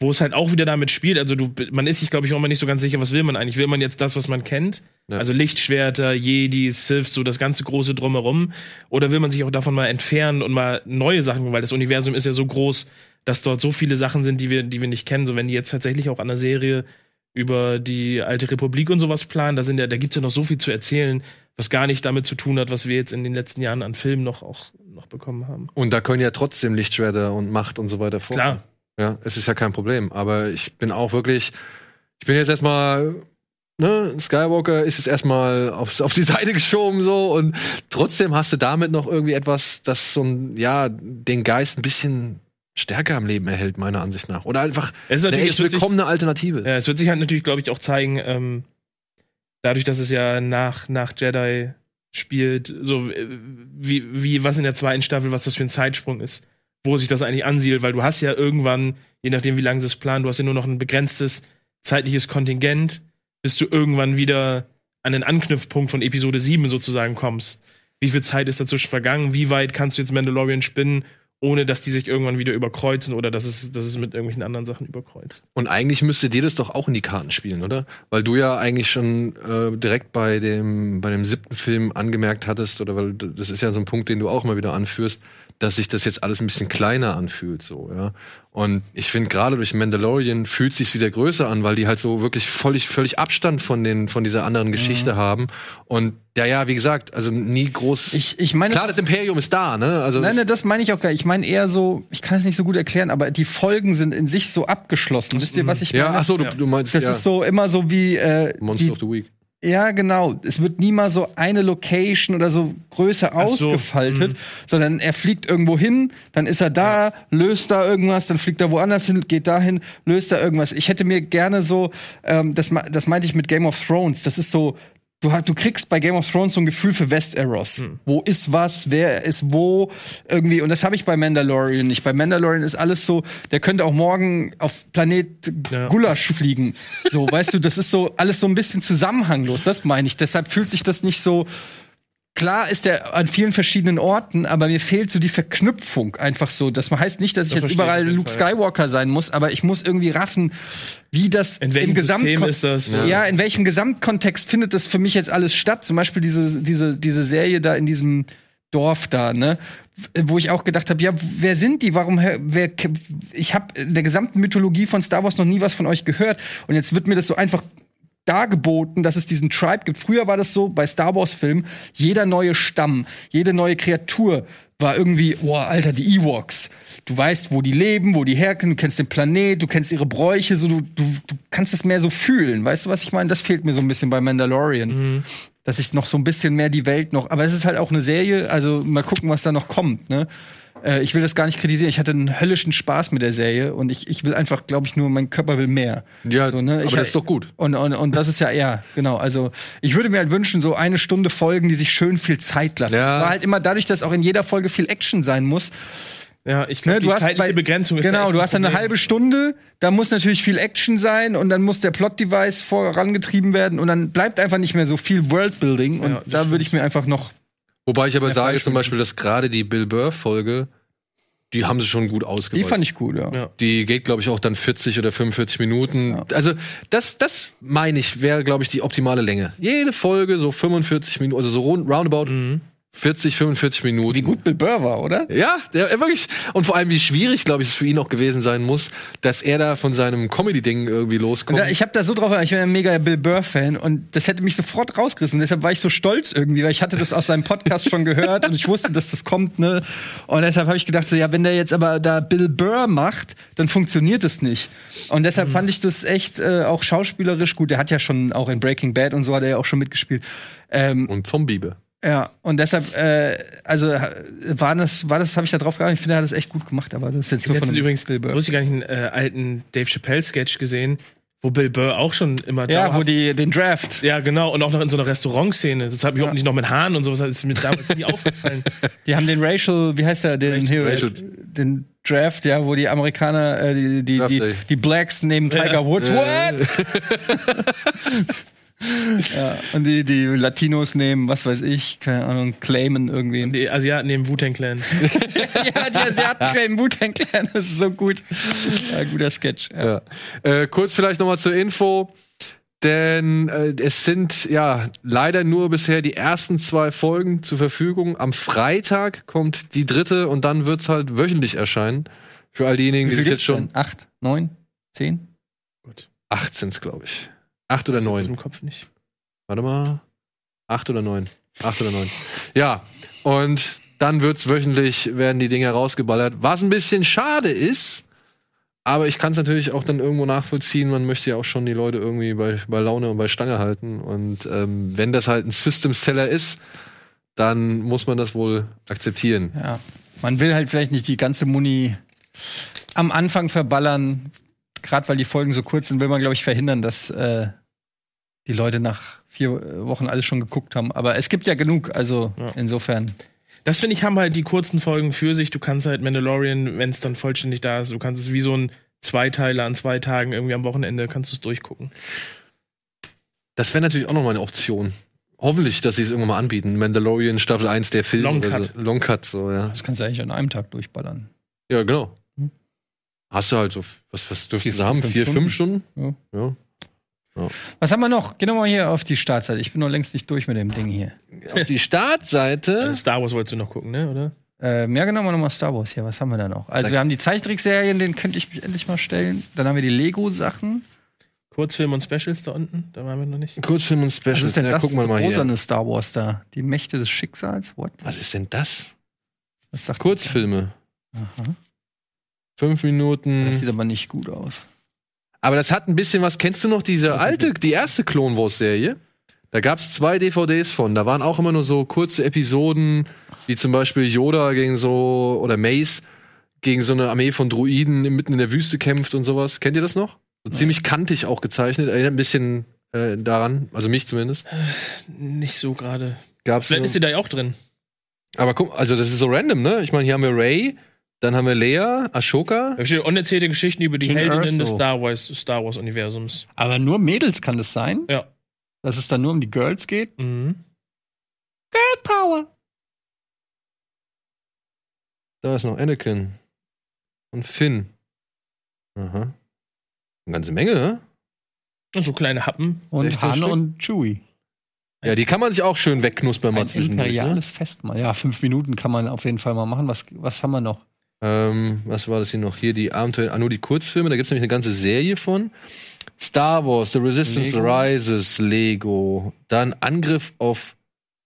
Speaker 2: wo es halt auch wieder damit spielt, also du man ist sich glaube ich auch immer nicht so ganz sicher, was will man eigentlich? Will man jetzt das, was man kennt? Also Lichtschwerter, Jedi, Sith, so das ganze große drumherum oder will man sich auch davon mal entfernen und mal neue Sachen, weil das Universum ist ja so groß, dass dort so viele Sachen sind, die wir die wir nicht kennen, so wenn die jetzt tatsächlich auch an der Serie über die alte Republik und sowas planen. Da, sind ja, da gibt es ja noch so viel zu erzählen, was gar nicht damit zu tun hat, was wir jetzt in den letzten Jahren an Filmen noch, auch, noch bekommen haben.
Speaker 1: Und da können ja trotzdem Lichtschwerter und Macht und so weiter vor.
Speaker 2: Klar.
Speaker 1: Ja, es ist ja kein Problem. Aber ich bin auch wirklich, ich bin jetzt erstmal, ne, Skywalker ist jetzt erstmal auf, auf die Seite geschoben so und trotzdem hast du damit noch irgendwie etwas, das so ein, ja, den Geist ein bisschen stärker am Leben erhält, meiner Ansicht nach. Oder einfach
Speaker 2: Es ist
Speaker 1: eine
Speaker 2: natürlich-
Speaker 1: echt
Speaker 2: es wird sich-
Speaker 1: willkommene Alternative.
Speaker 2: Ja, es wird sich halt natürlich, glaube ich, auch zeigen, ähm, dadurch, dass es ja nach, nach Jedi spielt, so äh, wie, wie was in der zweiten Staffel, was das für ein Zeitsprung ist, wo sich das eigentlich ansiedelt, weil du hast ja irgendwann, je nachdem wie lange sie es planen, du hast ja nur noch ein begrenztes zeitliches Kontingent, bis du irgendwann wieder an den Anknüpfpunkt von Episode 7 sozusagen kommst. Wie viel Zeit ist dazwischen vergangen? Wie weit kannst du jetzt Mandalorian spinnen, ohne dass die sich irgendwann wieder überkreuzen oder dass es, dass es mit irgendwelchen anderen Sachen überkreuzt?
Speaker 1: Und eigentlich müsste dir das doch auch in die Karten spielen, oder? Weil du ja eigentlich schon äh, direkt bei dem, bei dem siebten Film angemerkt hattest, oder weil d- das ist ja so ein Punkt, den du auch immer wieder anführst, dass sich das jetzt alles ein bisschen kleiner anfühlt, so, ja. Und ich finde, gerade durch Mandalorian fühlt sich's wieder größer an, weil die halt so wirklich völlig, völlig Abstand von den, von dieser
Speaker 3: Mhm.
Speaker 1: anderen Geschichte haben. Und ja, ja, wie gesagt, also nie groß.
Speaker 3: Ich, ich meine,
Speaker 1: Klar, das Imperium ist da, ne? Also,
Speaker 3: nein, nein, das meine ich auch gar nicht. Ich meine eher so, ich kann es nicht so gut erklären, aber die Folgen sind in sich so abgeschlossen. Wisst ihr, was ich
Speaker 1: Mhm. ja,
Speaker 3: meine?
Speaker 1: ach so, du, du meinst,
Speaker 3: Das
Speaker 1: ja,
Speaker 3: ist so immer so wie äh,
Speaker 1: Monster
Speaker 3: die,
Speaker 1: of the Week.
Speaker 3: Ja, genau. Es wird nie mal so eine Location oder so Größe
Speaker 1: so,
Speaker 3: ausgefaltet, sondern er fliegt irgendwo hin, dann ist er da, löst da irgendwas, dann fliegt er woanders hin, geht dahin, löst da irgendwas. Ich hätte mir gerne so, ähm, das, me- das meinte ich mit Game of Thrones, das ist so, du, hast, du kriegst bei Game of Thrones so ein Gefühl für Westeros. Wo ist was, wer ist wo, irgendwie. Und das habe ich bei Mandalorian nicht. Bei Mandalorian ist alles so, der könnte auch morgen auf Planet Gulasch fliegen. So, weißt du, das ist so alles so ein bisschen zusammenhanglos, das meine ich. Deshalb fühlt sich das nicht so. Klar ist er an vielen verschiedenen Orten, aber mir fehlt so die Verknüpfung einfach so. Das heißt nicht, dass ich jetzt
Speaker 2: Das verstehe ich
Speaker 3: überall
Speaker 2: auf jeden
Speaker 3: Luke
Speaker 2: Fall.
Speaker 3: Skywalker sein muss, aber ich muss irgendwie raffen, wie das
Speaker 2: In welchem
Speaker 3: im Gesamt
Speaker 2: System ist das?
Speaker 3: Ja.
Speaker 2: Ja.
Speaker 3: in welchem Gesamtkontext findet das für mich jetzt alles statt? Zum Beispiel diese, diese, diese Serie da in diesem Dorf da, ne? Wo ich auch gedacht habe, ja, wer sind die? Warum, hä- wer, ke- ich habe in der gesamten Mythologie von Star Wars noch nie was von euch gehört. Und jetzt wird mir das so einfach dargeboten, dass es diesen Tribe gibt. Früher war das so bei Star Wars-Filmen, jeder neue Stamm, jede neue Kreatur war irgendwie, oh, Alter, die Ewoks. Du weißt, wo die leben, wo die herkommen, du kennst den Planet, du kennst ihre Bräuche, so du, du, du kannst es mehr so fühlen. Weißt du, was ich meine? Das fehlt mir so ein bisschen bei
Speaker 1: Mhm.
Speaker 3: Mandalorian. Dass ich noch so ein bisschen mehr die Welt noch. Aber es ist halt auch eine Serie, also mal gucken, was da noch kommt, ne? Äh, Ich will das gar nicht kritisieren. Ich hatte einen höllischen Spaß mit der Serie und ich, ich will einfach, glaube ich, nur, mein Körper will mehr. ne?
Speaker 1: Ja,
Speaker 3: Ich-
Speaker 1: aber das ist doch gut.
Speaker 3: und, und, und das ist ja, ja, genau. Also, ich würde mir halt wünschen, so eine Stunde Folgen, die sich schön viel Zeit lassen.
Speaker 2: Ja.
Speaker 3: Es war halt immer dadurch, dass auch in jeder Folge viel Action sein muss.
Speaker 2: Ja, ich glaube,
Speaker 3: Ne,
Speaker 2: die zeitliche Begrenzung ist da
Speaker 3: Genau,
Speaker 2: echt
Speaker 3: du
Speaker 2: ein
Speaker 3: hast dann eine
Speaker 2: Problem.
Speaker 3: halbe Stunde, da muss natürlich viel Action sein und dann muss der Plot-Device vorangetrieben werden und dann bleibt einfach nicht mehr so viel Worldbuilding und da würde ich mir einfach noch.
Speaker 1: Wobei ich aber
Speaker 3: Ja,
Speaker 1: sage
Speaker 3: falsch
Speaker 1: zum Beispiel, dass gerade die Bill Burr-Folge, die haben sie schon gut ausgewählt.
Speaker 3: Die fand ich gut, ja.
Speaker 1: Die geht, glaube ich, auch dann 40 oder 45 Minuten. Also, das, das meine ich, wäre, glaube ich, die optimale Länge. Jede Folge so 45 Minuten, also so rund, roundabout 40, 45 Minuten. Wie gut
Speaker 3: Bill Burr war, oder?
Speaker 1: Ja, der, er wirklich. Und vor allem, wie schwierig, glaube ich, es für ihn auch gewesen sein muss, dass er da von seinem Comedy-Ding irgendwie
Speaker 3: Und
Speaker 1: loskommt.
Speaker 3: da, ich habe da so drauf, ich bin ein mega Bill Burr-Fan und das hätte mich sofort rausgerissen. Deshalb war ich so stolz irgendwie, weil ich hatte das aus seinem Podcast schon gehört und ich wusste, dass das kommt, ne? Und deshalb habe ich gedacht, so, ja, wenn der jetzt aber da Bill Burr macht, dann funktioniert es nicht. Und deshalb fand ich das echt äh, auch schauspielerisch gut. Der hat ja schon auch in Breaking Bad und so hat er ja auch schon mitgespielt. Ähm,
Speaker 1: und Zombiebe.
Speaker 3: Ja, und deshalb, äh, also ha- war das, war das, habe ich da drauf geachtet. Ich finde, er hat das echt gut gemacht, aber das ist jetzt
Speaker 2: Ich habe
Speaker 3: nur von
Speaker 2: letztens
Speaker 3: einem
Speaker 2: übrigens, das wusste ich gar nicht, einen äh, alten Dave Chappelle-Sketch gesehen, wo Bill Burr auch schon immer
Speaker 3: Ja,
Speaker 2: dauerhaft-
Speaker 3: wo die den Draft.
Speaker 2: Ja, genau. Und auch noch in so einer Restaurantszene. Das habe ich auch nicht noch mit Haaren und sowas. Das ist mir damals nie aufgefallen.
Speaker 3: Die haben den Racial, wie heißt der, den, hier,
Speaker 2: Racial.
Speaker 3: den Draft, ja, wo die Amerikaner, äh, die, die, die, die Blacks nehmen Tiger
Speaker 2: Ja.
Speaker 3: Woods.
Speaker 2: Ja.
Speaker 3: What? ja, und die, die Latinos nehmen, was weiß ich, keine Ahnung, claimen irgendwie.
Speaker 2: Die Asiaten nehmen Wu-Tang Clan.
Speaker 3: ja, die Asiaten claimen Wu-Tang Clan, das ist so gut. Ja, guter Sketch. Ja.
Speaker 1: Ja. Äh, kurz vielleicht nochmal zur Info. Denn äh, es sind ja leider nur bisher die ersten zwei Folgen zur Verfügung. Am Freitag kommt die dritte und dann wird's halt wöchentlich erscheinen. Für all diejenigen,
Speaker 3: Wie
Speaker 1: die
Speaker 3: viel
Speaker 1: das jetzt
Speaker 3: gibt's
Speaker 1: schon.
Speaker 3: denn? Acht, neun, zehn?
Speaker 1: Acht sind's, glaube ich. Acht oder neun.
Speaker 2: Im Kopf nicht.
Speaker 1: Warte mal. Acht oder neun. Acht oder neun. Ja. Und dann wird's wöchentlich, werden die Dinger rausgeballert. Was ein bisschen schade ist, aber ich kann es natürlich auch dann irgendwo nachvollziehen. Man möchte ja auch schon die Leute irgendwie bei, bei Laune und bei Stange halten. Und ähm, wenn das halt ein System-Seller ist, dann muss man das wohl akzeptieren.
Speaker 3: Ja. Man will halt vielleicht nicht die ganze Muni am Anfang verballern. Gerade weil die Folgen so kurz sind, will man, glaube ich, verhindern, dass äh, die Leute nach vier äh, Wochen alles schon geguckt haben. Aber es gibt ja genug, also insofern.
Speaker 2: Das finde ich, haben halt die kurzen Folgen für sich. Du kannst halt Mandalorian, wenn es dann vollständig da ist, du kannst es wie so ein Zweiteiler an zwei Tagen irgendwie am Wochenende kannst du es durchgucken.
Speaker 1: Das wäre natürlich auch noch mal eine Option. Hoffentlich, dass sie es irgendwann mal anbieten. Mandalorian Staffel 1, der Film.
Speaker 3: Long
Speaker 1: oder
Speaker 3: Cut.
Speaker 1: So. Long Cut, so, ja.
Speaker 3: Das kannst du eigentlich an einem Tag durchballern.
Speaker 1: Ja, genau. Hast du halt so, was, was dürftest du haben?
Speaker 3: Mhm. fünf
Speaker 1: Vier, fünf Stunden? Ja.
Speaker 3: Was haben wir noch? Gehen wir mal hier auf die Startseite. Ich bin noch längst nicht durch mit dem Ding hier.
Speaker 1: Auf die Startseite.
Speaker 2: Äh, Star Wars wolltest du noch gucken, ne? Oder?
Speaker 3: Ähm, ja, genau, mal nochmal Star Wars hier. Was haben wir da noch? Also,
Speaker 2: Sag-
Speaker 3: wir haben die Zeichentrickserien, den könnte ich mich endlich mal stellen. Dann haben wir die Lego-Sachen.
Speaker 2: Kurzfilm und Specials da unten, da waren wir noch nicht.
Speaker 1: Kurzfilm und Specials.
Speaker 3: Was ist denn
Speaker 1: Ja,
Speaker 3: das?
Speaker 1: gucken wir
Speaker 3: Das
Speaker 1: mal hier.
Speaker 3: rosane Star Wars da. Die Mächte des Schicksals? What?
Speaker 1: Was ist denn das?
Speaker 3: Was sagt
Speaker 1: Kurzfilme.
Speaker 3: Aha.
Speaker 1: Fünf Minuten.
Speaker 3: Das sieht aber nicht gut aus.
Speaker 1: Aber das hat ein bisschen was. Kennst du noch diese alte, die erste Clone Wars Serie? Da gab es zwei DVDs von. Da waren auch immer nur so kurze Episoden, wie zum Beispiel Yoda gegen so, oder Mace gegen so eine Armee von Druiden mitten in der Wüste kämpft und sowas. Kennt ihr das noch? So Ziemlich kantig auch gezeichnet. Erinnert ein bisschen äh, daran, also mich zumindest.
Speaker 2: Nicht so gerade.
Speaker 1: Gab's
Speaker 2: Vielleicht
Speaker 1: nur-
Speaker 2: ist sie da ja auch drin.
Speaker 1: Aber guck, also das ist so random, ne? Ich meine, hier haben wir Ray, dann haben wir Leia, Ashoka.
Speaker 2: Da steht unerzählte Geschichten über die
Speaker 1: Jyn
Speaker 2: Heldinnen
Speaker 1: Erso.
Speaker 2: des Star Wars, Star Wars Universums.
Speaker 3: Aber nur Mädels kann das sein?
Speaker 2: Ja.
Speaker 3: Dass es dann nur um die Girls geht?
Speaker 2: Mhm.
Speaker 3: Girl Power!
Speaker 1: Da ist noch Anakin. Und Finn. Aha. Eine ganze Menge, ne?
Speaker 2: Und so kleine Happen.
Speaker 3: Und
Speaker 1: 16
Speaker 3: Han
Speaker 1: Stück?
Speaker 3: und Chewie.
Speaker 1: Ja, die kann man sich auch schön wegknuspern mal
Speaker 3: Ein
Speaker 1: zwischendurch. Ne?
Speaker 3: imperiales Festmahl. Ja, fünf Minuten kann man auf jeden Fall mal machen. Was, was haben wir noch?
Speaker 1: Ähm, was war das hier noch? Hier die Abenteuer, ah, nur die Kurzfilme, da gibt's nämlich eine ganze Serie von. Star Wars, The Resistance
Speaker 3: Lego.
Speaker 1: Rises, Lego. Dann Angriff auf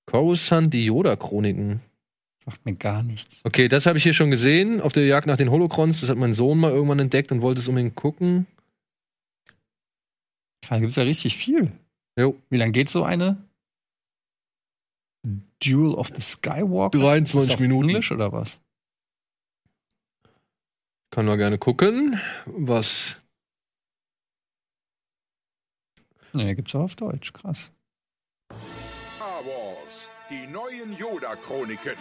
Speaker 1: Coruscant, die Yoda-Chroniken.
Speaker 3: Sagt mir gar nichts.
Speaker 1: Okay, das habe ich hier schon gesehen, auf der Jagd nach den Holocrons. Das hat mein Sohn mal irgendwann entdeckt und wollte es unbedingt gucken.
Speaker 3: Da gibt es ja richtig viel.
Speaker 1: Jo.
Speaker 3: Wie lange geht so eine? Duel of the Skywalker?
Speaker 1: 23
Speaker 3: Ist das auf
Speaker 1: Minuten.
Speaker 3: Englisch oder was?
Speaker 1: Kann man gerne gucken, was
Speaker 3: Ne, gibt's auch auf Deutsch. Krass.
Speaker 9: Star Wars, die neuen Yoda-Chroniken.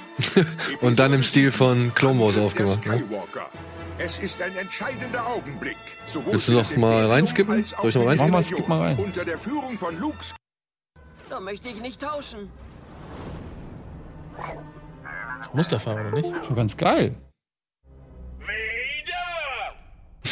Speaker 1: und dann im Stil von Clone Wars
Speaker 9: Der
Speaker 1: aufgemacht. Ne?
Speaker 9: Skywalker. Es ist ein entscheidender Augenblick. Sowohl
Speaker 1: Willst du noch
Speaker 9: für das
Speaker 1: mal
Speaker 9: Imperium
Speaker 1: reinskippen?
Speaker 9: als
Speaker 1: Soll
Speaker 9: auch
Speaker 1: ich noch
Speaker 9: für die
Speaker 1: reinskippen?
Speaker 9: Rebellion.
Speaker 3: Mach mal, skipp mal rein.
Speaker 9: Unter der Führung von Luke
Speaker 4: Da möchte ich nicht tauschen.
Speaker 2: Mustafa, oder nicht?
Speaker 3: Schon ganz geil.
Speaker 6: Vader!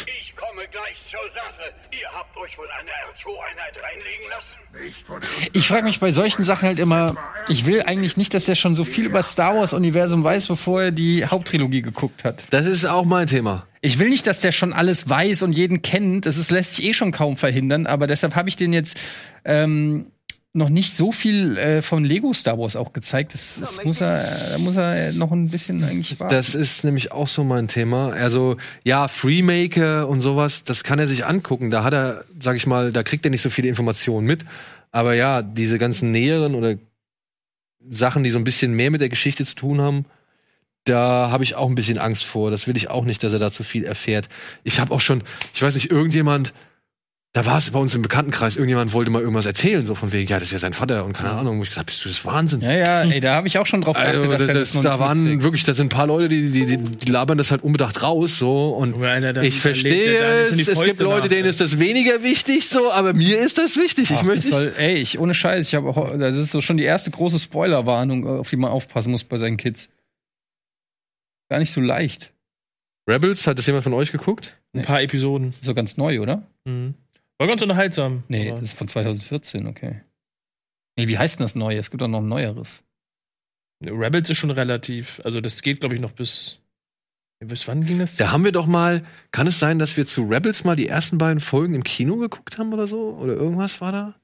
Speaker 6: Ich komme gleich zur Sache. Ihr habt euch wohl eine R2-Einheit reinlegen lassen? Nicht von
Speaker 3: Ich frage mich bei solchen Sachen halt immer, ich will eigentlich nicht, dass der schon so viel über Star Wars-Universum weiß, bevor er die Haupttrilogie geguckt hat.
Speaker 1: Das ist auch mein Thema.
Speaker 3: Ich will nicht, dass der schon alles weiß und jeden kennt. Das ist, lässt sich eh schon kaum verhindern, aber deshalb habe ich den jetzt ähm, noch nicht so viel äh, von Lego Star Wars auch gezeigt. Das, das muss er, da muss er noch ein bisschen eigentlich warten.
Speaker 1: Das ist nämlich auch so mein Thema. Also, ja, Freemaker und sowas, das kann er sich angucken. Da hat er, sag ich mal, da kriegt er nicht so viele Informationen mit. Aber ja, diese ganzen näheren oder Sachen, die so ein bisschen mehr mit der Geschichte zu tun haben, da habe ich auch ein bisschen Angst vor. Das will ich auch nicht, dass er da zu viel erfährt. Ich habe auch schon, ich weiß nicht, irgendjemand, da war es bei uns im Bekanntenkreis, irgendjemand wollte mal irgendwas erzählen, so von wegen, ja, das ist ja sein Vater und keine Ahnung. Wo ich gesagt, bist du des Wahnsinns?
Speaker 3: ja, ja, ey, da habe ich auch schon drauf geachtet,
Speaker 1: Also, das,
Speaker 3: dass der
Speaker 1: das,
Speaker 3: das noch
Speaker 1: da
Speaker 3: nicht
Speaker 1: waren wirklich, da sind ein paar Leute, die, die, die, die labern das halt unbedacht raus, so. Und
Speaker 2: Alter, da-
Speaker 1: ich
Speaker 2: da lebt
Speaker 1: verstehe
Speaker 2: der da nicht in die
Speaker 1: es. Es gibt
Speaker 2: Fäuste
Speaker 1: Leute,
Speaker 2: nach,
Speaker 1: denen
Speaker 2: ey.
Speaker 1: ist das weniger wichtig, so, aber mir ist das wichtig. ich
Speaker 3: Ach,
Speaker 1: möchte
Speaker 3: das
Speaker 1: nicht.
Speaker 3: soll, ey, ich, ohne Scheiß, ich habe, ho- das ist so schon die erste große Spoilerwarnung, äh, auf die man aufpassen muss bei seinen Kids. Gar nicht so leicht.
Speaker 1: Rebels, hat das jemand von euch geguckt?
Speaker 2: Ein paar Episoden.
Speaker 3: So ganz neu, oder?
Speaker 2: Mhm. War ganz unterhaltsam.
Speaker 3: Nee,
Speaker 2: aber-
Speaker 3: das ist von 2014, okay. Nee, wie heißt denn das neue? Es gibt doch noch ein neueres.
Speaker 2: Rebels ist schon relativ. Also, das geht, glaube ich, noch bis. Bis wann ging das?
Speaker 1: Da haben wir doch mal, kann es sein, dass wir zu Rebels mal die ersten beiden Folgen im Kino geguckt haben oder so? Oder irgendwas war da?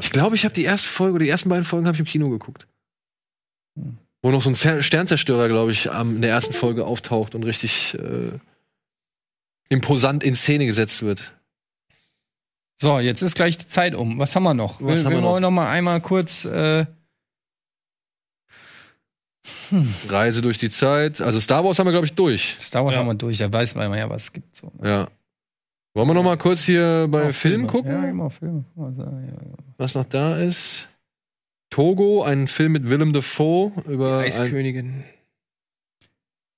Speaker 1: Ich glaube, ich habe die erste Folge oder die ersten beiden Folgen habe ich im Kino geguckt. Wo noch so ein Zer- Sternzerstörer, glaube ich, am- in der ersten Folge auftaucht und richtig äh, imposant in Szene gesetzt wird.
Speaker 3: So, jetzt ist gleich die Zeit um. Was haben wir noch?
Speaker 1: Was
Speaker 3: Will-
Speaker 1: haben wir
Speaker 3: wollen wir noch mal einmal kurz. Äh,
Speaker 1: Reise durch die Zeit. Also Star Wars haben wir, glaube ich, durch.
Speaker 3: Star Wars haben wir durch, da weiß man ja, was es gibt. So.
Speaker 1: Ja. Wollen wir noch mal kurz hier bei
Speaker 3: Auch
Speaker 1: Film
Speaker 3: Filme.
Speaker 1: gucken?
Speaker 3: Ja, immer Filme. Also, ja,
Speaker 1: Was noch da ist? Togo, ein Film mit Willem Dafoe über ein,
Speaker 2: Eiskönigin.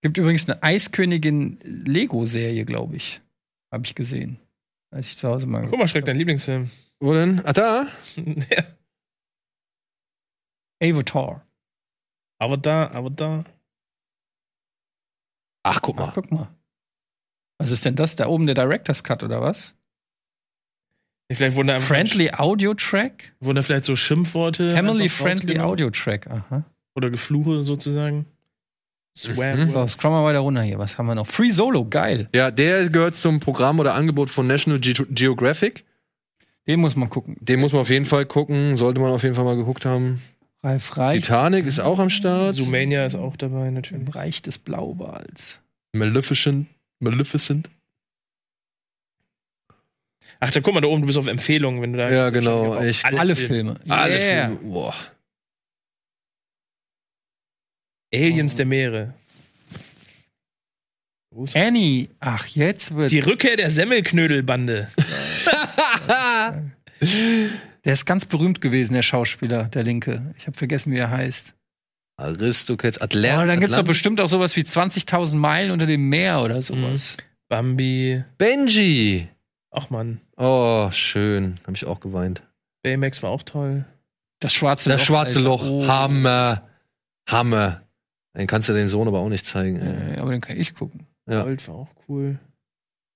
Speaker 3: Gibt übrigens eine Eiskönigin-Lego-Serie, glaube ich. Habe ich gesehen. Als ich zu Hause mal.
Speaker 2: Guck mal, Schreck, dein Lieblingsfilm.
Speaker 1: Wo denn? Ah, da?
Speaker 2: Ja.
Speaker 3: Avatar.
Speaker 2: aber da, aber da.
Speaker 1: Ach, guck mal.
Speaker 3: Ach, guck mal. Was ist denn das? Da oben der Director's Cut oder was?
Speaker 2: Nee, Vielleicht wurden da einfach-
Speaker 3: Friendly Audio Track?
Speaker 2: wurden da vielleicht so Schimpfworte.
Speaker 3: Family
Speaker 2: einfach
Speaker 3: Friendly
Speaker 2: rausgenommen?
Speaker 3: Audio Track, aha.
Speaker 2: Oder Gefluche sozusagen. Swear.
Speaker 3: So, scroll mal weiter runter hier. Was haben wir noch? Free Solo, geil.
Speaker 1: Ja, der gehört zum Programm oder Angebot von National Ge Geographic.
Speaker 3: Den muss man gucken.
Speaker 1: Den muss man auf jeden Fall gucken, sollte man auf jeden Fall mal geguckt haben.
Speaker 3: Ralf Reich.
Speaker 1: Titanic ist auch am Start.
Speaker 2: Zoomania ist auch dabei, natürlich.
Speaker 3: Im Reich des Blaubals.
Speaker 1: Maleficent. Maleficent.
Speaker 2: Ach, da guck mal da oben, du bist auf Empfehlungen, wenn du da.
Speaker 1: Ja, genau. Ich
Speaker 2: alle,
Speaker 3: Alle
Speaker 2: Filme.
Speaker 3: Filme.
Speaker 1: Alle
Speaker 3: Yeah.
Speaker 1: Filme. Boah.
Speaker 2: Aliens der Meere.
Speaker 3: Annie. Ach, jetzt wird.
Speaker 2: Die Rückkehr der Semmelknödelbande.
Speaker 3: der ist ganz berühmt gewesen, der Schauspieler, der Linke. Ich habe vergessen, wie er heißt.
Speaker 1: Aristocats.
Speaker 3: Aber
Speaker 1: Atlant.
Speaker 3: Oh, dann gibt's doch
Speaker 1: Atlantis.
Speaker 3: bestimmt auch sowas wie 20.000 Meilen unter dem Meer oder sowas.
Speaker 1: Mhm.
Speaker 2: Bambi.
Speaker 1: Benji.
Speaker 2: Ach man,
Speaker 1: Oh, schön. Hab ich auch geweint.
Speaker 2: Baymax war auch toll.
Speaker 3: Das schwarze
Speaker 1: Das schwarze
Speaker 3: Alter.
Speaker 1: Loch.
Speaker 3: Oh.
Speaker 1: Hammer. Hammer. Den kannst du den Sohn aber auch nicht zeigen. ey.
Speaker 3: Ja, aber den kann ich gucken.
Speaker 1: Ja.
Speaker 2: Gold war auch cool.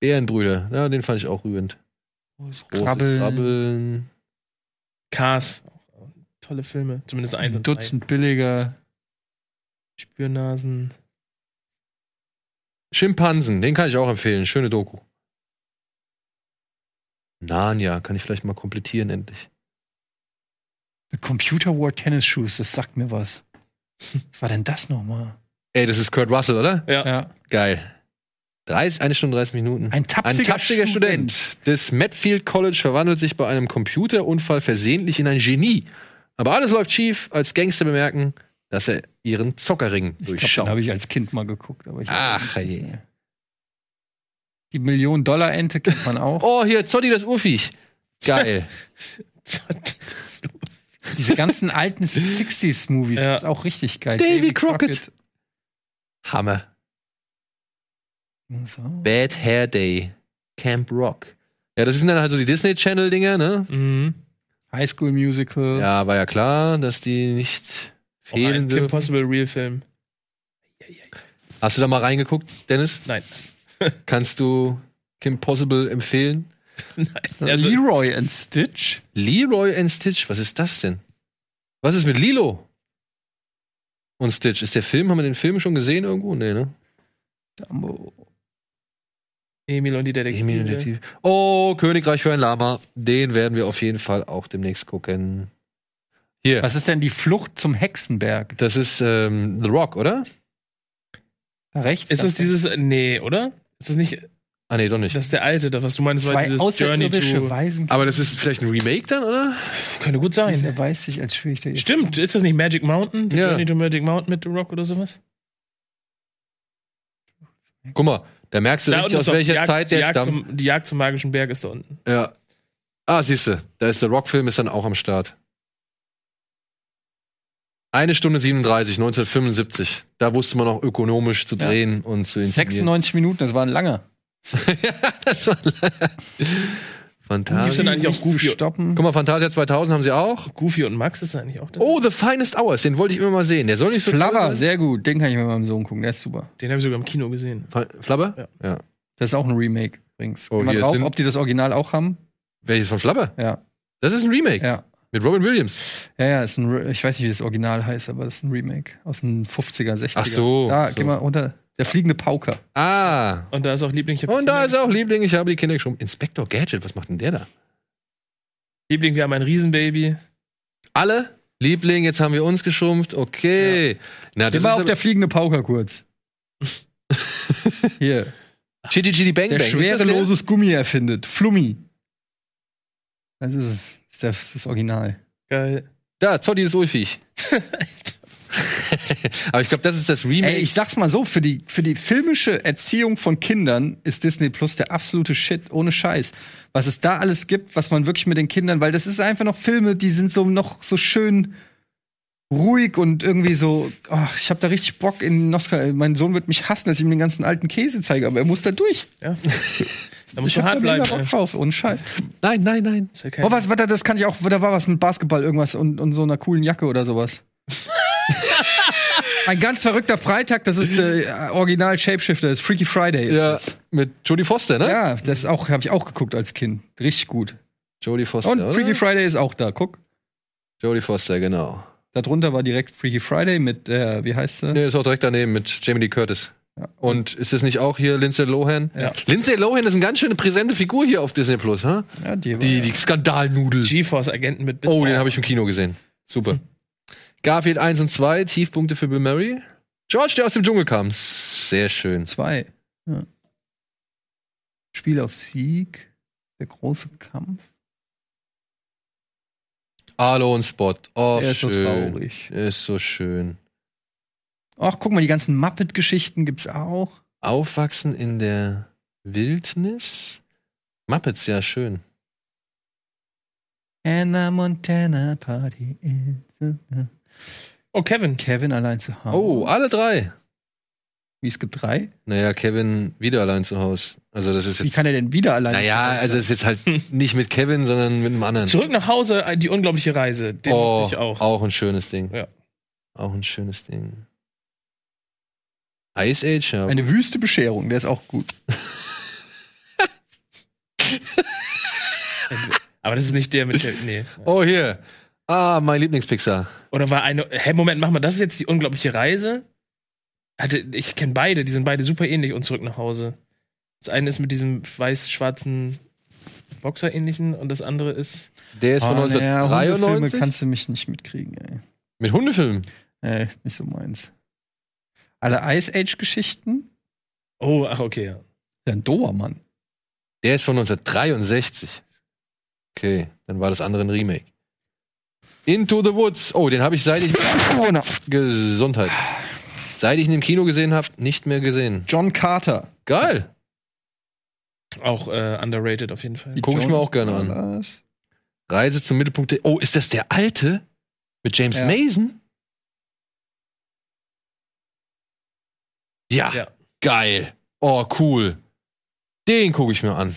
Speaker 1: Bärenbrüder. Ja, den fand ich
Speaker 3: Oh,
Speaker 1: auch rührend. Große
Speaker 3: Krabbeln.
Speaker 1: Krabbeln.
Speaker 2: Cars. tolle Filme. Zumindest eins
Speaker 3: Ein
Speaker 2: und drei.
Speaker 3: Dutzend billiger.
Speaker 2: Spürnasen.
Speaker 1: Schimpansen, den kann ich auch empfehlen. Schöne Doku. Narnia, kann ich vielleicht mal komplettieren endlich.
Speaker 3: The Computer War Tennis Shoes, das sagt mir was. Was war denn das nochmal?
Speaker 1: Ey, das ist Kurt Russell, oder?
Speaker 2: Ja.
Speaker 1: Geil. 30, eine Stunde 30 Minuten.
Speaker 3: Ein tapfiger
Speaker 1: Student. des Medfield College verwandelt sich bei einem Computerunfall versehentlich in ein Genie. Aber alles läuft schief, als Gangster bemerken, dass er ihren Zockerring
Speaker 3: Ich glaub,
Speaker 1: durchschaut.
Speaker 3: den habe ich als Kind mal geguckt. Aber ich
Speaker 1: Ach, ey.
Speaker 3: Die Million-Dollar-Ente kennt man auch.
Speaker 1: Oh, hier, Zotti das Urviech. Geil.
Speaker 3: Diese ganzen alten 60s-Movies, das ist auch richtig geil.
Speaker 1: Davy Crockett. Hammer.
Speaker 3: So.
Speaker 1: Bad Hair Day. Camp Rock. Ja, das sind dann halt so die Disney Channel-Dinger, ne?
Speaker 3: High School Musical.
Speaker 1: Ja, war ja klar, dass die nicht fehlen
Speaker 2: ein Kim
Speaker 1: dürfen.
Speaker 2: Possible Real Film.
Speaker 1: Hast du da mal reingeguckt, Dennis?
Speaker 2: Nein.
Speaker 1: Kannst du Kim Possible empfehlen?
Speaker 2: Nein. Also,
Speaker 3: Leroy and Stitch?
Speaker 1: Leroy and Stitch, was ist das denn? Was ist mit Lilo? Und Stitch, ist der Film, haben wir den Film schon gesehen irgendwo? Nee, ne?
Speaker 2: Emil und die Detektive.
Speaker 1: Emil und der Tief. Oh, Königreich für ein Lama. Den werden wir auf jeden Fall auch demnächst gucken. Hier.
Speaker 3: Was ist denn die Flucht zum Hexenberg?
Speaker 1: Das ist ähm, The Rock, oder?
Speaker 3: Da rechts.
Speaker 2: Ist das dieses. Nee, oder? Ist das nicht.
Speaker 1: Ah, nee, doch nicht.
Speaker 2: Das ist der alte, das, was du meinst, war
Speaker 3: Zwei
Speaker 2: dieses Journey
Speaker 3: außerirdische
Speaker 2: to.
Speaker 3: Waisen.
Speaker 1: Aber das ist vielleicht ein Remake dann, oder?
Speaker 2: Könnte gut sein.
Speaker 3: Er weiß sich als schwierig der
Speaker 2: Stimmt, ist das nicht Magic Mountain? Die
Speaker 1: Ja.
Speaker 2: Journey to Magic Mountain mit The Rock oder sowas?
Speaker 1: Guck mal, da merkst du
Speaker 2: Da unten
Speaker 1: richtig,
Speaker 2: ist
Speaker 1: aus
Speaker 2: doch
Speaker 1: welcher
Speaker 2: die Jagd-
Speaker 1: Zeit
Speaker 2: die
Speaker 1: der
Speaker 2: Jagd,
Speaker 1: stammt.
Speaker 2: zum, die Jagd zum magischen Berg ist da unten.
Speaker 1: Ja. Ah, siehst du, da ist der Rock-Film ist dann auch am Start. Eine Stunde 37, 1975. Da wusste man noch ökonomisch zu drehen und zu inszenieren.
Speaker 3: 96 Minuten, das war ein langer.
Speaker 1: Fantasia.
Speaker 2: Gibt's denn eigentlich auch Goofy?
Speaker 3: Stoppen.
Speaker 1: Guck mal, Fantasia 2000 haben sie auch.
Speaker 2: Goofy und Max ist eigentlich auch da.
Speaker 1: Oh, The Finest Hours, den wollte ich immer mal sehen. Der soll nicht so
Speaker 3: Flabber,
Speaker 1: toll sein.
Speaker 3: sehr gut. Den kann ich mit meinem Sohn gucken, der ist super.
Speaker 2: Den habe ich sogar im Kino gesehen.
Speaker 1: Fa- Flabber? Ja.
Speaker 3: Das ist auch ein Remake übrigens.
Speaker 1: Oh,
Speaker 3: Guck mal
Speaker 1: hier
Speaker 3: drauf,
Speaker 1: sind-
Speaker 3: ob die das Original auch haben.
Speaker 1: Welches von Flabber?
Speaker 3: Ja.
Speaker 1: Das ist ein Remake.
Speaker 3: Ja.
Speaker 1: Mit Robin Williams.
Speaker 3: Ja, ja, ist ein Re ich weiß nicht, wie das Original heißt, aber das ist ein Remake aus den 50er, 60er.
Speaker 1: Ach so,
Speaker 3: Da,
Speaker 1: so.
Speaker 3: geh mal runter. Der fliegende Pauker.
Speaker 1: Ah.
Speaker 2: Und da ist auch Liebling. Ich hab
Speaker 3: Oh.
Speaker 1: Und da ist auch Liebling, ich habe die Kinder geschoben. Inspector Gadget, was macht denn der da?
Speaker 2: Liebling, wir haben ein Riesenbaby.
Speaker 1: Alle? Liebling, jetzt haben wir uns geschrumpft. Okay. Na,
Speaker 3: Geh
Speaker 1: das
Speaker 3: mal
Speaker 1: ist
Speaker 3: auf der fliegende Pauker kurz. Hier.
Speaker 1: Chitty Chitty Bang
Speaker 3: Der
Speaker 1: Bang. Ist das
Speaker 3: schwereloses Gummi erfindet. Flummi. Das ist es. Das ist das, das Original.
Speaker 2: Geil.
Speaker 1: Da, Zotti ist Ulfig. Aber ich glaube, das ist das Remake.
Speaker 3: Ey, ich sag's mal so, für die, für die filmische Erziehung von Kindern ist Disney Plus der absolute Shit, ohne Scheiß. Was es da alles gibt, was man wirklich mit den Kindern, weil das ist einfach noch Filme, die sind so noch so schön ruhig und irgendwie so, ach, ich hab da richtig Bock in Nostal. Mein Sohn wird mich hassen, dass ich ihm den ganzen alten Käse zeige, aber er muss da durch.
Speaker 2: Ja. Da
Speaker 3: Ich
Speaker 2: musst du
Speaker 3: hab da
Speaker 2: hart
Speaker 3: mega
Speaker 2: bleiben.
Speaker 3: Bock drauf, ohne Scheiß.
Speaker 1: nein, nein, nein.
Speaker 2: Ist ja kein-
Speaker 3: Oh, was, was, das kann ich auch, da war was mit Basketball, irgendwas und, und so einer coolen Jacke oder sowas. Ein ganz verrückter Freitag, das ist der Original Shapeshifter, das ist Freaky Friday. Ist
Speaker 1: Oh, Ja,
Speaker 3: das.
Speaker 1: mit Jodie Foster, ne?
Speaker 3: ja, das ist auch, habe ich auch geguckt als Kind. Richtig gut.
Speaker 1: Jodie Foster.
Speaker 3: Und
Speaker 1: oder?
Speaker 3: Freaky Friday ist auch da, guck.
Speaker 1: Jodie Foster, genau.
Speaker 3: Darunter war direkt Freaky Friday mit, äh, wie heißt sie?
Speaker 1: Nee, ist auch direkt daneben mit Jamie Lee Curtis. Und ist das nicht auch hier Lindsay Lohan?
Speaker 3: Ja.
Speaker 1: Lindsay Lohan ist eine ganz schöne präsente Figur hier auf Disney Plus, ha?
Speaker 3: Ja, die, war-
Speaker 1: Die, die Skandalnudel.
Speaker 2: GeForce-Agenten mit
Speaker 1: Oh, den habe ich im Kino gesehen. Super. Garfield 1 und 2, Tiefpunkte für Bill Murray. George, der aus dem Dschungel kam. Sehr schön.
Speaker 3: Zwei. Ja. Spiel auf Sieg, der große Kampf.
Speaker 1: Alone Spot. Oh,
Speaker 3: Der ist so
Speaker 1: schön.
Speaker 3: traurig.
Speaker 1: Ist so schön.
Speaker 3: Ach, guck mal, die ganzen Muppet-Geschichten gibt's auch.
Speaker 1: Aufwachsen in der Wildnis. Muppets, ja, schön.
Speaker 3: Anna Montana Party. in the-
Speaker 2: Oh, Kevin.
Speaker 3: Kevin allein zu Hause.
Speaker 1: Oh, alle drei.
Speaker 3: ah. Wie es gibt drei?
Speaker 1: Naja, Kevin wieder allein zu Hause. Also, das ist
Speaker 3: Wie
Speaker 1: jetzt.
Speaker 3: kann er denn wieder allein
Speaker 1: naja,
Speaker 3: zu Hause
Speaker 1: also, es ist jetzt halt nicht mit Kevin, sondern mit einem anderen.
Speaker 2: Zurück nach Hause, äh, die unglaubliche Reise. Den
Speaker 1: oh,
Speaker 2: mochte ich auch.
Speaker 1: auch ein schönes Ding.
Speaker 2: Ja.
Speaker 1: Auch ein schönes Ding. Ice Age, ja.
Speaker 3: sein? Eine wüste Bescherung, der ist auch gut.
Speaker 2: Aber das ist nicht der mit der. Nee.
Speaker 1: Oh, hier. Ah, mein Lieblingspixar.
Speaker 2: Oder war eine. Hä, Moment, mach mal, das ist jetzt die unglaubliche Reise. Hatte, ich kenne beide, die sind beide super ähnlich und zurück nach Hause. Das eine ist mit diesem weiß-schwarzen Boxer-ähnlichen und das andere ist.
Speaker 1: Der ist von
Speaker 3: Ah, naja,
Speaker 1: 1993.
Speaker 3: Hundefilme kannst du mich nicht mitkriegen, ey.
Speaker 1: Mit Hundefilmen?
Speaker 3: Nee, nicht so meins. Alle Ice Age-Geschichten?
Speaker 2: Oh, ach, okay, ja.
Speaker 3: Ja, ein Dobermann.
Speaker 1: Der ist von 1963. Okay, dann war das andere ein Remake. Into the Woods. Oh, den habe ich seit ich Gesundheit. Seit ich ihn im Kino gesehen habe, nicht mehr gesehen.
Speaker 3: John Carter.
Speaker 1: Geil.
Speaker 2: Auch äh, underrated auf jeden Fall.
Speaker 1: Gucke ich mir auch gerne an. Reise zum Mittelpunkt. Der oh, ist das der alte? Mit James
Speaker 2: Ja.
Speaker 1: Mason? Ja,
Speaker 2: Ja.
Speaker 1: geil. Oh, cool. Den gucke ich mir an.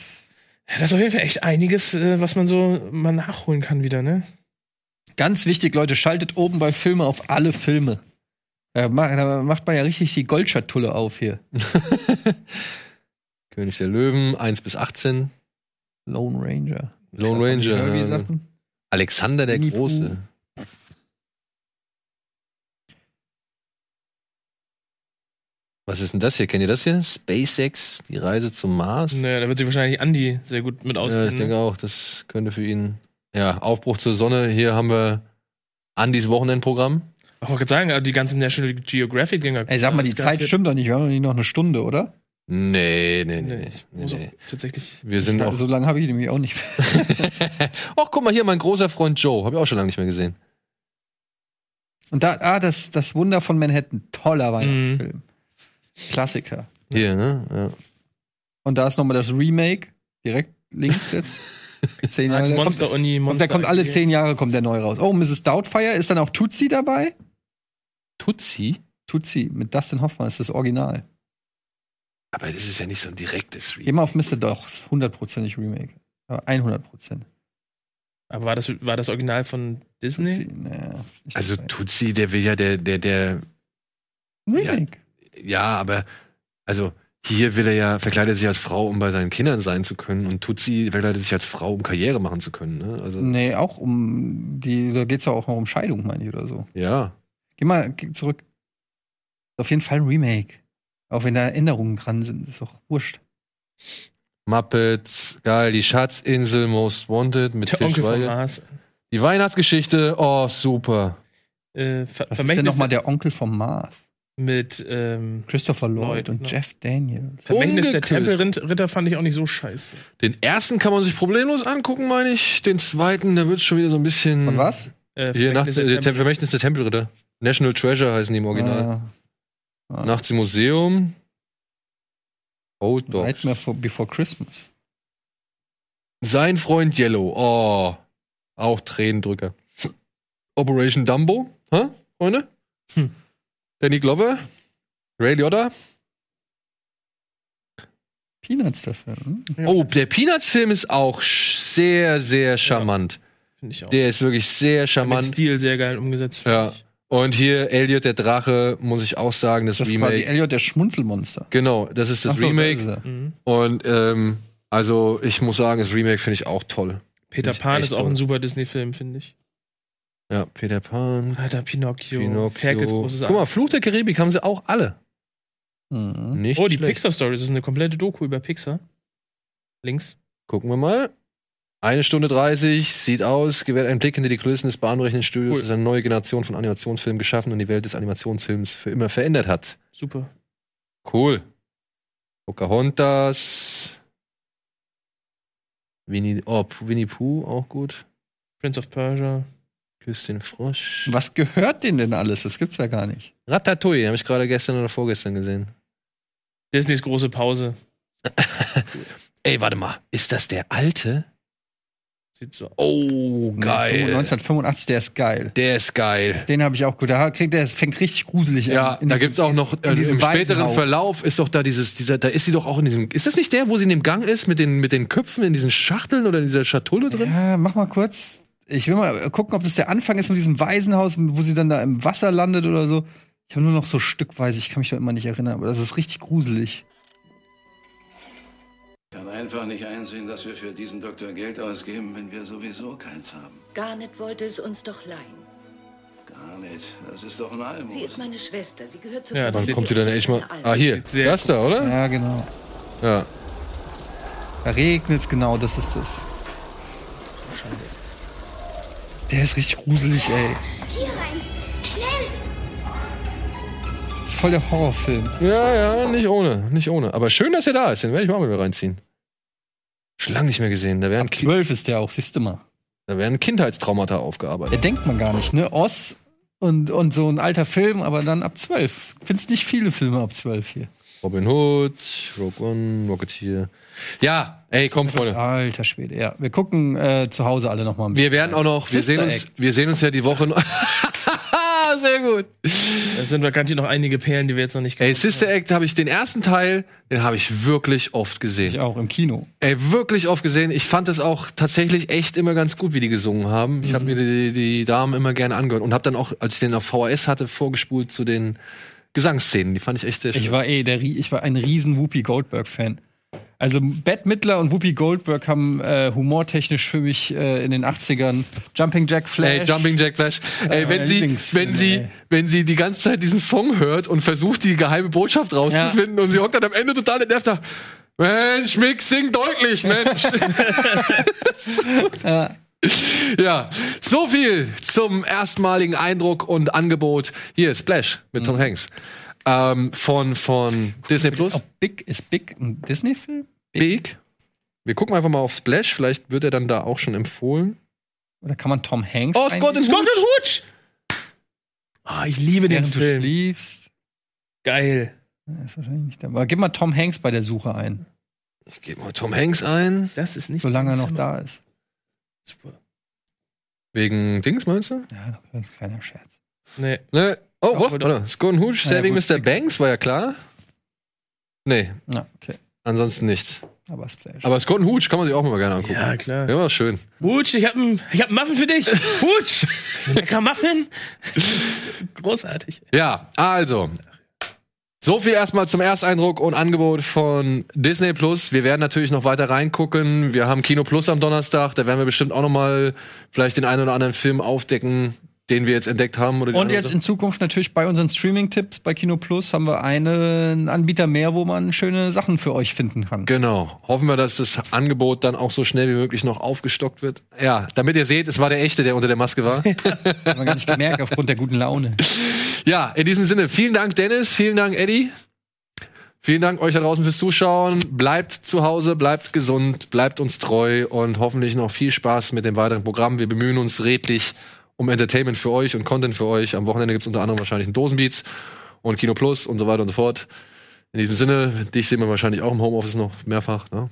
Speaker 2: Ja, Das ist auf jeden Fall echt einiges, äh, was man so mal nachholen kann wieder, ne?
Speaker 3: Ganz wichtig, Leute, schaltet oben bei Filme auf alle Filme. Da ma- da macht man ja richtig die Goldschatulle auf hier.
Speaker 1: König der Löwen, 1 bis 18.
Speaker 3: Lone Ranger.
Speaker 1: Lone Ranger.
Speaker 3: Kirby
Speaker 1: ja.
Speaker 3: Sachen.
Speaker 1: Alexander der
Speaker 3: Winnie Pooh.
Speaker 1: Große. Was ist denn das hier? Kennt ihr das hier? SpaceX, die Reise zum Mars?
Speaker 2: Naja, da wird sich wahrscheinlich Andy sehr gut mit
Speaker 1: Ja,
Speaker 2: auskennen. ne?
Speaker 1: ich denke auch, das könnte für ihn. Ja, Aufbruch zur Sonne. Hier haben wir Andys Wochenendprogramm.
Speaker 2: Ich wollte gerade sagen, also die ganzen National Geographic-Dinger.
Speaker 3: Ey, sag mal, die
Speaker 2: das
Speaker 3: Zeit
Speaker 2: garantiert-
Speaker 3: stimmt doch nicht. Wir haben doch nicht noch eine Stunde, oder?
Speaker 1: Nee, nee, nee.
Speaker 2: Nee,
Speaker 1: nee,
Speaker 2: ich
Speaker 1: nee,
Speaker 2: muss auch
Speaker 1: nee.
Speaker 2: tatsächlich.
Speaker 1: Wir sind auch.
Speaker 3: So lange habe ich nämlich auch nicht. mehr.
Speaker 1: Ach, guck mal hier, mein großer Freund Joe. Hab ich auch schon lange nicht mehr gesehen.
Speaker 3: Und da, ah, das, das Wunder von Manhattan. Toller
Speaker 2: Mhm.
Speaker 3: Weihnachtsfilm. Klassiker.
Speaker 1: Hier, ne? Ja.
Speaker 3: Und da ist nochmal das Remake. Direkt links jetzt. zehn
Speaker 2: Ah,
Speaker 3: Jahre.
Speaker 2: die
Speaker 3: Da kommt,
Speaker 2: Monster-Uni,
Speaker 3: und da kommt alle zehn Jahre kommt der neu raus. Oh, Mrs. Doubtfire. Ist dann auch Tutsi dabei?
Speaker 1: Tutsi?
Speaker 3: Tutsi mit Dustin Hoffmann ist das Original.
Speaker 1: Aber das ist ja nicht so ein direktes
Speaker 3: Geh mal auf Mr. Dochs. Hundertprozentig Remake. Aber 100 Prozent.
Speaker 2: Aber war das, war das Original von Disney?
Speaker 1: Also Tutsi, der will ja, der, der, der,
Speaker 3: Remake.
Speaker 1: ja, aber, also hier will er ja, verkleidet sich als Frau, um bei seinen Kindern sein zu können und Tutsi verkleidet sich als Frau, um Karriere machen zu können, ne? Also,
Speaker 3: Nee, auch um die, da geht's ja auch noch um Scheidung, meine ich, oder so.
Speaker 1: ja.
Speaker 3: Geh mal geh zurück. Ist Auf jeden Fall ein Remake. Auch wenn da Änderungen dran sind, ist auch wurscht.
Speaker 1: Muppets, geil, die Schatzinsel, Most Wanted mit
Speaker 2: Der
Speaker 1: Til
Speaker 2: Onkel von
Speaker 1: Schweiger.
Speaker 2: Mars.
Speaker 1: Die Weihnachtsgeschichte, oh, super.
Speaker 2: Äh, Ver
Speaker 3: Was ist denn nochmal der Onkel vom Mars?
Speaker 2: Mit ähm,
Speaker 3: Christopher Lloyd und
Speaker 2: ne?
Speaker 3: Jeff Daniels.
Speaker 2: Vermächtnis der
Speaker 1: Ungeküsst.
Speaker 2: Tempelritter fand ich auch nicht so scheiße.
Speaker 1: Den ersten kann man sich problemlos angucken, meine ich. Den zweiten, der wird schon wieder so ein bisschen.
Speaker 3: Und was?
Speaker 2: Äh,
Speaker 1: Hier,
Speaker 2: Vermächtnis
Speaker 1: nachts,
Speaker 2: der
Speaker 1: äh,
Speaker 2: Tempel-
Speaker 1: Tem- Vermächtnis der Tempelritter. National Treasure heißen die im Original.
Speaker 3: Ah. Ah.
Speaker 1: Nachts im Museum. Old Dog.
Speaker 3: Nightmare for, Before Christmas.
Speaker 1: Sein Freund Yellow. Oh. Auch Tränendrücker. Operation Dumbo. Hä, Freunde?
Speaker 2: Hm.
Speaker 1: Danny Glover. Ray Liotta.
Speaker 3: Peanuts der Film. hm?
Speaker 1: Oh, der Peanuts-Film ist auch sch- sehr, sehr charmant.
Speaker 2: Finde ich auch.
Speaker 1: Der ist wirklich sehr
Speaker 2: mit
Speaker 1: charmant.
Speaker 2: Stil sehr geil umgesetzt. finde
Speaker 1: Ja.
Speaker 2: ich.
Speaker 1: Und hier Elliot der Drache, muss ich auch sagen, das,
Speaker 3: Das ist quasi
Speaker 1: Remake.
Speaker 3: Elliot der Schmunzelmonster.
Speaker 1: genau, das ist das
Speaker 3: Ach so, da
Speaker 1: Remake.
Speaker 3: ist er.
Speaker 2: Mhm.
Speaker 1: Und ähm, also ich muss sagen, das Remake finde ich auch toll. Finde
Speaker 2: Peter
Speaker 1: ich
Speaker 2: Pan
Speaker 1: echt
Speaker 2: ist auch
Speaker 1: toll.
Speaker 2: ein super Disney-Film, finde ich.
Speaker 1: Ja, Peter Pan,
Speaker 2: Alter, Pinocchio. Ferkels
Speaker 1: Pinocchio.
Speaker 2: großes
Speaker 1: Guck mal, Fluch der Karibik haben sie auch alle.
Speaker 3: Mhm.
Speaker 1: Nicht
Speaker 2: Oh, die
Speaker 1: schlecht.
Speaker 2: Pixar Stories ist eine komplette Doku über Pixar. Links.
Speaker 1: Gucken wir mal. Eine Stunde 30, sieht aus, gewährt einen Blick hinter die Kulissen des bahnbrechenden Studios,
Speaker 2: Cool.
Speaker 1: das eine neue Generation von Animationsfilmen geschaffen und die Welt des Animationsfilms für immer verändert hat.
Speaker 2: Super.
Speaker 1: Cool. Pocahontas. Winnie, oh, P- Winnie Pooh, auch gut.
Speaker 2: Prince of Persia.
Speaker 1: Küss den Frosch.
Speaker 3: Was gehört denen denn alles? Das gibt's ja gar nicht.
Speaker 1: Ratatouille, habe ich gerade gestern oder vorgestern gesehen.
Speaker 2: Disneys große Pause.
Speaker 1: Ey, warte mal, ist das der alte?
Speaker 2: Sieht so aus.
Speaker 1: Oh, geil.
Speaker 3: 1985, der ist geil.
Speaker 1: Der ist geil.
Speaker 3: Den habe ich auch gut. Da kriegt er, es fängt richtig gruselig
Speaker 1: Ja,
Speaker 3: an. In
Speaker 1: da
Speaker 3: diesem-
Speaker 1: gibt's auch noch äh,
Speaker 3: in diesem
Speaker 1: im späteren
Speaker 3: Waisenhaus.
Speaker 1: Verlauf ist doch da dieses dieser da ist sie doch auch in diesem ist das nicht der, wo sie in dem Gang ist mit den mit den Köpfen in diesen Schachteln oder in dieser Schatulle drin?
Speaker 3: Ja, mach mal kurz. Ich will mal gucken, ob das der Anfang ist mit diesem Waisenhaus, wo sie dann da im Wasser landet oder so. Ich habe nur noch so stückweise, ich kann mich da immer nicht erinnern, aber das ist richtig gruselig.
Speaker 24: Can I
Speaker 14: einfach nicht einsehen, dass wir für diesen Doktor Geld ausgeben, wenn wir sowieso keins haben.
Speaker 13: Garnet wollte es uns doch leihen.
Speaker 14: Gar nicht. Das ist doch ein
Speaker 13: Sie
Speaker 14: Almus.
Speaker 13: ist meine Schwester. Sie gehört zur
Speaker 1: Ja, dann
Speaker 13: Familie.
Speaker 1: kommt die dann echt mal. Ah, hier.
Speaker 3: Sehr
Speaker 1: Das da, oder?
Speaker 3: Ja, genau.
Speaker 1: Ja.
Speaker 3: Da regnet's genau, das ist das. Der ist richtig gruselig, ey.
Speaker 15: Hier rein! Schnell!
Speaker 3: Das ist voll der Horrorfilm.
Speaker 1: Ja, ja, nicht ohne, nicht ohne. Aber schön, dass er da ist. Den werde ich mal mit reinziehen. Schon lange nicht mehr gesehen. Da werden
Speaker 3: zwölf ist der auch, siehst du mal.
Speaker 1: Da werden Kindheitstraumata aufgearbeitet.
Speaker 3: Der denkt man gar nicht, ne? Oz und, und so ein alter Film, aber dann ab zwölf. Findest nicht viele Filme ab zwölf hier.
Speaker 1: Robin Hood, Rogue One, Rocketeer. Ja, ey, komm, Freunde.
Speaker 3: Alter Schwede, ja. Wir gucken äh, zu Hause alle noch mal ein
Speaker 1: Wir werden auch noch, wir
Speaker 3: Sister
Speaker 1: sehen, uns,
Speaker 3: Act.
Speaker 1: wir sehen uns ja die Woche noch. Sehr gut.
Speaker 2: Es sind wahrscheinlich noch einige Perlen, die wir jetzt noch nicht
Speaker 1: Ey, Sister Act habe ich den ersten Teil, den habe ich wirklich oft gesehen. Ich
Speaker 3: auch, im Kino.
Speaker 1: Ey, wirklich oft gesehen. Ich fand es auch tatsächlich echt immer ganz gut, wie die gesungen haben. Ich habe mir die, die Damen immer gerne angehört und habe dann auch, als ich den auf VHS hatte, vorgespult zu den Gesangsszenen. Die fand ich echt sehr schön.
Speaker 3: Ich war eh, der, Rie- ich war ein riesen Whoopi Goldberg-Fan. Also Bette Midler und Whoopi Goldberg haben äh, humortechnisch für mich äh, in den 80ern Jumping Jack Flash.
Speaker 1: Ey, Jumping Jack Flash. Ey,
Speaker 3: Äh,
Speaker 1: wenn sie,
Speaker 3: Lieblingsfilm,
Speaker 1: wenn sie,
Speaker 3: ey.
Speaker 1: wenn sie die ganze Zeit diesen Song hört und versucht, die geheime Botschaft rauszufinden und sie hockt dann am Ende total entnervt da. Mensch, Mix, sing deutlich, Mensch.
Speaker 3: ja.
Speaker 1: ja, so viel zum erstmaligen Eindruck und Angebot. Hier, Splash mit Tom Hanks. Ähm, von, von Disney Plus.
Speaker 3: Big ist Big ein Disney-Film?
Speaker 1: Big. Wir gucken einfach mal auf Splash, vielleicht wird er dann da auch schon empfohlen.
Speaker 3: Oder kann man Tom Hanks?
Speaker 1: Oh, Scott and Scott and Hooch!
Speaker 2: Ah, ich liebe den
Speaker 3: Während du
Speaker 2: Film.
Speaker 3: schläfst.
Speaker 2: Geil.
Speaker 3: Ja, Ist wahrscheinlich nicht dabei. Aber gib mal Tom Hanks bei der Suche ein.
Speaker 1: Ich gebe mal Tom Hanks ein.
Speaker 2: Das ist nicht.
Speaker 3: Solange er noch da ist.
Speaker 2: Super.
Speaker 1: Wegen Dings, meinst du?
Speaker 3: Ja, doch, das ist ein kleiner Scherz.
Speaker 2: Nee.
Speaker 1: Ne? Oh,
Speaker 2: Ja,
Speaker 1: wo?
Speaker 2: wohl doch.
Speaker 1: Oder? Scott Hooch,
Speaker 3: Na ja,
Speaker 1: Saving
Speaker 3: gut.
Speaker 1: Mr. Banks, war ja klar. Nee,
Speaker 3: Ja, okay.
Speaker 1: ansonsten nichts.
Speaker 3: Aber Splash.
Speaker 1: Aber Scott Hooch kann man sich auch mal gerne angucken.
Speaker 2: Ja, klar.
Speaker 1: Ja, war schön.
Speaker 2: Hutsch, ich hab einen hab 'n Muffin für dich. Hutsch. Lecker Muffin. Großartig.
Speaker 1: Ja, also. So viel erstmal zum Ersteindruck und Angebot von Disney Plus. Wir werden natürlich noch weiter reingucken. Wir haben Kino Plus am Donnerstag. Da werden wir bestimmt auch noch mal vielleicht den einen oder anderen Film aufdecken, den wir jetzt entdeckt haben. Oder die
Speaker 3: Und
Speaker 1: andere
Speaker 3: jetzt
Speaker 1: Sache.
Speaker 3: in Zukunft natürlich bei unseren Streaming-Tipps bei Kino Plus haben wir einen Anbieter mehr, wo man schöne Sachen für euch finden kann.
Speaker 1: Genau. Hoffen wir, dass das Angebot dann auch so schnell wie möglich noch aufgestockt wird. Ja, damit ihr seht, es war der echte, der unter der Maske war.
Speaker 3: Haben wir gar nicht gemerkt aufgrund der guten Laune.
Speaker 1: ja, in diesem Sinne, vielen Dank, Dennis, vielen Dank, Eddie. Vielen Dank euch da draußen fürs Zuschauen. Bleibt zu Hause, bleibt gesund, bleibt uns treu und hoffentlich noch viel Spaß mit dem weiteren Programm. Wir bemühen uns redlich um Entertainment für euch und Content für euch. Am Wochenende gibt's unter anderem wahrscheinlich einen Dosenbeats und Kino Plus und so weiter und so fort. In diesem Sinne, dich sehen wir wahrscheinlich auch im Homeoffice noch mehrfach. Ne?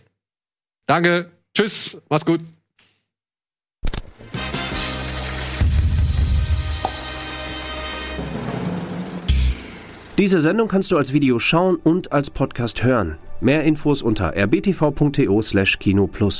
Speaker 1: Danke, tschüss, macht's gut.
Speaker 16: Diese Sendung kannst du als Video schauen und als Podcast hören. Mehr Infos unter rbtv.to/kinoplus.